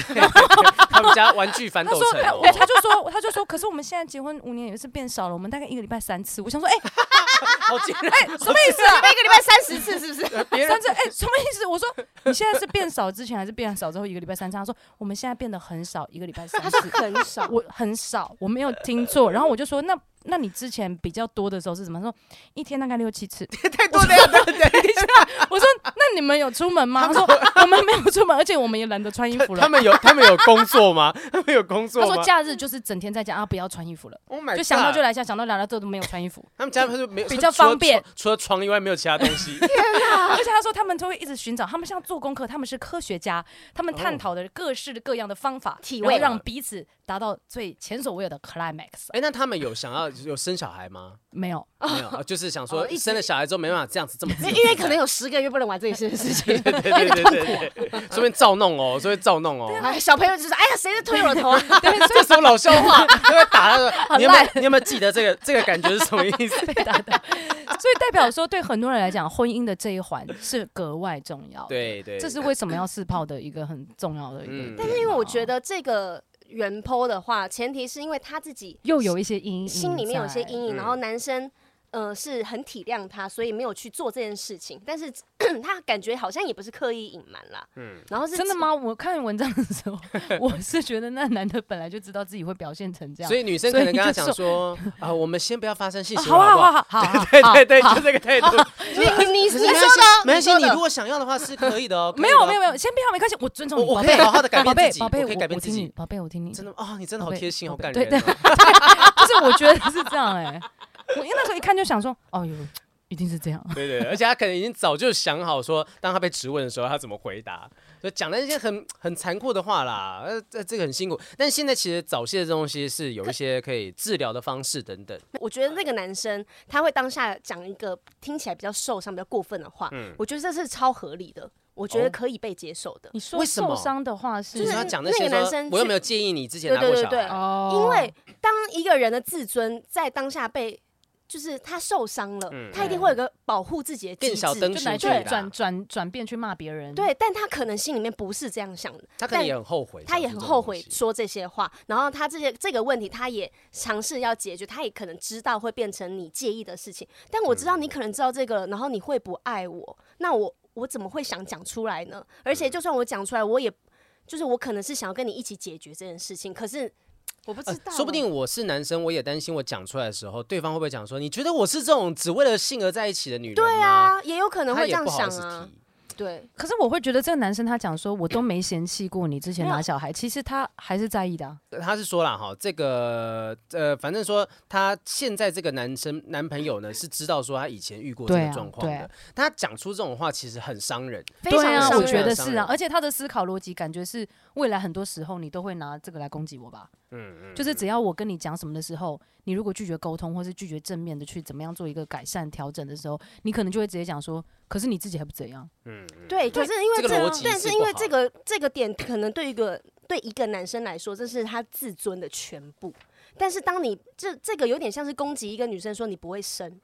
Speaker 3: 他们家玩具反
Speaker 2: 他
Speaker 3: 斗
Speaker 2: 说，
Speaker 3: 城
Speaker 2: 他
Speaker 3: 哦，
Speaker 2: 他就说，他就说，可是我们现在结婚五年也是变少了，我们大概一个礼拜三次。我想说，哎、
Speaker 3: 好惊人，
Speaker 2: 什么意思啊？
Speaker 1: 每个礼拜三十次，是不是？
Speaker 3: 别人
Speaker 2: 三次，哎、什么意思？我说你现在是变少之前还是变少之后一个礼拜三次？他说我们现在变得很少，一个礼拜三次。
Speaker 1: 很少
Speaker 2: 我很少，我没有听错。然后我就说，那那你之前比较多的时候是什么？他说一天大概六七次。
Speaker 3: 太多了，对对对
Speaker 2: 我说那你们有出门吗？他说我们没有出门，而且我们也懒得穿衣服
Speaker 3: 他
Speaker 2: 了。
Speaker 3: 们有他们有工作吗？ 他们有工
Speaker 2: 他
Speaker 3: 作吗
Speaker 2: 说假日就是整天在家啊，不要穿衣服了，
Speaker 3: ？Oh my
Speaker 2: 就想到
Speaker 3: God
Speaker 2: 就来一下，想到聊聊这都没有穿衣服。
Speaker 3: 他们家不是没有
Speaker 2: 比较方便
Speaker 3: 除了，除了床以外没有其他东 西。
Speaker 2: 而且他说他们都会一直寻找，他们像做功课，他们是科学家，他们探讨的各式各样的方法，
Speaker 1: 体
Speaker 2: 然后
Speaker 1: 位
Speaker 2: 让彼此达到最前所未有的 climax。
Speaker 3: 哎、那他们有想要有生小孩吗？
Speaker 2: 没有，
Speaker 3: 没有，啊就是想说
Speaker 1: 哦一直
Speaker 3: 生了小孩之后没办法这样子这么自 由
Speaker 1: 因为可能有十个月不能玩这些事 情，
Speaker 3: 对对对对对， 对顺便造弄哦，顺便造弄
Speaker 2: 啊
Speaker 3: 哦。
Speaker 1: 哎，小朋友就说：“哎呀，谁在推我的头啊
Speaker 3: 这什么老笑话？都会打他说，你有没有你有没有记得这个这个感觉是什么意 思？
Speaker 2: 被打到，所以代表说对很多人来讲，婚姻的这一环是格外重要。，
Speaker 3: 对对，
Speaker 2: 这是为什么要试泡的一个很重要的一个点
Speaker 3: 嗯
Speaker 2: 吧。啊
Speaker 3: 但
Speaker 1: 因为我觉
Speaker 2: 得
Speaker 1: 得这个原 PO 的话，前提是因为他自己
Speaker 2: 又有一些阴影，
Speaker 1: 心里面有一些。阴
Speaker 3: 嗯
Speaker 1: 影，然后男生。呃，是很体谅他，所以没有去做这件事情。但是 他感觉好像也不是刻意隐瞒啦，
Speaker 3: 嗯
Speaker 1: 嗯，然后是
Speaker 2: 真的？吗？我看文章的时 候，我是觉得那男的本来就知道自己会表现成这样，
Speaker 3: 所
Speaker 2: 以
Speaker 3: 以女生可
Speaker 2: 所以
Speaker 3: 能跟他
Speaker 2: 就
Speaker 3: 讲
Speaker 2: 说
Speaker 3: 说啊，我们先不要发生性行
Speaker 2: 好
Speaker 3: 为
Speaker 2: 啊好
Speaker 3: 好不
Speaker 2: 啊好
Speaker 3: 好？
Speaker 2: 啊好啊，
Speaker 3: 对对对，
Speaker 2: 好啊
Speaker 3: 就这个 态度。
Speaker 1: 你 你你你说
Speaker 3: 可是没
Speaker 1: 的
Speaker 3: 关系
Speaker 1: 哦，
Speaker 3: 没关系，
Speaker 1: 说
Speaker 3: 你
Speaker 1: 的
Speaker 3: 如果想要的话是可以的哦。可以
Speaker 2: 没有
Speaker 3: 的哦
Speaker 2: 没有没有，先不要，没关系，我尊重你，
Speaker 3: 我我
Speaker 2: 宝
Speaker 3: 可以
Speaker 2: 贝，
Speaker 3: 好好的改
Speaker 2: 宝
Speaker 3: 变
Speaker 2: 贝
Speaker 3: 自己，
Speaker 2: 宝贝，
Speaker 3: 我可以改变自
Speaker 2: 听你，
Speaker 3: 己。
Speaker 2: 宝贝，我听你，
Speaker 3: 真的哦，你真的
Speaker 2: 宝
Speaker 3: 好
Speaker 2: 贝
Speaker 3: 贴心，好
Speaker 2: 宝
Speaker 3: 感
Speaker 2: 贝
Speaker 3: 人
Speaker 2: 对
Speaker 3: 哦。
Speaker 2: 对，不是，我觉得是这样哎、我因为那时候一看就想说，哦哟，一定是这样。
Speaker 3: 对对，而且他可能已经早就想好说，当他被质问的时候，他怎么回答，就讲了一些很很残酷的话啦。呃，这这个很辛苦。但现在其实早泄这东西是有一些可以治疗的方式等等。
Speaker 1: 我觉得那个男生他会当下讲一个听起来比较受伤、比较过分的话，我觉得这是超合理的，我觉
Speaker 3: 哦
Speaker 1: 得可以被接受的。
Speaker 2: 你说
Speaker 3: 为什么
Speaker 2: 受伤的话是，
Speaker 1: 就
Speaker 3: 你
Speaker 1: 是
Speaker 3: 说他讲那
Speaker 1: 那
Speaker 3: 些
Speaker 1: 个男
Speaker 3: 说
Speaker 1: 生，
Speaker 3: 我又
Speaker 1: 去
Speaker 3: 没有介意你之前
Speaker 1: 对
Speaker 3: 拿
Speaker 1: 对
Speaker 3: 过
Speaker 1: 对
Speaker 3: 小
Speaker 1: 对
Speaker 3: 孩。
Speaker 2: 哦
Speaker 1: 因为当一个人的自尊在当下被，就是他受伤了，
Speaker 3: 嗯
Speaker 1: 他一定会有个保护自己的机
Speaker 3: 更小
Speaker 1: 制。
Speaker 3: 灯
Speaker 2: 就
Speaker 3: 熊
Speaker 2: 来去
Speaker 1: 对
Speaker 2: 转转转变去骂别人，，
Speaker 1: 对，但他可能心里面不是这样想的，
Speaker 3: 他可能也很后悔，
Speaker 1: 他也
Speaker 3: 讲
Speaker 1: 很
Speaker 3: 出这种
Speaker 1: 后悔
Speaker 3: 东西
Speaker 1: 说这些话，然后他这些这个问题，他也尝试要解决，他也可能知道会变成你介意的事情，但我知道你
Speaker 3: 嗯
Speaker 1: 可能知道这个了，然后你会不爱我，那我我怎么会想讲出来呢？而且
Speaker 3: 嗯
Speaker 1: 就算我讲出来，我也就是我可能是想要跟你一起解决这件事情，可是我不知
Speaker 3: 呃
Speaker 1: 道、
Speaker 3: 说不定我是男生，我也担心我讲出来的时候，对方会不会讲说，你觉得我是这种只为了性而在一起的女人
Speaker 1: 对
Speaker 3: 吗，
Speaker 1: 啊，也有可能
Speaker 3: 嗯他
Speaker 1: 会这
Speaker 3: 也
Speaker 1: 样
Speaker 3: 不好
Speaker 1: 想
Speaker 3: 意思
Speaker 1: 啊
Speaker 3: 提。。
Speaker 1: 对，
Speaker 2: 可是我会觉得这个男生他讲说我都没嫌弃过你之前
Speaker 1: 没
Speaker 2: 拿
Speaker 1: 有
Speaker 2: 小孩，其实他还是在意的、啊。
Speaker 3: 他是说了哈，这个呃，反正说他现在这个男生男朋友呢是知道说他以前遇过这
Speaker 2: 对
Speaker 3: 个
Speaker 2: 啊
Speaker 3: 状况
Speaker 2: 对
Speaker 3: 的，
Speaker 2: 啊
Speaker 3: 他讲出这种话其实很伤人，
Speaker 1: 非常
Speaker 2: 对啊，
Speaker 1: 伤
Speaker 2: 我
Speaker 1: 人
Speaker 2: 觉得
Speaker 3: 伤
Speaker 2: 是
Speaker 3: 人
Speaker 2: 啊，而且他的思考逻辑感觉是未来很多时候你都会拿这个来攻击我吧？
Speaker 3: 嗯嗯，
Speaker 2: 就是只要我跟你讲什么的时候，你如果拒绝沟通或是拒绝正面的去怎么样做一个改善调整的时候，你可能就会直接讲说，可是你自己还不怎样。
Speaker 3: 嗯嗯
Speaker 1: 对，可是因为
Speaker 3: 这个
Speaker 1: 这
Speaker 3: 逻
Speaker 1: 个
Speaker 3: 辑，
Speaker 1: 但
Speaker 3: 是
Speaker 1: 是
Speaker 3: 不
Speaker 1: 因为
Speaker 3: 好
Speaker 1: 这个这个点，可能对一个对一个男生来说，这是他自尊的全部。但是当你这这个有点像是攻击一个女生说你不会生，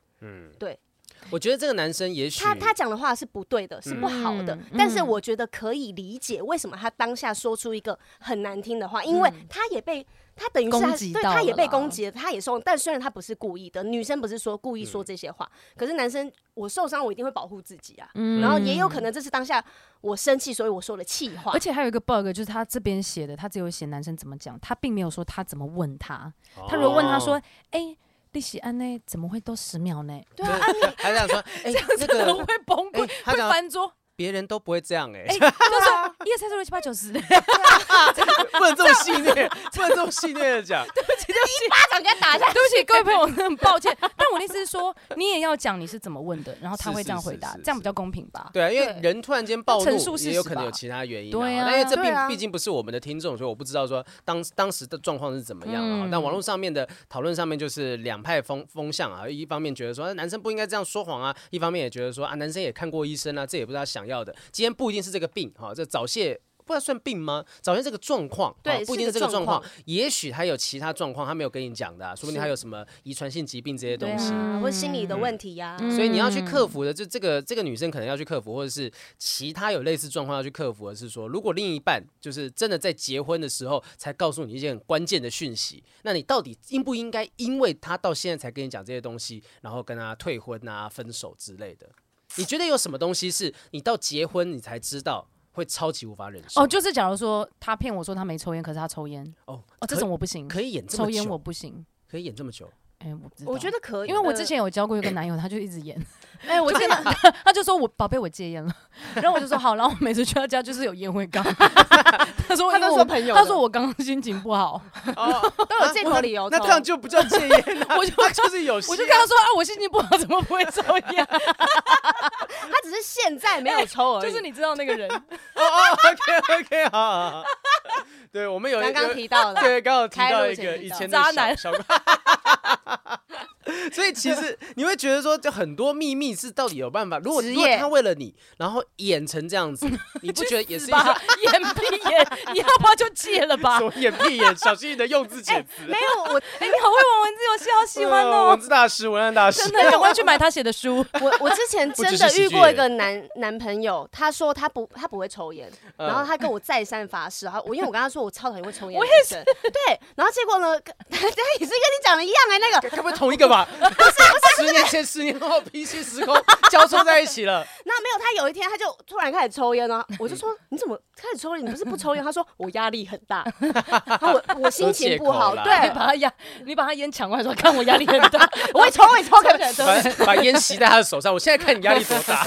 Speaker 3: 我觉得这个男生也许
Speaker 1: 他他讲的话是不对的，是不好的。
Speaker 2: 嗯
Speaker 1: 但是
Speaker 2: 嗯
Speaker 1: 我觉得可以理解为什么他当下说出一个很难听的话，因为他也被他等于是他
Speaker 2: 攻击
Speaker 1: 对
Speaker 2: 到
Speaker 1: 他也
Speaker 2: 了
Speaker 1: 被
Speaker 2: 啦
Speaker 1: 攻击了，他也受。但虽然他不是故意的，女生不是说故意说这些话，可是男生我受伤我一定会保护自己啊。然后也有可能这是当下我生气，所以我说了气话
Speaker 2: 而。且还有一个 bug 就是他这边写的，他只有写男生怎么讲，他并没有说他怎么问他。他如果问他说
Speaker 3: 哦，
Speaker 2: 哎、利息安呢？怎么会都十秒 呢？
Speaker 1: 对啊，
Speaker 3: 他这 样说，哎，那
Speaker 2: 可能
Speaker 3: 个
Speaker 2: 会崩溃，
Speaker 3: 哎，他
Speaker 2: 会
Speaker 3: 讲
Speaker 2: 翻桌。
Speaker 3: 别人都不会这样哎，
Speaker 2: 哎、就是一二三四五六七八九十，哎
Speaker 3: 不能这么戏虐，不能这么戏虐的讲，
Speaker 1: 巴掌给他打一下。
Speaker 2: 对不起，各位朋友，我真的很抱歉。 但我的意思是说，你也要讲你是怎么问的，然后他
Speaker 3: 是
Speaker 2: 会
Speaker 3: 是
Speaker 2: 这样
Speaker 3: 是
Speaker 2: 回答，
Speaker 3: 是
Speaker 2: 这样
Speaker 3: 是
Speaker 2: 比较公平吧？
Speaker 3: 对啊，因为
Speaker 1: 对
Speaker 3: 人突然间暴
Speaker 2: 要陈述
Speaker 3: 怒，
Speaker 2: 事实
Speaker 3: 也有可能有
Speaker 2: 吧
Speaker 3: 其他原因、
Speaker 2: 对啊
Speaker 3: 但因为这
Speaker 1: 对啊
Speaker 3: 并毕竟不是我们的听众，所以我不知道说当当时的状况是怎么样啊。
Speaker 2: 嗯
Speaker 3: 但网络上面的讨论上面就是两派风风向啊，一方面觉得说啊男生不应该这样说谎啊，一方面也觉得说啊男生也看过医生啊，这也不是他想要的。今天不一定是这个病哈、这早泄。不知道算病吗？早泄这个状况，啊
Speaker 1: 对是
Speaker 3: 不一
Speaker 1: 个
Speaker 3: 定是这个状
Speaker 1: 状
Speaker 3: 况
Speaker 1: 况，
Speaker 3: 也许他有其他状况，他没有跟你讲的啊、说不定
Speaker 1: 是
Speaker 3: 他有什么遗传性疾病这些东
Speaker 1: 对
Speaker 3: 西。
Speaker 1: 啊，或者心理的问题呀、
Speaker 2: 嗯
Speaker 3: 所以你要去克服的，就这个这个女生可能要去克服，或者是其他有类似状况要去克服的是说，如果另一半就是真的在结婚的时候才告诉你一些很关键的讯息，那你到底应不应该因为他到现在才跟你讲这些东西，然后跟他退婚啊、分手之类的？你觉得有什么东西是你到结婚你才知道会超级无法忍受？
Speaker 2: 哦，就是假如说他骗我说他没抽烟，可是他抽烟，
Speaker 3: 哦
Speaker 2: 哦，这种我不行，
Speaker 3: 可以演这么
Speaker 2: 抽
Speaker 3: 久，
Speaker 2: 烟我不行。
Speaker 3: 可以演这么久，
Speaker 2: 哎、我不知道，
Speaker 1: 我觉。得可以，
Speaker 2: 因为我之，前有交过一个男友，他就一直演，
Speaker 1: 哎、我真的，
Speaker 2: 他就说我宝贝我戒烟了， 然后我就说好，然后我每次去他家就是有烟灰缸，他说
Speaker 1: 他
Speaker 2: 因为
Speaker 1: 都
Speaker 2: 我
Speaker 1: 说朋友的，
Speaker 2: 他说我刚刚心情不好，
Speaker 1: 都有借口理由，
Speaker 3: 啊那这样就不叫戒烟了、
Speaker 2: 我就
Speaker 3: 他就是有
Speaker 2: 我就
Speaker 3: 些
Speaker 2: 跟他说啊我心情不好怎么不会抽烟，
Speaker 1: 他只是现在没有抽而已。
Speaker 2: 就是你知道那个人，
Speaker 3: 哦哦，OK OK，好好好。对，我们有
Speaker 1: 刚刚
Speaker 3: 有
Speaker 1: 提到的，
Speaker 3: 对，刚好提
Speaker 1: 开
Speaker 3: 到
Speaker 1: 路
Speaker 3: 一个
Speaker 1: 前提
Speaker 3: 以
Speaker 1: 到
Speaker 3: 前的
Speaker 2: 渣
Speaker 3: 小
Speaker 2: 男
Speaker 3: 小 所以其实你会觉得说，就很多秘密是到底有办法。如果
Speaker 1: 职
Speaker 3: 如果
Speaker 1: 业
Speaker 3: 他为了你，然后演成这样子，你不觉得也是一种
Speaker 2: 吧， 眼皮眼，你要不要就戒 了吧？
Speaker 3: 什么眼屁眼？小心你的用字遣词。
Speaker 1: 没有我
Speaker 2: 哎、你好会玩文字游戏，好喜欢
Speaker 3: 呃文
Speaker 2: 哦！
Speaker 3: 字大师，文案大师
Speaker 2: 真。的，赶快去买他写的书。
Speaker 1: 我我之前
Speaker 3: 不
Speaker 1: 真
Speaker 3: 只
Speaker 1: 的
Speaker 3: 是喜
Speaker 1: 遇
Speaker 3: 剧
Speaker 1: 过一
Speaker 3: 演
Speaker 1: 个男男朋友，他说他不他不会抽烟，
Speaker 3: 嗯
Speaker 1: 然后他跟我再三发誓，他我因为我跟他说我超讨厌会抽烟，
Speaker 2: 我
Speaker 1: 的
Speaker 2: 也
Speaker 1: 女生，对，然后结果呢，跟 他也是跟你讲的一样哎、那个，
Speaker 3: 该不会同一个吧？不是，十年前、十年后，平行时空交错在一起了。
Speaker 1: 那没有他有一天他就突然开始抽烟了、啊我就说你怎么开始抽烟？你不是不抽烟？他说我压力很大，然后我我心情不好，
Speaker 3: 都借口
Speaker 2: 你
Speaker 3: 啦
Speaker 1: 对，
Speaker 2: 把他压，你把他烟抢过来说，看我压力很大，
Speaker 1: 我会抽我也抽，
Speaker 2: 抽起来
Speaker 3: 把
Speaker 2: 抽。
Speaker 3: 把烟吸在他的手上，我现在看你压力多大。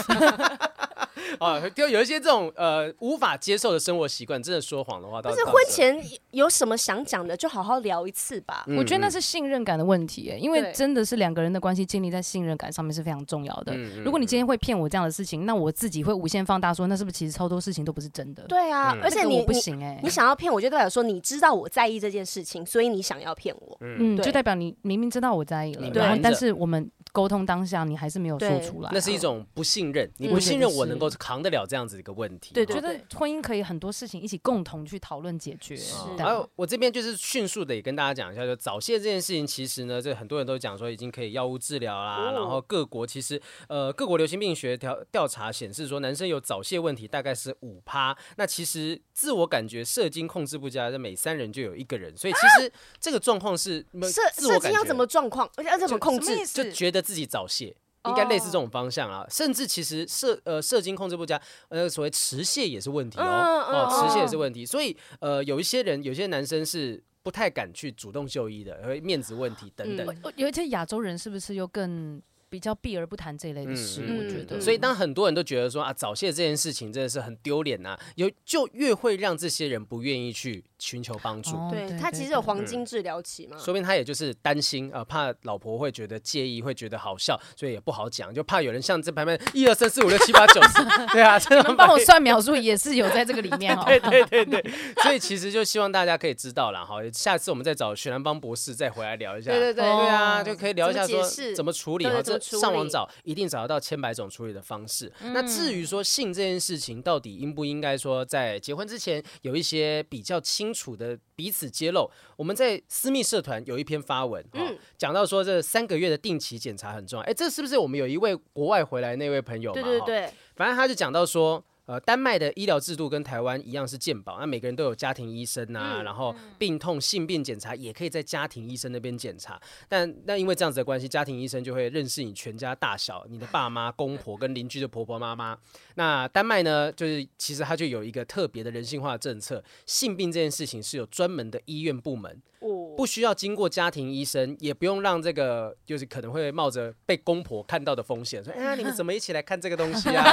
Speaker 3: 啊，就有一些这种呃无法接受的生活习惯，真的说谎的话，到
Speaker 1: 就
Speaker 3: 底
Speaker 1: 是婚前有什么想讲的就好好聊一次吧。
Speaker 3: 嗯
Speaker 2: 我觉得那是信任感的问题耶，因为
Speaker 1: 对
Speaker 2: 真的是两个人的关系建立在信任感上面是非常重要的。
Speaker 3: 嗯嗯
Speaker 2: 如果你今天会骗我这样的事情，那我自己会无限放大说，那是不是其实超多事情都不是真的？，
Speaker 1: 对啊，
Speaker 3: 嗯
Speaker 1: 而且
Speaker 2: 这个
Speaker 1: 你
Speaker 2: 我不
Speaker 1: 你
Speaker 2: 行哎
Speaker 1: 你，想要骗我，就代表说你知道我在意这件事情，所以你想要骗我。
Speaker 2: 嗯，
Speaker 1: 对
Speaker 2: 就代表你明明知道我在意了，
Speaker 3: 你
Speaker 2: 然后
Speaker 3: 瞒
Speaker 2: 但
Speaker 3: 着
Speaker 2: 是我们沟通当下你还是没有说
Speaker 1: 对
Speaker 2: 出来啊，
Speaker 3: 那是一种不信任，你
Speaker 1: 嗯
Speaker 3: 不信任我
Speaker 2: 我觉得是
Speaker 3: 能够扛得了这样子的一个问题。哦
Speaker 1: 对
Speaker 2: 我
Speaker 1: 对
Speaker 2: 觉得婚姻可以很多事情一起共同去讨论解决。
Speaker 1: 是
Speaker 2: 对
Speaker 3: 还有，我这边就是迅速的也跟大家讲一下，就早泄这件事情，其实呢，这很多人都讲说已经可以药物治疗啦，
Speaker 1: 哦
Speaker 3: 然后各国其实呃各国流行病学调调查显示说，男生有早泄问题大概是五趴，那其实自我感觉射精控制不佳，这每三人就有一个人，所以其实这个状况是
Speaker 1: 啊
Speaker 3: 嗯
Speaker 1: 射
Speaker 3: 自我
Speaker 1: 射精
Speaker 3: 感觉
Speaker 1: 要怎么状况，而且要怎么哦控制？
Speaker 3: 就觉得自己早泄。应该类似这种方向啊，甚至其实射呃射精控制不佳，呃所谓迟泄也是问题哦，
Speaker 1: 嗯嗯
Speaker 3: 哦迟泄也是
Speaker 2: 嗯
Speaker 3: 问题，所以呃有一些人有些男生是不太敢去主动就医的，因为面子问题等等。
Speaker 1: 嗯
Speaker 2: 我尤其亚洲人是不是又更比较避而不谈这一类的事？
Speaker 3: 嗯
Speaker 1: 嗯
Speaker 2: 我觉得，
Speaker 1: 嗯
Speaker 3: 所以当很多人都觉得说啊早泄这件事情真的是很丢脸呐，有就越会让这些人不愿意去寻求帮助。
Speaker 2: 哦
Speaker 1: 对他其实有黄金治疗期嘛，
Speaker 3: 嗯说不定他也就是担心啊、呃怕老婆会觉得介意，会觉得好笑，所以也不好讲，就怕有人像这旁边一二三四五六七八九十，对啊，这
Speaker 2: 你
Speaker 3: 种
Speaker 2: 们帮我
Speaker 3: 反应
Speaker 2: 算描述也是有在这个 里面哦。
Speaker 3: 对对对对，所以其实就希望大家可以知道啦，哈，下次我们再找许兰芳博士再回来聊一下。
Speaker 1: 对对对
Speaker 2: 哦
Speaker 3: 对啊，就可以聊一下
Speaker 1: 怎么解
Speaker 3: 说
Speaker 1: 释
Speaker 3: 怎么处理，
Speaker 1: 对
Speaker 3: 哈，
Speaker 1: 怎么
Speaker 3: 这
Speaker 1: 处理嗯
Speaker 3: 上网找一定找得到千百种处理的方式。那至于说性这件事情到底应不应该说在结婚之前有一些比较清楚的彼此揭露，我们在私密社团有一篇发文，哈，
Speaker 1: 嗯
Speaker 3: 讲到说这三个月的定期检查很重要。哎，这是不是我们有一位国外回来那位朋友嘛？
Speaker 1: 对对
Speaker 3: 哈
Speaker 1: 对，
Speaker 3: 反正他就讲到说，呃，丹麦的医疗制度跟台湾一样是健保，那每个人都有家庭医生啊，然后病痛、性病检查也可以在家庭医生那边检查。但那因为这样子的关系，家庭医生就会认识你全家大小，你的爸妈、公婆跟邻居的婆婆妈妈。那丹麦呢，就是其实它就有一个特别的人性化政策，性病这件事情是有专门的医院部门，
Speaker 1: 我
Speaker 3: 不需要经过家庭医生，也不用让这个就是可能会冒着被公婆看到的风险，说哎呀你们怎么一起来看这个东西啊？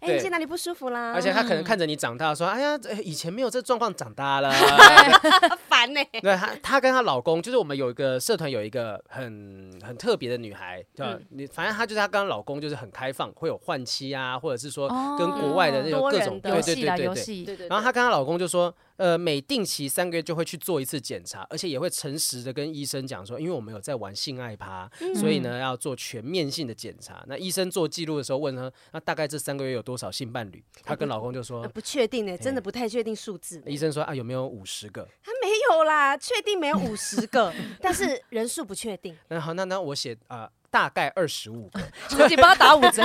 Speaker 1: 哎，
Speaker 3: 对
Speaker 1: 你现在哪里不舒服啦？
Speaker 3: 而且他可能看着你长大，说：“哎呀，这以前没有这状况，长 大了。
Speaker 1: 他 烦呢，”
Speaker 3: 对他，她跟她老公，就是我们有一个社团有一个很很特别的女孩，对吧
Speaker 1: 嗯
Speaker 3: 你、反正她就是她跟她老公就是很开放，会有换妻啊，或者是说跟国外的那种
Speaker 1: 哦
Speaker 3: 各种、
Speaker 1: 多
Speaker 3: 对
Speaker 2: 游
Speaker 1: 人的
Speaker 3: 对
Speaker 2: 戏
Speaker 3: 对
Speaker 2: 啦，
Speaker 3: 对
Speaker 2: 游
Speaker 3: 对。
Speaker 1: 对
Speaker 2: 戏。
Speaker 1: 对对。
Speaker 3: 然后她跟她老公就说，呃，每定期三个月就会去做一次检查，而且也会诚实的跟医生讲说，因为我们有在玩性爱趴，
Speaker 1: 嗯
Speaker 3: 所以呢要做全面性的检查。那医生做记录的时候问她，那大概这三个月有多少性伴侣？她跟老公就说
Speaker 1: 呃，不确定呢，真的不太确定数字呢。
Speaker 3: 嗯医生说啊，有没有五十个？
Speaker 1: 他没有啦，确定没有五十 个，但是人数不确定。
Speaker 3: 那好，那那我写啊、呃大概二十五 个，
Speaker 2: 自己帮他打五折，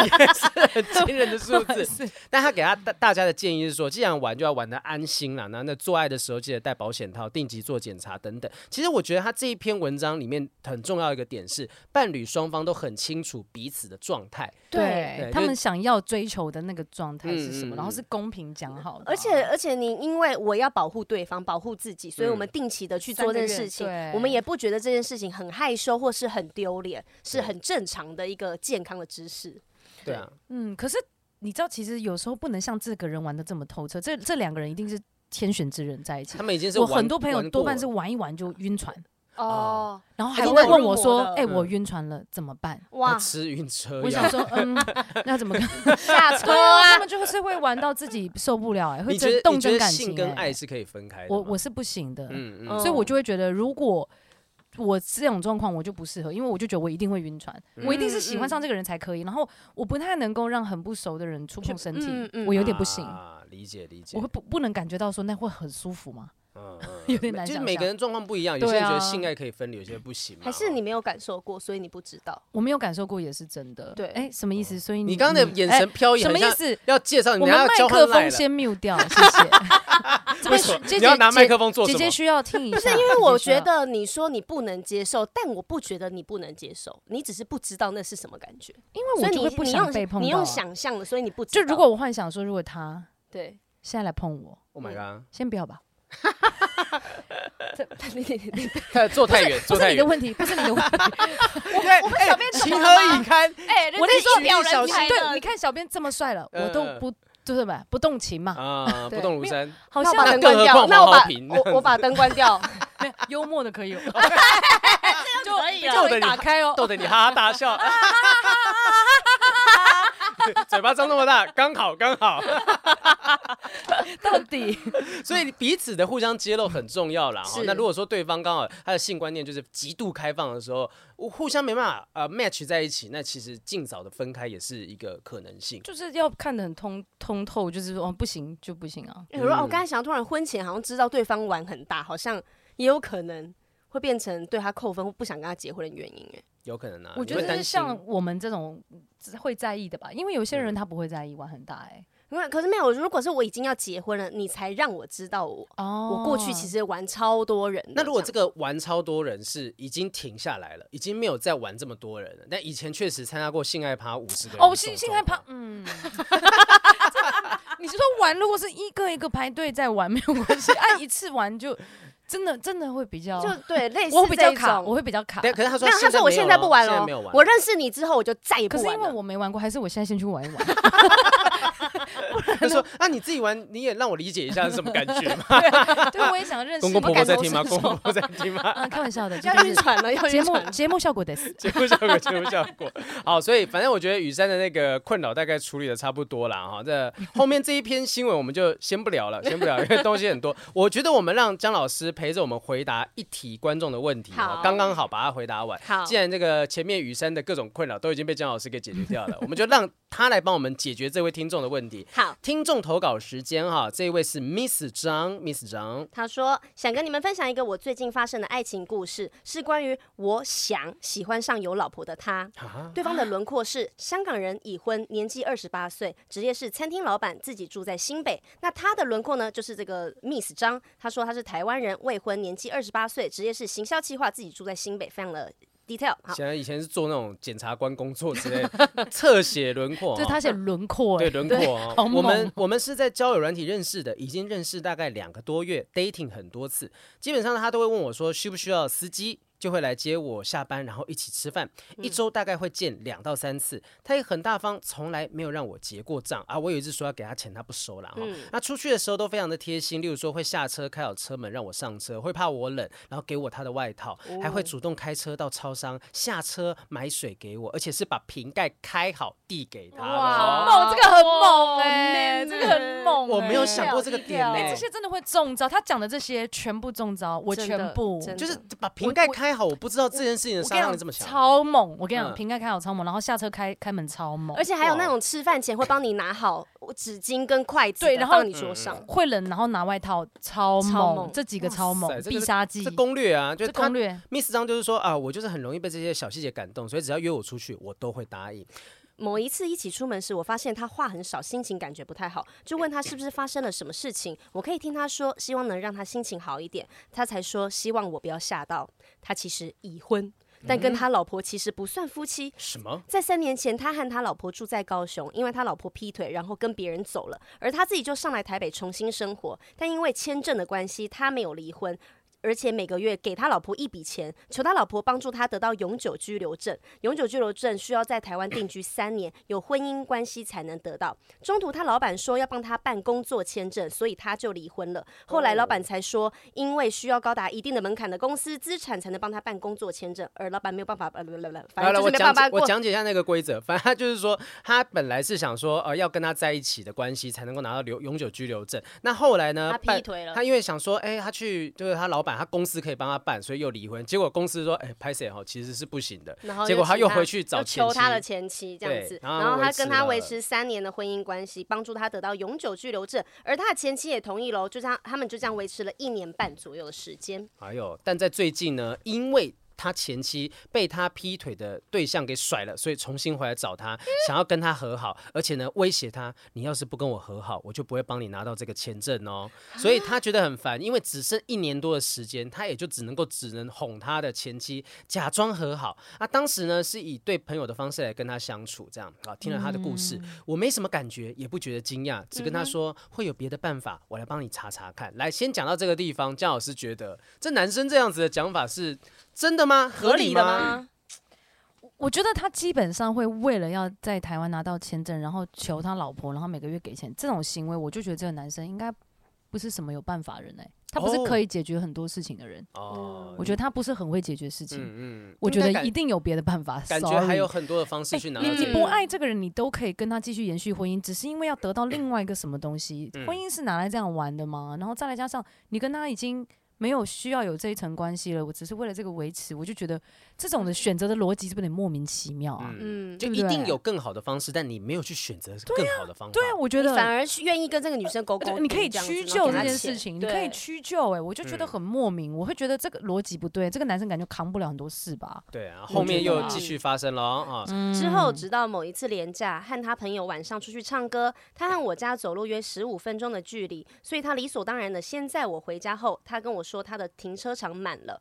Speaker 3: 很惊人的数字。但他给他大大家的建议是说，既然玩就要玩的安心啦，那那做爱的时候记得戴保险套，定期做检查等等。其实我觉得他这一篇文章里面很重要一个点是，伴侣双方都很清楚彼此的状态。对
Speaker 2: 对他
Speaker 3: 就
Speaker 2: 们想要追求的那个状态是什
Speaker 3: 嗯嗯
Speaker 2: 么？
Speaker 3: 嗯
Speaker 2: 然后是公平讲好的啊，
Speaker 1: 而且而且，你因为我要保护对方，保护自己，所以我
Speaker 2: 嗯
Speaker 1: 们定期的去做这件事情
Speaker 2: 三个月，对
Speaker 1: 我们也不觉得这件事情很害羞或是很丢脸，是很正常的一个健康的知识。
Speaker 3: 对啊，
Speaker 2: 嗯，可是你知道，其实有时候不能像这个人玩的这么透彻，这这两个人一定是天选之人在一起
Speaker 3: 他。们已经是
Speaker 2: 我
Speaker 3: 玩
Speaker 2: 很多朋友
Speaker 3: 玩
Speaker 2: 多
Speaker 3: 过
Speaker 2: 半
Speaker 3: 了
Speaker 2: 是玩一玩就晕船，
Speaker 3: 哦
Speaker 1: 哦，
Speaker 2: 然后
Speaker 1: 还
Speaker 2: 还会
Speaker 1: 是会
Speaker 2: 问
Speaker 1: 入
Speaker 2: 我
Speaker 1: 魔
Speaker 2: 说
Speaker 1: 的：“
Speaker 2: 哎，我
Speaker 3: 嗯
Speaker 2: 晕船了，怎么办
Speaker 1: 哇，
Speaker 3: 吃晕？”车
Speaker 2: 我想
Speaker 3: 药。
Speaker 2: 说，嗯， 那怎么办？
Speaker 1: 下车
Speaker 2: 对啊，
Speaker 1: 啊
Speaker 2: 他！们就是会玩到自己受不了，哎，会
Speaker 3: 你
Speaker 2: 真
Speaker 3: 觉得你
Speaker 2: 动
Speaker 3: 觉
Speaker 2: 真
Speaker 3: 得
Speaker 2: 感
Speaker 3: 性
Speaker 2: 情。
Speaker 3: 跟
Speaker 2: 哎
Speaker 3: 爱是可以分开的吗？
Speaker 2: 我我是不行的，
Speaker 3: 嗯嗯，
Speaker 2: 所以我就会觉得，如果我这种状况我就不适合，因为我就觉得我一定会晕船，
Speaker 3: 嗯
Speaker 2: 我一定是喜欢上这个人才可以。然后我不太能够让很不熟的人触碰身体，
Speaker 1: 嗯嗯
Speaker 2: 我有点不行，
Speaker 3: 啊，理解理解
Speaker 2: 我会。不不能感觉到说那会很舒服嘛，
Speaker 3: 嗯，
Speaker 2: 有点难
Speaker 3: 就是
Speaker 2: 想
Speaker 3: 每个
Speaker 2: 象。
Speaker 3: 人状况不一样，有些人
Speaker 2: 对啊
Speaker 3: 觉得性爱可以分离，有些人不行嘛。
Speaker 1: 还
Speaker 3: 哦
Speaker 1: 是你没有感受过，所以你不知道。
Speaker 2: 我没有感受过也是真的。
Speaker 1: 对
Speaker 2: 哎，什么意思？所以
Speaker 3: 哦你刚刚的眼神飘
Speaker 2: 哎
Speaker 3: 移，
Speaker 2: 什么意
Speaker 3: 很像
Speaker 2: 思？
Speaker 3: 要介绍你，
Speaker 2: 我
Speaker 3: 等
Speaker 2: 们
Speaker 3: 下
Speaker 2: 麦
Speaker 3: 交
Speaker 2: 克
Speaker 3: 换赖
Speaker 2: 风
Speaker 3: 了。
Speaker 2: 先 mute 掉，谢谢。这
Speaker 3: 为
Speaker 2: 边
Speaker 3: 什么
Speaker 2: 姐
Speaker 3: 你要拿
Speaker 2: 姐
Speaker 3: 麦克风做
Speaker 2: 姐
Speaker 3: 什
Speaker 2: 姐
Speaker 3: 么？
Speaker 2: 需要听一下，
Speaker 1: 不是因为我觉
Speaker 2: 姐姐需要
Speaker 1: 得你说你不能接受，但我不觉得你不能接受，你只是不知道那是什么感觉，
Speaker 2: 因为
Speaker 1: 所
Speaker 2: 我
Speaker 1: 以
Speaker 2: 就
Speaker 1: 你
Speaker 2: 会不
Speaker 1: 你
Speaker 2: 想被
Speaker 1: 用
Speaker 2: 碰
Speaker 1: 你
Speaker 2: 到啊。
Speaker 1: 用想象的，所以你不知
Speaker 2: 就
Speaker 1: 道
Speaker 2: 如果我幻想说，如果他
Speaker 1: 对，
Speaker 2: 现在来碰我，
Speaker 3: Oh my god！
Speaker 2: 先不要吧，
Speaker 1: 你你你
Speaker 3: 太坐太远，
Speaker 2: 不
Speaker 3: 坐
Speaker 2: 是
Speaker 3: 太
Speaker 2: 你的
Speaker 3: 远。
Speaker 2: 问题，不是你的 问题。
Speaker 3: 我们小编情何以 堪？
Speaker 1: 哎，人
Speaker 2: 我的
Speaker 1: 家
Speaker 2: 意
Speaker 1: 一表人才
Speaker 2: 对，
Speaker 1: 的
Speaker 2: 你，看小编这么帅了，我都
Speaker 3: 嗯
Speaker 2: 不对对吧？不动情嘛，
Speaker 3: 啊，不动如山。
Speaker 2: 好
Speaker 1: 那
Speaker 2: 像
Speaker 1: 我把
Speaker 3: 那
Speaker 1: 灯
Speaker 3: 更
Speaker 1: 关
Speaker 3: 何
Speaker 1: 掉，
Speaker 3: 况
Speaker 1: 那我
Speaker 3: 黄
Speaker 1: 把
Speaker 3: 浩平
Speaker 1: 我我把灯关 掉，
Speaker 2: 没有幽默的 可以哦，就
Speaker 1: 可以啊
Speaker 2: 稍
Speaker 3: 逗得
Speaker 2: 微
Speaker 3: 你
Speaker 2: 打开 哦。
Speaker 3: 逗得你哈哈大笑， 嘴巴张那么大，刚好刚好，
Speaker 2: 到底
Speaker 3: 所以彼此的互相揭露很重要啦。哈
Speaker 1: 是，
Speaker 3: 那如果说对方刚好呃他的性观念就是极度开放的时候，互相没办法呃 match 在一起，那其实尽早的分开也是一个可能性。
Speaker 2: 就是要看得很通通透，就是说哦不行就不行啊。
Speaker 1: 哎我说哦我
Speaker 3: 嗯
Speaker 1: 刚才想，突然婚前好像知道对方玩很大，好像也有可能会变成对他扣分或不想跟他结婚的原因。哎，
Speaker 3: 有可能啊，
Speaker 2: 我觉得
Speaker 3: 你会
Speaker 2: 这是
Speaker 3: 担心嗯
Speaker 2: 像我们这种会在意的吧，因为有些人他不会在意玩很大哎、
Speaker 1: 因为可是没有，如果是我已经要结婚了，你才让我知道我。
Speaker 2: 哦
Speaker 1: 我过去其实玩超多人的。
Speaker 3: 那如果这
Speaker 1: 个
Speaker 3: 个玩超多人是已经停下来了，已经没有再玩这么多人了，但以前确实参加过性爱趴五十个人
Speaker 2: 哦，
Speaker 3: 这
Speaker 2: 性
Speaker 3: 种
Speaker 2: 性害怕
Speaker 3: 状，况。
Speaker 2: 嗯，你是说玩如果是一个一个排队在玩没有关系，按一次玩就真的真的会比较，
Speaker 1: 就 对类似
Speaker 2: 哦我会比
Speaker 1: 这
Speaker 2: 较
Speaker 1: 一
Speaker 2: 卡，
Speaker 1: 种，
Speaker 2: 我会比较卡。
Speaker 3: 但可是他说
Speaker 1: 没有，他说我
Speaker 3: 现
Speaker 1: 现在不玩
Speaker 3: 了，现在
Speaker 1: 了
Speaker 3: 没有玩，
Speaker 1: 我认识你之后我就再也
Speaker 2: 可
Speaker 1: 不
Speaker 2: 是
Speaker 1: 玩
Speaker 2: 因为
Speaker 3: 啊
Speaker 1: 了。
Speaker 2: 我没玩过，还是我现在先去玩一玩。
Speaker 3: 他说：“那、你自己玩，你也让我理解一下是什么感觉嘛。
Speaker 2: 对，我也想认识
Speaker 3: 公公婆婆在听吗？
Speaker 2: 你
Speaker 3: 公公婆婆在听吗？
Speaker 2: 啊，开玩笑的，这
Speaker 1: 要
Speaker 2: 就
Speaker 1: 晕
Speaker 2: 是
Speaker 1: 船 了，要
Speaker 2: 节
Speaker 1: 晕
Speaker 2: 目
Speaker 1: 船了。
Speaker 2: 节目效果得 死。
Speaker 3: 节目效果，节目效果。好，所以反正我觉得雨山的那个困扰大概处理的差不多啦。哈。这后面这一篇新闻我们就先不 聊了，先不聊，因为东西很多。我觉得我们让姜老师陪着我们回答一题观众的问题，哦
Speaker 1: 好
Speaker 3: 刚刚好把它回答完。
Speaker 1: 好
Speaker 3: 既然这个前面雨山的各种困扰都已经被姜老师给解决掉 了，我们就让他来帮我们解决这位听众的问题。
Speaker 1: 好，
Speaker 3: 听众投稿时间哈，这一位是 Miss 张，Miss 张。
Speaker 1: 他说想跟你们分享一个我最近发生的爱情故事，是关于我想喜欢上有老婆的他。
Speaker 3: 啊
Speaker 1: 对方的轮廓是香港人，已婚，年纪二十八岁，职业是餐厅老板，自己住在新北。那他的轮廓呢，就是这个 Miss 张，他说他是台湾人，未婚，年纪二十八岁，职业是行销企划，自己住在新北，非常的 detail。好，
Speaker 3: 显然以前是做那种检察官工作之类的，侧写轮 廓、哦，
Speaker 2: 就是他写轮廓，
Speaker 3: 对
Speaker 2: 哎，
Speaker 3: 轮廓、哦
Speaker 2: 好。
Speaker 3: 我
Speaker 2: 猛
Speaker 3: 们我们是在交友软体认识的，已经认识大概两个多月，dating 很多次，基本上他都会问我说需不需要司机。就会来接我下班，然后一起吃饭，一周大概会见两到三次。他也很大方，从来没有让我结过账啊。我有一次说要给他钱，他不收了哈、哦那出去的时候都非常的贴心，例如说会下车开好车门让我上车，会怕我冷，然后给我他的外套，还会主动开车到超商下车买水给我，而且是把瓶盖开好递给他的哦。
Speaker 1: 哇
Speaker 2: 猛，这个很猛
Speaker 1: 哇
Speaker 2: 哎，
Speaker 1: ，man
Speaker 2: 这个很猛哎。
Speaker 3: 我没有想过这个点呢、
Speaker 2: 哎，这些真的会中招，他讲的这些全部中招，我
Speaker 1: 真
Speaker 2: 全
Speaker 1: 的
Speaker 2: 部。
Speaker 1: 真的
Speaker 3: 就是把瓶盖开好，我不知道这件事情的
Speaker 2: 我
Speaker 3: 杀
Speaker 2: 跟
Speaker 3: 伤
Speaker 2: 你
Speaker 3: 力这
Speaker 2: 讲，
Speaker 3: 么强。
Speaker 2: 超猛！我跟你讲，
Speaker 3: 嗯
Speaker 2: 瓶盖开好超猛，然后下车开开门超猛
Speaker 1: 而，且还有
Speaker 3: 哇
Speaker 1: 那种吃饭前会帮你拿好纸巾跟筷子的，
Speaker 2: 对然后
Speaker 1: 放你桌
Speaker 3: 嗯
Speaker 1: 上。
Speaker 2: 会冷，然后拿外套
Speaker 1: 超
Speaker 2: 超猛
Speaker 1: 猛，
Speaker 2: 这几个超猛
Speaker 3: 哇，塞这个
Speaker 2: 必杀技
Speaker 3: 这，攻略啊，就
Speaker 2: 这
Speaker 3: 是他
Speaker 2: 攻略。
Speaker 3: Miss 张就是说啊，我就是很容易被这些小细节感动，所以只要约我出去，我都会答应。
Speaker 1: 某一次一起出门时，我发现他话很少，心情感觉不太好，就问他是不是发生了什么事情。我可以听他说，希望能让他心情好一点。他才说希望我不要吓到。他其实已婚，但跟他老婆其实不算夫妻。
Speaker 3: 什么？
Speaker 1: 在三年前，他和他老婆住在高雄，因为他老婆劈腿，然后跟别人走了，而他自己就上来台北重新生活。但因为签证的关系，他没有离婚。而且每个月给他老婆一笔钱，求他老婆帮助他得到永久居留证。永久居留证需要在台湾定居三年，有婚姻关系才能得到。中途他老板说要帮他办工作签证，所以他就离婚了。后来老板才说，因为需要高达一定的门槛的公司资产才能帮他办工作签证，而老板没有办法，呃，不不不，反
Speaker 3: 来
Speaker 1: 正
Speaker 3: 来，
Speaker 1: 就是
Speaker 3: 我
Speaker 1: 没
Speaker 3: 讲
Speaker 1: 办
Speaker 3: 解
Speaker 1: 法
Speaker 3: 我
Speaker 1: 过
Speaker 3: 讲解一下那个规则。反正他就是说，他本来是想说，呃，要跟他在一起的关系才能够拿到留永久居留证。那后来呢
Speaker 1: 他，
Speaker 3: 办
Speaker 1: 劈腿了
Speaker 3: 他因为想说，哎、他去就是他老板办，他公司可以帮他办，所以又离婚。结果公司说，哎、拍谁哈，其实是不行的。
Speaker 1: 然后
Speaker 3: 结果
Speaker 1: 又
Speaker 3: 他
Speaker 1: 请
Speaker 3: 又
Speaker 1: 他
Speaker 3: 回去找
Speaker 1: 又
Speaker 3: 前
Speaker 1: 求他
Speaker 3: 妻
Speaker 1: 的前妻这样
Speaker 3: 对
Speaker 1: 子，
Speaker 3: 然后
Speaker 1: 然后他
Speaker 3: 维
Speaker 1: 跟
Speaker 3: 持
Speaker 1: 他维
Speaker 3: 了
Speaker 1: 持三年的婚姻关系，帮助他得到永久居留证，而他的前妻也同意喽，就这样他们就这样维持了一年半左右的时间。
Speaker 3: 还有，哎但在最近呢，因为他前妻被他劈腿的对象给甩了，所以重新回来找他，想要跟他和好，而且呢威胁他，你要是不跟我和好，我就不会帮你拿到这个签证哦。所
Speaker 2: 啊
Speaker 3: 以他觉得很烦，因为只剩一年多的时间，他也就只能够只能哄他的前妻假装和好。啊，当时呢是以对朋友的方式来跟他相处，这样啊，听了他的故事，
Speaker 2: 嗯
Speaker 3: 我没什么感觉，也不觉得惊讶，只跟他说、会有别的办法，我来帮你查查看。来，先讲到这个地方，姜老师觉得这男生这样子的讲法是真的吗？合理
Speaker 1: 的
Speaker 3: 吗？？
Speaker 2: 嗯我觉得他基本上会为了要在台湾拿到签证，然后求他老婆，然后每个月给钱，这种行为，我就觉得这个男生应该不是什么有办法人哎、他不是
Speaker 3: 哦
Speaker 2: 可以解决很多事情的人。
Speaker 3: 哦，
Speaker 2: 我觉得他不是很会解决事情，
Speaker 3: 嗯嗯，
Speaker 2: 我觉
Speaker 3: 应该
Speaker 2: 得
Speaker 3: 感
Speaker 2: 一定有别的办法。
Speaker 3: 感觉
Speaker 2: sorry
Speaker 3: 还有很多的方式去拿到
Speaker 2: 你
Speaker 3: 这
Speaker 2: 你
Speaker 3: 个。
Speaker 2: 不爱这个人，你都可以跟他继续延续婚姻，只是因为要得到另外一个什么东西。
Speaker 3: 嗯
Speaker 2: 婚姻是拿来这样玩的吗？然后再来加上你跟他已经没有需要有这一层关系了，我只是为了这个维持，我就觉得这种的选择的逻辑是不是有点莫名其妙啊？
Speaker 3: 嗯，
Speaker 1: 嗯，
Speaker 2: 对
Speaker 3: 就
Speaker 2: 不
Speaker 3: 一定
Speaker 2: 对
Speaker 3: 有更好的方式，但你没有去选择更好的方法。
Speaker 2: 对啊，我觉
Speaker 1: 你
Speaker 2: 得
Speaker 1: 反而是愿意跟这个女生勾勾，
Speaker 2: 对你可以
Speaker 1: 哦这样子
Speaker 2: 屈
Speaker 1: 然后
Speaker 2: 就
Speaker 1: 给
Speaker 2: 这
Speaker 1: 她
Speaker 2: 件
Speaker 1: 钱
Speaker 2: 事情，你
Speaker 1: 对
Speaker 2: 可以屈就、哎，我就觉得
Speaker 3: 嗯
Speaker 2: 很莫名，我会觉得这个逻辑不对，这个男生感觉扛不了很多事吧。
Speaker 3: 对啊，
Speaker 2: 我
Speaker 3: 后面
Speaker 2: 觉得
Speaker 3: 又
Speaker 1: 啊
Speaker 3: 继续发生了
Speaker 2: 嗯
Speaker 3: 啊。
Speaker 1: 之后，直到某一次廉假，和他朋友晚上出去唱歌，他和我家走路约十五分钟的距离，所以他理所当然的先载我回家后，他跟我说他的停车场满了。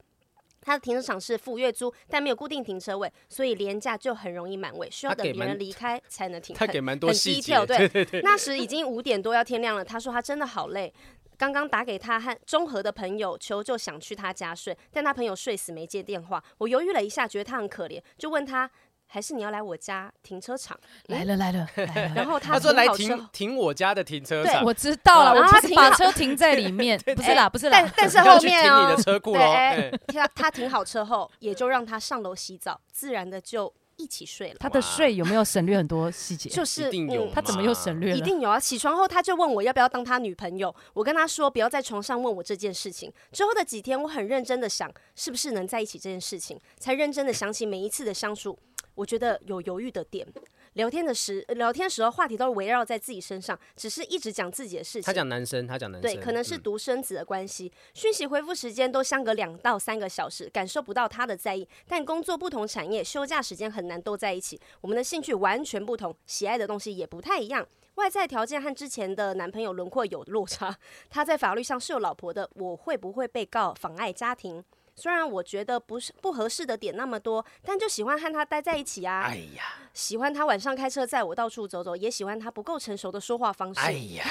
Speaker 1: 他的停车场是付月租，但没有固定停车位，所以廉价就很容易满位，需要
Speaker 3: 他
Speaker 1: 等
Speaker 3: 给
Speaker 1: 别人
Speaker 3: 蛮
Speaker 1: 离开才能停。
Speaker 3: 他
Speaker 1: 很
Speaker 3: 给蛮多
Speaker 1: 很
Speaker 3: 细
Speaker 1: d
Speaker 3: 节
Speaker 1: e，对那时已经五点多，要天亮了。他说他真的好累。刚刚打给他和中和的朋友求救，想去他家睡，但他朋友睡死没接电话。我犹豫了一下，觉得他很可怜，就问他，还是你要来我家停车 场？
Speaker 2: 来了来了来了，
Speaker 1: 然后
Speaker 3: 他
Speaker 1: 他
Speaker 3: 说来
Speaker 1: 停好车
Speaker 3: 停
Speaker 1: 后，
Speaker 3: 停我家的停车
Speaker 1: 对
Speaker 3: 场，
Speaker 2: 我知道 了，
Speaker 1: 然
Speaker 2: 我
Speaker 1: 后
Speaker 2: 不
Speaker 1: 他
Speaker 2: 是
Speaker 1: 停
Speaker 2: 把
Speaker 1: 好
Speaker 2: 车啊停在里 面，不是啦不是啦
Speaker 1: 但，但是
Speaker 3: 要
Speaker 1: 后
Speaker 3: 去
Speaker 1: 面
Speaker 3: 停你
Speaker 1: 哦
Speaker 3: 的，车库
Speaker 1: 对
Speaker 3: 喽。
Speaker 1: 哎
Speaker 3: 哎
Speaker 1: 他他停好车后，也就让他上楼洗澡，自然的就一起睡了。
Speaker 2: 他的
Speaker 3: 哇
Speaker 2: 睡有没有省略很多细节？
Speaker 1: 就是
Speaker 3: 一定有
Speaker 1: 嗯
Speaker 2: 他怎么又省略
Speaker 1: 一
Speaker 2: 了？
Speaker 1: 定有啊！起床后他就问我要不要当他女朋友，我跟他说不要在床上问我这件事情。之后的几天，我很认真的想是不是能在一起这件事情，才认真的想起每一次的相处，我觉得有犹豫的点。聊天的时聊天时候，话题都围绕在自己身上，只是一直讲自己的事情。
Speaker 3: 他讲男生，他讲男生，
Speaker 1: 对，可能是
Speaker 3: 嗯
Speaker 1: 独生子的关系，讯息回复时间都相隔两到三个小时，感受不到他的在意。但工作不同产业，休假时间很难都在一起。我们的兴趣完全不同，喜爱的东西也不太一样。外在条件和之前的男朋友轮廓有落差，他在法律上是有老婆的，我会不会被告妨碍家庭？虽然我觉得不是不合适的点那么多，但就喜欢和他待在一起啊
Speaker 3: 哎，呀，
Speaker 1: 喜欢他晚上开车载我到处走走，也喜欢他不够成熟的说话方式。
Speaker 3: 哎呀，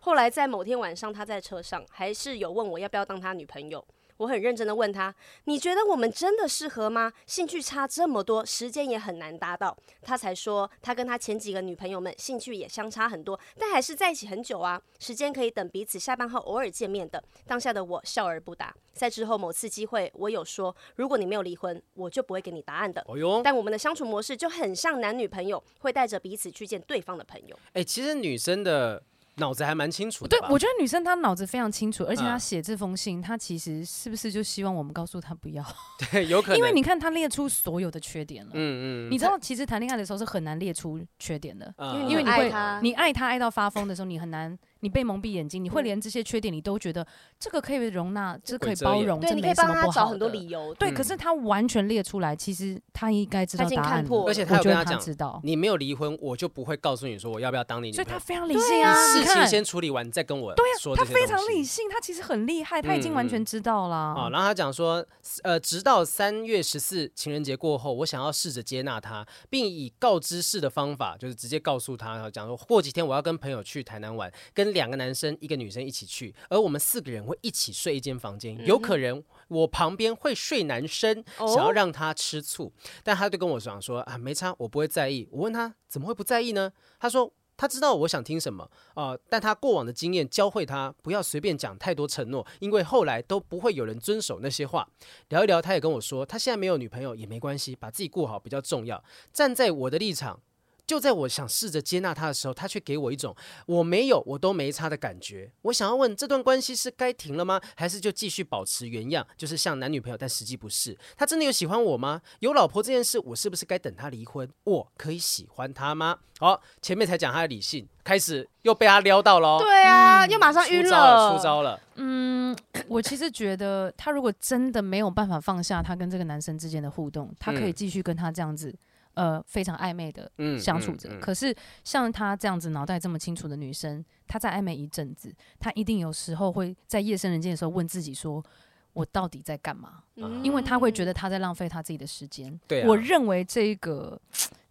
Speaker 1: 后来在某天晚上，他在车上还是有问我要不要当他女朋友。我很认真的问他：“你觉得我们真的适合吗？兴趣差这么多，时间也很难达到。”他才说，他跟他前几个女朋友们兴趣也相差很多，但还是在一起很久啊。时间可以等彼此下班后偶尔见面的。当下的我笑而不答。在之后某次机会，我有说，如果你没有离婚，我就不会给你答案的。
Speaker 3: 哦哟，
Speaker 1: 但我们的相处模式就很像男女朋友，会带着彼此去见对方的朋
Speaker 2: 哦
Speaker 1: 友。
Speaker 3: 哎，其实女生的脑子还蛮清楚的
Speaker 2: 对
Speaker 3: 吧，？
Speaker 2: 我觉得女生她脑子非常清楚，而且她
Speaker 3: 嗯
Speaker 2: 写这封信，她其实是不是就希望我们告诉她不要？
Speaker 3: 对， 有可能，
Speaker 2: 因为你看她列出所有的缺点了，
Speaker 3: 嗯，嗯嗯，
Speaker 2: 你知道，其实谈恋爱的时候是很难列出缺点的。
Speaker 3: 啊，
Speaker 1: 因
Speaker 2: 因为你
Speaker 1: 爱
Speaker 2: 会
Speaker 1: 他
Speaker 2: 你爱他爱到发疯的时候，你很难，你被蒙蔽眼睛，你会连这些缺点你都觉得这个可以容纳，这可以
Speaker 3: 鬼遮眼
Speaker 2: 包容，
Speaker 1: 对，
Speaker 2: 这
Speaker 1: 你可
Speaker 2: 没
Speaker 1: 以
Speaker 2: 什
Speaker 1: 帮
Speaker 2: 么
Speaker 1: 他
Speaker 2: 不
Speaker 1: 找
Speaker 2: 好
Speaker 1: 很多
Speaker 2: 的。
Speaker 1: 理由，
Speaker 2: 对，
Speaker 3: 嗯
Speaker 2: 可是他完全列出来，其实他应该知
Speaker 1: 他已
Speaker 2: 道
Speaker 1: 经
Speaker 2: 答
Speaker 1: 看
Speaker 2: 案
Speaker 1: 破
Speaker 2: 了，
Speaker 1: 了
Speaker 3: 而且他有
Speaker 2: 我觉
Speaker 3: 跟
Speaker 2: 得
Speaker 3: 他
Speaker 2: 他
Speaker 3: 讲
Speaker 2: 知道，
Speaker 3: 你没有离婚，我就不会告诉你说我要不要当你女
Speaker 2: 所以
Speaker 3: 朋
Speaker 2: 他
Speaker 3: 友。
Speaker 2: 非常理性啊，
Speaker 3: 事
Speaker 2: 你
Speaker 3: 情
Speaker 2: 看
Speaker 3: 先处理完，你再跟我
Speaker 2: 对啊
Speaker 3: 说
Speaker 2: 他
Speaker 3: 这些东西。
Speaker 2: 非常理性，他其实很厉害，他已经完
Speaker 3: 嗯嗯
Speaker 2: 全知道啦。
Speaker 3: 啊、然后他讲说，呃，直到三月十四情人节过后，我想要试着接纳他，并以告知式的方法，就是直接告诉他，然后讲说过几天我要跟朋友去台南玩，跟两个男生一个女生一起去，而我们四个人会一起睡一间房间，有可能我旁边会睡男生，
Speaker 1: 哦
Speaker 3: 想要让他吃醋，但他就跟我讲说啊，没差，我不会在意。我问他怎么会不在意呢？他说。他知道我想听什么，呃，但他过往的经验教会他不要随便讲太多承诺，因为后来都不会有人遵守那些话。聊一聊，他也跟我说，他现在没有女朋友也没关系，把自己顾好比较重要。站在我的立场，就在我想试着接纳他的时候，他却给我一种我没有我都没差的感觉。我想要问，这段关系是该停了吗？还是就继续保持原样，就是像男女朋友，但实际不是？他真的有喜欢我吗？有老婆这件事，我是不是该等他离婚？我可以喜欢他吗？好，前面才讲他的理性，开始又被他撩到喽。
Speaker 1: 对啊，又马上
Speaker 3: 嗯出
Speaker 1: 晕
Speaker 3: 招了，出招了！
Speaker 2: 嗯，我其实觉得他如果真的没有办法放下他跟这个男生之间的互动，他可以
Speaker 3: 嗯
Speaker 2: 继续跟他这样子，呃，非常暧昧的
Speaker 3: 嗯，
Speaker 2: 相处着。
Speaker 3: 嗯嗯
Speaker 2: 可是像她这样子脑袋这么清楚的女生，她在暧昧一阵子，她一定有时候会在夜深人静的时候问自己说：“我到底在干嘛？”
Speaker 1: 嗯
Speaker 2: 因为她会觉得她在浪费她自己的时间。
Speaker 3: 对啊
Speaker 2: 我认为这一个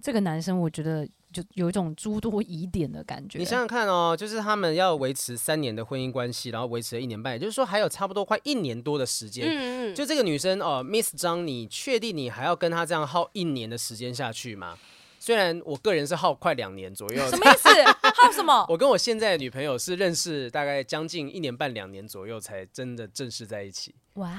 Speaker 2: 这个男生，我觉得就有一种诸多疑点的感觉。
Speaker 3: 你想想看哦，就是他们要维持三年的婚姻关系，然后维持了一年半，也就是说还有差不多快一年多的时间。
Speaker 1: 嗯 嗯，
Speaker 3: 就这个女生哦，Miss 张，你确定你还要跟她这样耗一年的时间下去吗？虽然我个人是耗快两年左右，
Speaker 2: 什么意思？还有什么？
Speaker 3: 我跟我现在的女朋友是认识大概将近一年半、两年左右才真的正式在一起。
Speaker 2: 哇，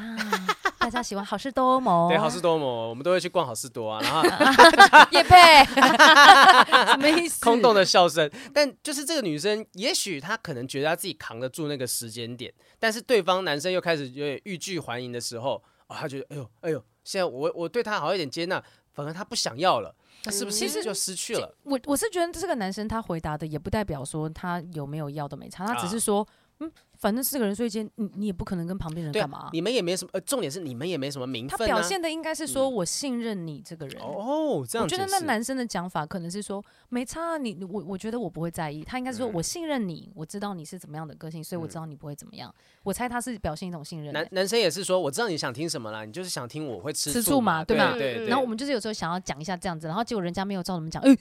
Speaker 2: 大家喜欢好事多哦磨，
Speaker 3: 对，好事多磨，我们都会去逛好事多啊，然后
Speaker 2: 叶佩， 什么意思？
Speaker 3: 空洞的笑声。但就是这个女生，也许她可能觉得她自己扛得住那个时间点，但是对方男生又开始有点欲拒还迎的时候，哦，她觉得哎呦哎呦，现在我我对她好一点接纳，反而她不想要了，那是不
Speaker 1: 其
Speaker 3: 是
Speaker 2: 实
Speaker 3: 就失去了？
Speaker 2: 我我是觉得这个男生他回答的也不代表说他有没有要都没差，
Speaker 3: 啊
Speaker 2: 他只是说，嗯，反正四个人睡一间，你你也不可能跟旁边人
Speaker 3: 对啊
Speaker 2: 干嘛。
Speaker 3: 你们也没什么，呃，重点是你们也没什么名
Speaker 2: 他
Speaker 3: 分、啊。
Speaker 2: 表现的应该是说
Speaker 3: 嗯
Speaker 2: 我信任你这个人。
Speaker 3: 哦，这样
Speaker 2: 我觉得
Speaker 3: 解
Speaker 2: 那
Speaker 3: 释
Speaker 2: 男生的讲法可能是说没差、啊，你我我觉得我不会在意。他应该是说
Speaker 3: 嗯
Speaker 2: 我信任你，我知道你是怎么样的个性，所以我知道你不会怎么样。我猜他是表现一种信任、
Speaker 3: 男
Speaker 2: 欸
Speaker 3: 男生也是说，我知道你想听什么啦，你就是想听我会吃
Speaker 2: 吃
Speaker 3: 醋
Speaker 2: 醋嘛
Speaker 3: 对
Speaker 2: 对
Speaker 1: 吧
Speaker 3: 对对。嗯
Speaker 2: 然后我们就是有时候想要讲一下这样子，然后结果人家没有照我们讲，哎、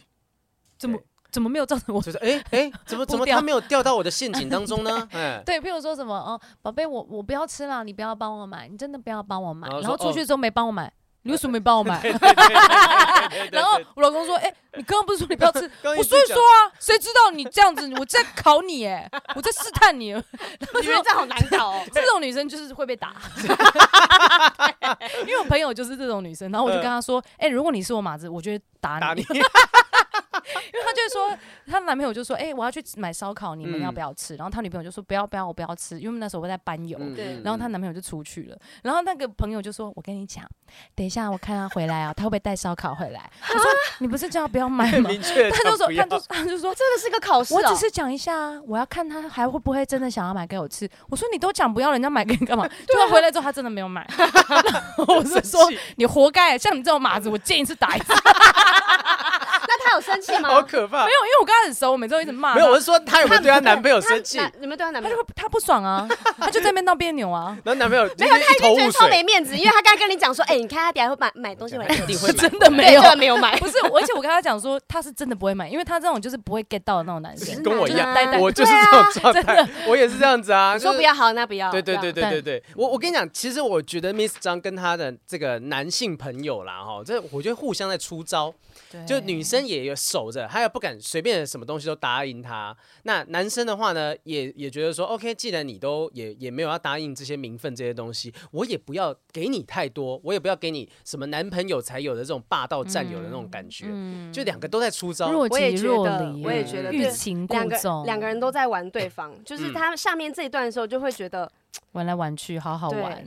Speaker 2: 怎么怎么没有照着我
Speaker 3: 就是哎哎，怎么怎么
Speaker 2: 步调
Speaker 3: 他没有掉到我的陷阱当中呢？ 哎，
Speaker 2: 对，譬如说什么哦，宝贝，我我不要吃了，你不要帮我买，你真的不要帮我买。
Speaker 3: 然后
Speaker 2: 然
Speaker 3: 说
Speaker 2: 后出
Speaker 3: 哦
Speaker 2: 去之后没帮我 买，你为什么没帮我买？ 然后我老公说，哎、你刚刚不是说你不要吃？
Speaker 3: 刚刚一
Speaker 2: 我
Speaker 3: 直
Speaker 2: 所以
Speaker 3: 讲
Speaker 2: 说啊，谁知道你这样子，我在考你哎、我在试探你。。
Speaker 1: 女人这样好难搞哦
Speaker 2: 这种女生就是会被 打，因为我朋友就是这种女生，然后我就
Speaker 3: 嗯
Speaker 2: 跟她说，哎、如果你是我马子，我就会打你，
Speaker 3: 打你
Speaker 2: 因为她就会说，她男朋友就说，哎、我要去买烧烤，你们要
Speaker 3: 嗯
Speaker 2: 不要吃？然后她女朋友就说，不要不要，我不要吃，因为那时候我在班游，
Speaker 3: 嗯
Speaker 1: 对
Speaker 2: 然 后她男朋友就出去了，然后那个朋友就说：“我跟你讲，等一下我看他回来啊，他会不会带烧烤回来？”我说：“你不是叫他不要买吗
Speaker 3: 啊明确地
Speaker 2: 他就
Speaker 3: 讲
Speaker 2: 说
Speaker 3: 不：“要，
Speaker 2: 他就他就 说，
Speaker 1: 真的是个考试、哦，
Speaker 2: 我只是讲一下啊，我要看他还会不会真的想要买给我吃。”我说：“你都讲不要，人家买给你干嘛？”结果回来之后他真的没有 买，然后我是说
Speaker 3: 啊生气
Speaker 2: 你活该，啊像你这种马子，我见一次打一次。
Speaker 1: 那他有生气吗？
Speaker 3: 好可怕
Speaker 2: 没。有，因为我跟他很熟，我每周一直骂
Speaker 3: 没有，
Speaker 2: 他
Speaker 3: 我是说她有没有哦对她男朋友生气？
Speaker 1: 他
Speaker 3: 然
Speaker 1: 男你们对他男
Speaker 2: 他
Speaker 1: 朋
Speaker 2: 就
Speaker 1: 友
Speaker 2: 会他不爽啊，他就在那边闹别扭啊。
Speaker 3: 后男朋友没
Speaker 1: 没有，他
Speaker 3: 一
Speaker 1: 一定
Speaker 3: 头
Speaker 1: 觉
Speaker 3: 雾
Speaker 1: 得超
Speaker 3: 水
Speaker 1: 没，面子，因为他刚才跟你 讲说，哎、你看他等下会买买东西回来，
Speaker 3: 一定会买
Speaker 2: 真的没有
Speaker 1: 对就没有买，
Speaker 2: 不是，我而且我跟他讲说，他是真的不会买，因为他这种就是不会 get 到的那种男生。
Speaker 3: 跟我一样
Speaker 1: 直男啊，
Speaker 3: 我就是这种状态，我也是这样子啊。
Speaker 1: 你
Speaker 3: 就
Speaker 1: 说
Speaker 3: 是
Speaker 1: 不要好，那不要，啊
Speaker 3: 对对对
Speaker 1: 这
Speaker 3: 对对对，我我跟你讲，其实我觉得 Miss 张跟她的这个男性朋友啦，哈，这我觉得互相在出招，就女生也有守着，她也不敢随便什么东西都答应他。那男生的话呢，也也觉得说，OK，既然你都也也没有要答应这些名分这些东西，我也不要给你太多，我也不要给你什么男朋友才有的这种霸道占有的那种感觉，
Speaker 1: 嗯
Speaker 3: 就两个都在出招。
Speaker 2: 若
Speaker 1: 我也
Speaker 2: 即
Speaker 1: 觉
Speaker 2: 若
Speaker 1: 得
Speaker 2: 离，
Speaker 1: 我也觉得
Speaker 2: 欲
Speaker 1: 对
Speaker 2: 擒故
Speaker 1: 两个
Speaker 2: 纵，
Speaker 1: 两个人都在玩对方，
Speaker 3: 嗯
Speaker 1: 就是他下面这一段的时候就会觉得，
Speaker 2: 玩来玩去，好好
Speaker 1: 对
Speaker 2: 玩。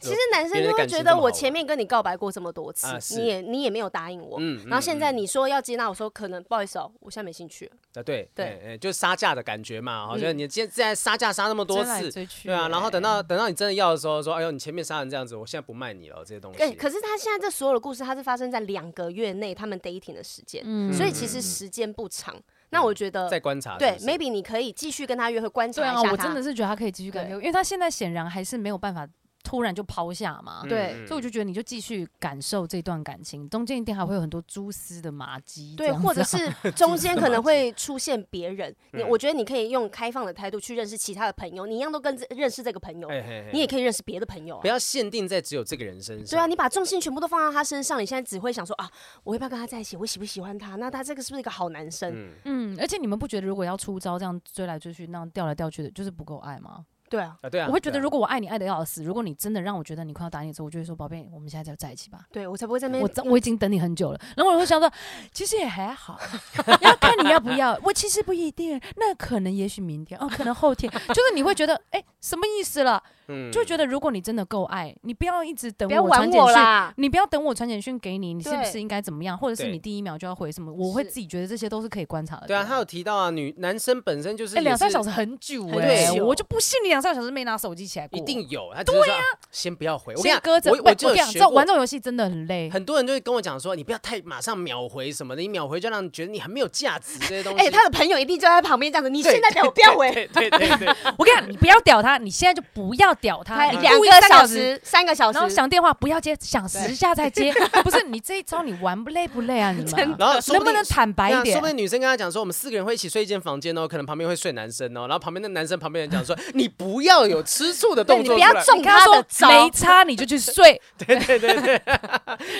Speaker 1: 其实男生就会觉得我前面跟你告白过这么多次
Speaker 3: 啊，是
Speaker 1: 你也你也没有答应我，
Speaker 3: 嗯嗯
Speaker 1: 然后现在你说要接纳，我说可能不好意思哦，我现在没兴趣了，
Speaker 3: 啊，对
Speaker 1: 对
Speaker 3: 哎哎就杀价的感觉嘛，好
Speaker 1: 嗯
Speaker 3: 像你现在杀价杀那么多
Speaker 2: 追来
Speaker 3: 次，
Speaker 2: 追去
Speaker 3: 对啊，
Speaker 2: 欸
Speaker 3: 然后等到等到你真的要的时候，说，哎呦，你前面杀成这样子，我现在不卖你了这些东
Speaker 1: 对，
Speaker 3: 西。
Speaker 1: 可是他现在这所有的故事，他是发生在两个月内他们 dating 的时间，
Speaker 2: 嗯
Speaker 1: 所以其实时间不长。那我觉得
Speaker 3: 再观察
Speaker 1: 对
Speaker 3: 是不是
Speaker 1: ，maybe 你可以继续跟他约会，观察
Speaker 2: 对
Speaker 1: 一下他。
Speaker 2: 啊，我真的是觉得他可以继续感
Speaker 1: 对
Speaker 2: 觉，因为他现在显然还是没有办法突然就抛下嘛。
Speaker 3: 嗯
Speaker 1: 对
Speaker 3: 嗯
Speaker 2: 所以我就觉得你就继续感受这段感情，中间一定还会有很多蛛丝的马迹这
Speaker 1: 对，
Speaker 2: 样子啊。
Speaker 1: 或者是中间 可能会出现别人。你
Speaker 3: 嗯
Speaker 1: 我觉得你可以用开放的态度去认识其他的朋友，你一样都跟这认识这个朋友，
Speaker 3: 哎嘿嘿
Speaker 1: 你也可以认识别的朋友啊
Speaker 3: 不。要限定在只有这个人身
Speaker 1: 对啊，
Speaker 3: 上。
Speaker 1: 你把重心全部都放到他身上，你现在只会想说啊，我要不要跟他在一起？我喜不喜欢他？那他这个是不是一个好男生？
Speaker 3: 嗯，
Speaker 2: 嗯，而且你们不觉得如果要出招这样追来追去，那样调来调去的，就是不够爱吗？
Speaker 1: 对啊，
Speaker 3: 啊，对啊，
Speaker 2: 我会觉
Speaker 3: 对
Speaker 2: 得，
Speaker 3: 啊
Speaker 2: 如果我爱你爱的要死，如果你真的让我觉得你快要打你的时候，我就会说，宝贝，我们现在就在一起吧。
Speaker 1: 对我才不会在那边。
Speaker 2: 我真我已经等你很久了，然后我会想到，其实也还好，要看你要不要。 我其实不一定，那可能也许明天，哦，可能后天， 就是你会觉得，哎、什么意思了？
Speaker 3: 嗯
Speaker 2: 就觉得如果你真的够爱，你不要一直等
Speaker 1: 不要
Speaker 2: 我
Speaker 1: 玩
Speaker 2: 传简
Speaker 1: 我
Speaker 2: 讯，
Speaker 1: 啦，
Speaker 2: 你不要等我传简讯给你，你是不
Speaker 1: 对
Speaker 2: 是应该怎么样？或者是
Speaker 3: 对
Speaker 2: 你第一秒就要回什么？我会
Speaker 1: 是
Speaker 2: 自己觉得这些都是可以观察的。
Speaker 3: 对啊，他有提到啊，女男生本身就是
Speaker 2: 哎，两、
Speaker 3: 也
Speaker 2: 三
Speaker 3: 是
Speaker 2: 小时很久
Speaker 1: 很
Speaker 2: 哎、
Speaker 3: 久
Speaker 2: 我就不信你两三小时没拿手机起来过。
Speaker 3: 一定有，他只是说啊先不要回，我跟
Speaker 2: 先
Speaker 3: 你
Speaker 2: 搁
Speaker 3: 讲，
Speaker 2: 着。
Speaker 3: 我
Speaker 2: 不
Speaker 3: 我
Speaker 2: 我
Speaker 3: 就有
Speaker 2: 跟你讲
Speaker 3: 学
Speaker 2: 这
Speaker 3: 过
Speaker 2: 玩这种游戏真的很累。
Speaker 3: 很多人就会跟我讲说，你不要太马上秒回什么的，你秒回就让你觉得你很没有价值这些东西。
Speaker 1: 哎、他的朋友一定就在旁边这样子。你
Speaker 3: 对
Speaker 1: 现在表我不要回，
Speaker 3: 对对对 对，
Speaker 2: 我跟你 讲，你不要屌他，你现在就不要屌他，
Speaker 1: 他
Speaker 2: 你
Speaker 1: 两
Speaker 2: 故意
Speaker 1: 个
Speaker 2: 三
Speaker 1: 小
Speaker 2: 小，
Speaker 1: 时、三个小
Speaker 2: 然后
Speaker 1: 时，
Speaker 2: 想电话不要接，想十下再接。 不是你这一招你玩不累不累啊？你们啊
Speaker 3: 然后说
Speaker 2: 能不
Speaker 3: 定
Speaker 2: 能坦白
Speaker 3: 对
Speaker 2: 一
Speaker 3: 啊
Speaker 2: 点
Speaker 3: 说不？定女生跟他讲说，我们四个人会一起睡一间房间哦，可能旁边会睡男生哦，然后旁边的男生旁边人讲说，你不要有吃醋的动
Speaker 1: 你
Speaker 3: 作
Speaker 1: 不
Speaker 3: 出
Speaker 1: 要
Speaker 3: 来，
Speaker 1: 中
Speaker 2: 你跟他
Speaker 1: 他的
Speaker 2: 说
Speaker 1: 招，
Speaker 2: 没差你就去 睡，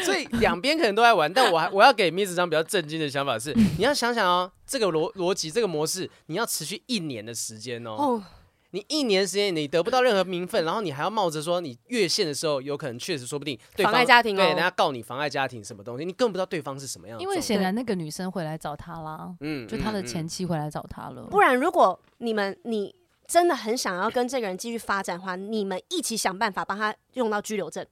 Speaker 3: 所以两边可能都在玩。但我还我要给 Miss 张比较震惊的想法
Speaker 2: 嗯
Speaker 3: 是，你要想想哦，这个逻逻辑这个模式，你要持续一年的时间哦。
Speaker 1: 哦，
Speaker 3: 你一年时间你得不到任何名分，然后你还要冒着说你越线的时候，有可能确实说不定对方
Speaker 1: 妨碍家庭哦
Speaker 3: 对，人家告你妨碍家庭什么东西，你根本不知道对方是什么样的
Speaker 2: 因
Speaker 3: 状态。
Speaker 2: 为显然那个女生回来找他啦，
Speaker 3: 嗯
Speaker 2: 就他的
Speaker 3: 嗯嗯
Speaker 2: 前妻回来找他了。
Speaker 1: 不然如果你们你真的很想要跟这个人继续发展的话，你们一起想办法帮他用到居留证，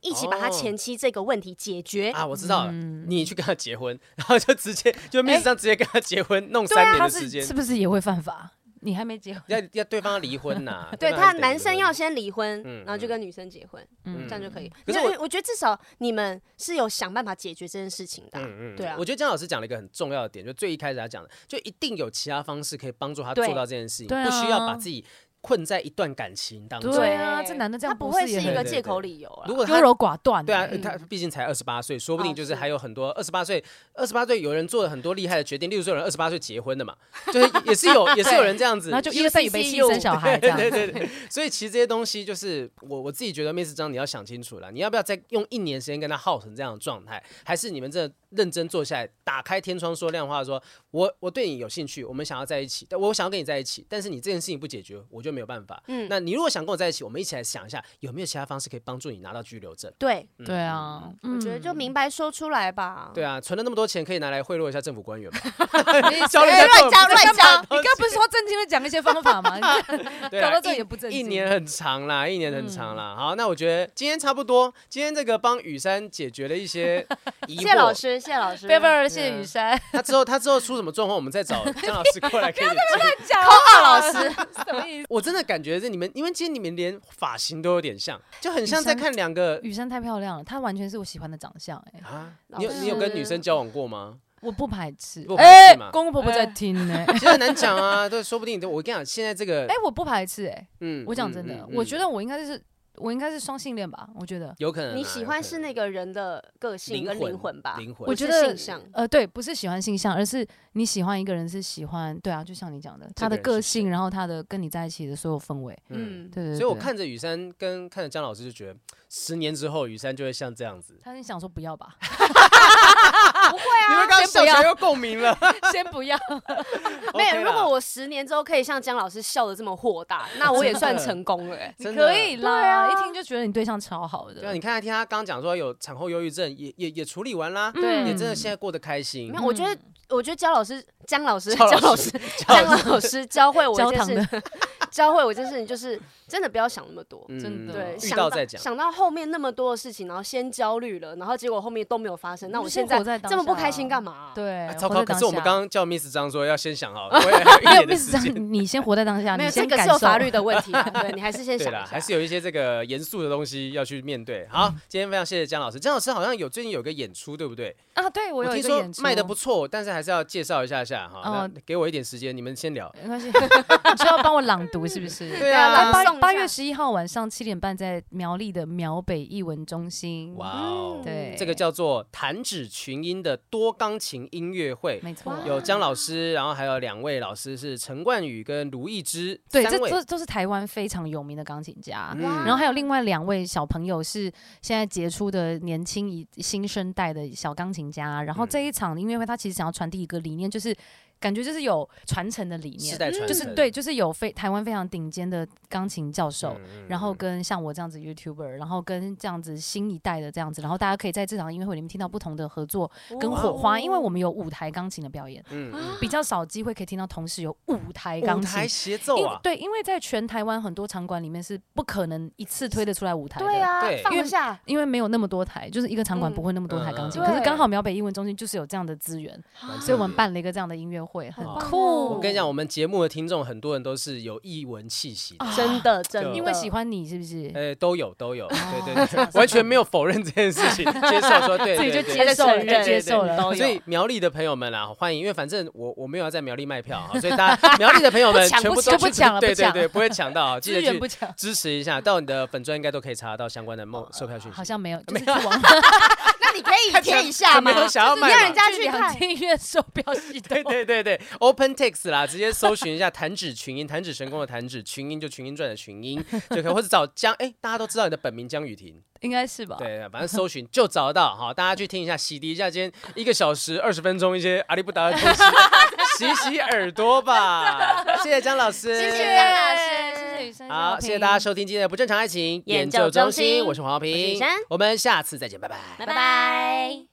Speaker 1: 一起把他
Speaker 3: 哦
Speaker 1: 前妻这个问题解决。。
Speaker 3: 啊，我知道了，
Speaker 2: 哎嗯哎
Speaker 3: 你去跟他结婚，然后就直接就 Miss 张直接跟嗯他结婚，弄
Speaker 2: 对
Speaker 3: 三
Speaker 2: 啊，
Speaker 3: 年
Speaker 2: 他
Speaker 3: 的时
Speaker 2: 是
Speaker 3: 间
Speaker 2: 是，不是也会犯法？你还没结婚，
Speaker 3: 要要对方要离婚 呐
Speaker 1: 对
Speaker 3: 方还
Speaker 1: 他，
Speaker 3: 是得
Speaker 1: 男
Speaker 3: 离
Speaker 1: 生
Speaker 3: 婚
Speaker 1: 要先离婚，
Speaker 3: 嗯
Speaker 1: 然后就跟女生结婚，
Speaker 2: 嗯
Speaker 1: 这样就可以。
Speaker 3: 可是
Speaker 1: 那
Speaker 3: 我
Speaker 1: 我觉得至少你们是有想办法解决这件事情的啊、
Speaker 3: 嗯嗯，
Speaker 1: 对啊
Speaker 3: 我觉得江老师讲了一个很重要的点，就最一开始他讲的，就一定有其他方式可以帮助他做
Speaker 1: 对
Speaker 3: 到这件事情，
Speaker 2: 对啊
Speaker 3: 不需要把自己困在一段感情当中。
Speaker 2: 对啊，这男的这样
Speaker 1: 他不
Speaker 2: 是
Speaker 1: 会是
Speaker 2: 也
Speaker 1: 一个
Speaker 2: 很
Speaker 3: 对
Speaker 1: 借口理由啊了
Speaker 3: 如。果
Speaker 2: 优
Speaker 3: 他
Speaker 2: 柔寡断？
Speaker 3: 对啊，
Speaker 2: 嗯
Speaker 3: 他毕竟才二十八岁，说不定
Speaker 1: 哦
Speaker 3: 就是
Speaker 1: 是
Speaker 3: 还有很多二十八岁，二十八岁有人做了很多厉害的决定，例如说有人二十八岁结婚的嘛，就是也是有也是有人这样 子，
Speaker 2: 然后就一个被被
Speaker 1: UCCU
Speaker 2: 牺牲小孩 这样
Speaker 3: 对。对对，所以其实这些东西就是我我自己觉得，Miss 张你要想清楚了，你要不要再用一年时间跟他耗成这样的状态，还是你们真的认真坐下来，打开天窗说亮话说，我我对你有兴趣，我们想要在一起，但我想要跟你在一起，但是你这件事情不解决，我就没有办法。嗯，那你如果想跟我在一起，我们一起来想一下有没有其他方式可以帮助你拿到居留证。
Speaker 1: 对，
Speaker 2: 对啊，
Speaker 1: 我觉得就明白说出来吧。
Speaker 3: 对啊，存了那么多钱，可以拿来贿�赂一下政府官员 吧？
Speaker 2: 嗯
Speaker 3: 教人
Speaker 1: 哎乱
Speaker 3: 家做
Speaker 1: 讲乱
Speaker 2: 干
Speaker 3: 人
Speaker 2: 嘛
Speaker 1: 讲，
Speaker 2: 你刚不是说正经的讲一些方法 吗？你
Speaker 3: 对
Speaker 2: 搞
Speaker 3: 啊
Speaker 2: 到这
Speaker 3: 一
Speaker 2: 也不正经。
Speaker 3: 一年很长啦，一年很
Speaker 1: 嗯
Speaker 3: 长啦。好，那我觉得今天差不多，今天这个帮雨珊解决了 一些疑惑。
Speaker 1: 谢老，师，谢老师，
Speaker 2: 贝贝尔，谢谢雨珊，
Speaker 3: 他之后他之后出什么状况，我们 再找张老师过来给你解。
Speaker 2: 讲话
Speaker 1: 老师，
Speaker 2: 什么意思？
Speaker 3: 我真的感觉是你们，因为今天你们连发型都有点像，就很像
Speaker 2: 雨
Speaker 3: 在
Speaker 2: 珊
Speaker 3: 看两个
Speaker 2: 雨珊太漂亮了，她完全是我喜欢的长相哎，
Speaker 3: 啊。
Speaker 1: 老
Speaker 3: 你有你有跟女生交往过吗？
Speaker 2: 我不排斥哎
Speaker 3: 不。排斥嘛
Speaker 2: 公公婆婆在听 呢。
Speaker 3: 其实很难讲啊， 对，说不定我跟你讲，现在这个
Speaker 2: 哎，，我不排斥哎，
Speaker 3: 嗯
Speaker 2: 我讲真的，我觉
Speaker 3: 得
Speaker 2: 得我应该是我应该是双性恋吧，我觉得。
Speaker 3: 有可能啊
Speaker 1: 你喜欢是
Speaker 3: 有可能
Speaker 1: 那个人的个性跟灵魂吧？
Speaker 3: 灵魂，
Speaker 2: 我
Speaker 1: 不
Speaker 2: 觉
Speaker 1: 是
Speaker 2: 得
Speaker 1: 性向
Speaker 2: 呃，对，不是喜欢性向，而是你喜欢一个人是喜欢，对啊，就像你讲的，他
Speaker 3: 个
Speaker 2: 的
Speaker 3: 人
Speaker 2: 个
Speaker 3: 是谁
Speaker 2: 性，然后他的跟你在一起的所有氛围，
Speaker 3: 嗯。
Speaker 1: 嗯，
Speaker 2: 对对对。
Speaker 3: 所以我
Speaker 2: 对，
Speaker 3: 看着雨珊跟看着江老师，就觉得十年之后雨珊就会像这样子。
Speaker 2: 他是想说不要吧，
Speaker 3: 你们刚刚
Speaker 2: 先
Speaker 3: 笑
Speaker 2: 不
Speaker 3: 起
Speaker 2: 要
Speaker 3: 来又共鸣了。
Speaker 2: 先不要。
Speaker 1: 没
Speaker 3: OK
Speaker 1: 有。
Speaker 3: 啦
Speaker 1: 如果我十年之后可以像江老师笑的这么豁达，那我也算成功了。 哎
Speaker 2: 你
Speaker 3: 真的
Speaker 2: 可以啦，一听就觉得你对象超好的。
Speaker 3: 对啊，你看他听他刚讲说有产后忧郁症，也也也处理完啦，
Speaker 1: 对
Speaker 3: 也真的现在过得开心
Speaker 1: 没。有，我觉得，我觉得江老师，江老 师，
Speaker 3: 江
Speaker 1: 江
Speaker 3: 老
Speaker 1: 老
Speaker 3: 师
Speaker 1: 师，
Speaker 3: 江
Speaker 1: 江老师教会我
Speaker 2: 焦
Speaker 1: 一
Speaker 2: 糖
Speaker 1: 件事， 教会我一件事情，就是真的不要想那么多。
Speaker 3: 嗯
Speaker 2: 真的
Speaker 1: 对，
Speaker 3: 遇
Speaker 1: 想
Speaker 3: 到再讲。
Speaker 1: 想到后面那么多的事情，然后先焦虑了，然后结果后面都没有发生，那我现
Speaker 2: 在
Speaker 1: 在这么不开心干
Speaker 2: 嘛？
Speaker 1: 嘛、
Speaker 2: 对
Speaker 3: 啊，糟糕！可是我们刚刚叫 Miss 张说要先想好，我
Speaker 2: 没
Speaker 3: 也有
Speaker 2: 有
Speaker 3: 一年的
Speaker 2: miss
Speaker 3: 时
Speaker 2: 张
Speaker 3: 间。，
Speaker 2: 你先活在当下，
Speaker 1: 没
Speaker 2: 你
Speaker 1: 有，这
Speaker 2: 先
Speaker 1: 个
Speaker 2: 感
Speaker 1: 是
Speaker 2: 受
Speaker 1: 有法律的问题啊，对你还是先
Speaker 3: 对
Speaker 1: 想
Speaker 3: 啦，
Speaker 1: 一
Speaker 3: 还是
Speaker 1: 下。
Speaker 3: 有一些这个严肃的东西要去面对。好，今天非常谢谢江老师。江老师好像有最近有个演出，对不对？
Speaker 2: 啊。对我有
Speaker 3: 听
Speaker 2: 一个
Speaker 3: 说
Speaker 2: 演出
Speaker 3: 卖的不，错，但是还是要介绍一下下哈。
Speaker 2: 哦
Speaker 3: 那给我一点时间，你们先聊。
Speaker 2: 没关系，你需要帮我朗读是不是？
Speaker 3: 对
Speaker 1: 啊
Speaker 2: 在
Speaker 3: 啊
Speaker 1: 来，
Speaker 2: 八
Speaker 1: 送一下
Speaker 2: 八月十一号晚上七点半，在苗栗的苗北艺文中心。
Speaker 3: 哇哦，
Speaker 1: 嗯
Speaker 2: 对，
Speaker 3: 这个叫做弹指群英的多钢琴音乐会。
Speaker 2: 没错，
Speaker 3: 有江老师，然后还有两位老师是陈冠宇跟卢艺之，
Speaker 2: 对，
Speaker 3: 三
Speaker 2: 这
Speaker 3: 位
Speaker 2: 这都是台湾非常有名的钢琴家。
Speaker 3: 嗯
Speaker 1: 哇
Speaker 2: 然后还有另外两位小朋友是现在杰出的年嗯轻一新生代的小钢琴家。然后这一场音乐会，他其实想要传递一个理念，就是感觉就是有传承的理
Speaker 3: 世
Speaker 2: 念，
Speaker 3: 代传承
Speaker 2: 就是对，，就是有非台湾非常顶尖的钢琴教授，
Speaker 3: 嗯
Speaker 2: 然后跟像我这样子 YouTuber，然后跟这样子新一代的这样子，然后大家可以在这场音乐会里面听到不同的合作跟火花，
Speaker 3: 哦
Speaker 2: 因为我们有舞台钢琴的表演，
Speaker 3: 嗯嗯
Speaker 2: 比较少机会可以听到同时有舞台
Speaker 3: 嗯
Speaker 2: 啊钢
Speaker 3: 舞
Speaker 2: 琴
Speaker 3: 台。协奏
Speaker 2: 因为
Speaker 3: 啊，
Speaker 2: 对，因为在全台湾很多场馆里面是不可能一次推得出来舞台的，
Speaker 1: 对啊
Speaker 3: 对，
Speaker 1: 放
Speaker 2: 因
Speaker 1: 得
Speaker 2: 为
Speaker 1: 下，
Speaker 2: 因为没有那么多台，就是一个场馆
Speaker 1: 嗯
Speaker 2: 不会那么多台钢
Speaker 1: 嗯
Speaker 2: 琴。可是刚
Speaker 1: 对
Speaker 2: 好苗北英文中心就是有这样的资源，
Speaker 3: 蛮
Speaker 2: 所以我
Speaker 3: 特
Speaker 2: 们
Speaker 3: 别
Speaker 2: 办了一个这样的音乐会，很
Speaker 3: 好
Speaker 1: 酷
Speaker 2: 酷。
Speaker 3: 我跟你讲，我们节目的听众很多人都是有艺文气息的，
Speaker 1: 真的真的，
Speaker 2: 因为 喜欢你是不是？
Speaker 3: 呃，都有都有，对对
Speaker 2: 啊哦这样
Speaker 3: 对，完全没有否认这件事情，接受说对，
Speaker 2: 自己就
Speaker 3: 对对
Speaker 2: 接受
Speaker 1: 对对对
Speaker 2: 了，接受了。
Speaker 1: 都有
Speaker 3: 所以苗栗的朋友们啊，欢迎，因为反正我我没有要在苗栗卖票啊，所以大家苗栗的朋友 们
Speaker 2: 不抢
Speaker 3: 全部
Speaker 2: 不
Speaker 3: 都
Speaker 2: 抢
Speaker 3: 去
Speaker 2: 不抢了
Speaker 3: 对
Speaker 2: 不
Speaker 3: 对
Speaker 2: 抢
Speaker 3: 对，不会抢 到啊，记
Speaker 2: 资
Speaker 3: 得
Speaker 2: 源
Speaker 3: 去
Speaker 2: 不强，
Speaker 3: 支持一下，到你的粉专应该都可以查得到相关的
Speaker 1: 哦
Speaker 3: 梦售票讯息。
Speaker 2: 好像没有，就
Speaker 3: 没
Speaker 2: 是去网
Speaker 1: 那你可以贴一下吗
Speaker 3: 他们？都想要
Speaker 1: 你
Speaker 3: 买
Speaker 1: 让
Speaker 3: 嘛
Speaker 1: 人家
Speaker 2: 去
Speaker 1: 去
Speaker 2: 两
Speaker 1: 看，
Speaker 2: 厅院售票系统
Speaker 3: 对。对对对，OpenText 啦，直接搜寻一下弹指群英，弹指神功的弹指群英就群英传的群英就可以，或者找江 哎，大家都知道你的本名江雨婷，
Speaker 2: 应该是吧？
Speaker 3: 对，反正搜寻就找得到哈。大家去听一下，洗涤一下今天一个小时二十分钟一些阿里不达 的东西，洗洗耳朵吧。谢谢张老师，
Speaker 1: 谢谢
Speaker 2: 张老师，谢谢雨生，
Speaker 3: 好，谢谢大家收听今天的不正常爱情
Speaker 1: 研究中心
Speaker 3: 我是黄浩平，
Speaker 1: 我是雨珊
Speaker 3: 我们下次再见，拜拜。
Speaker 1: 拜拜。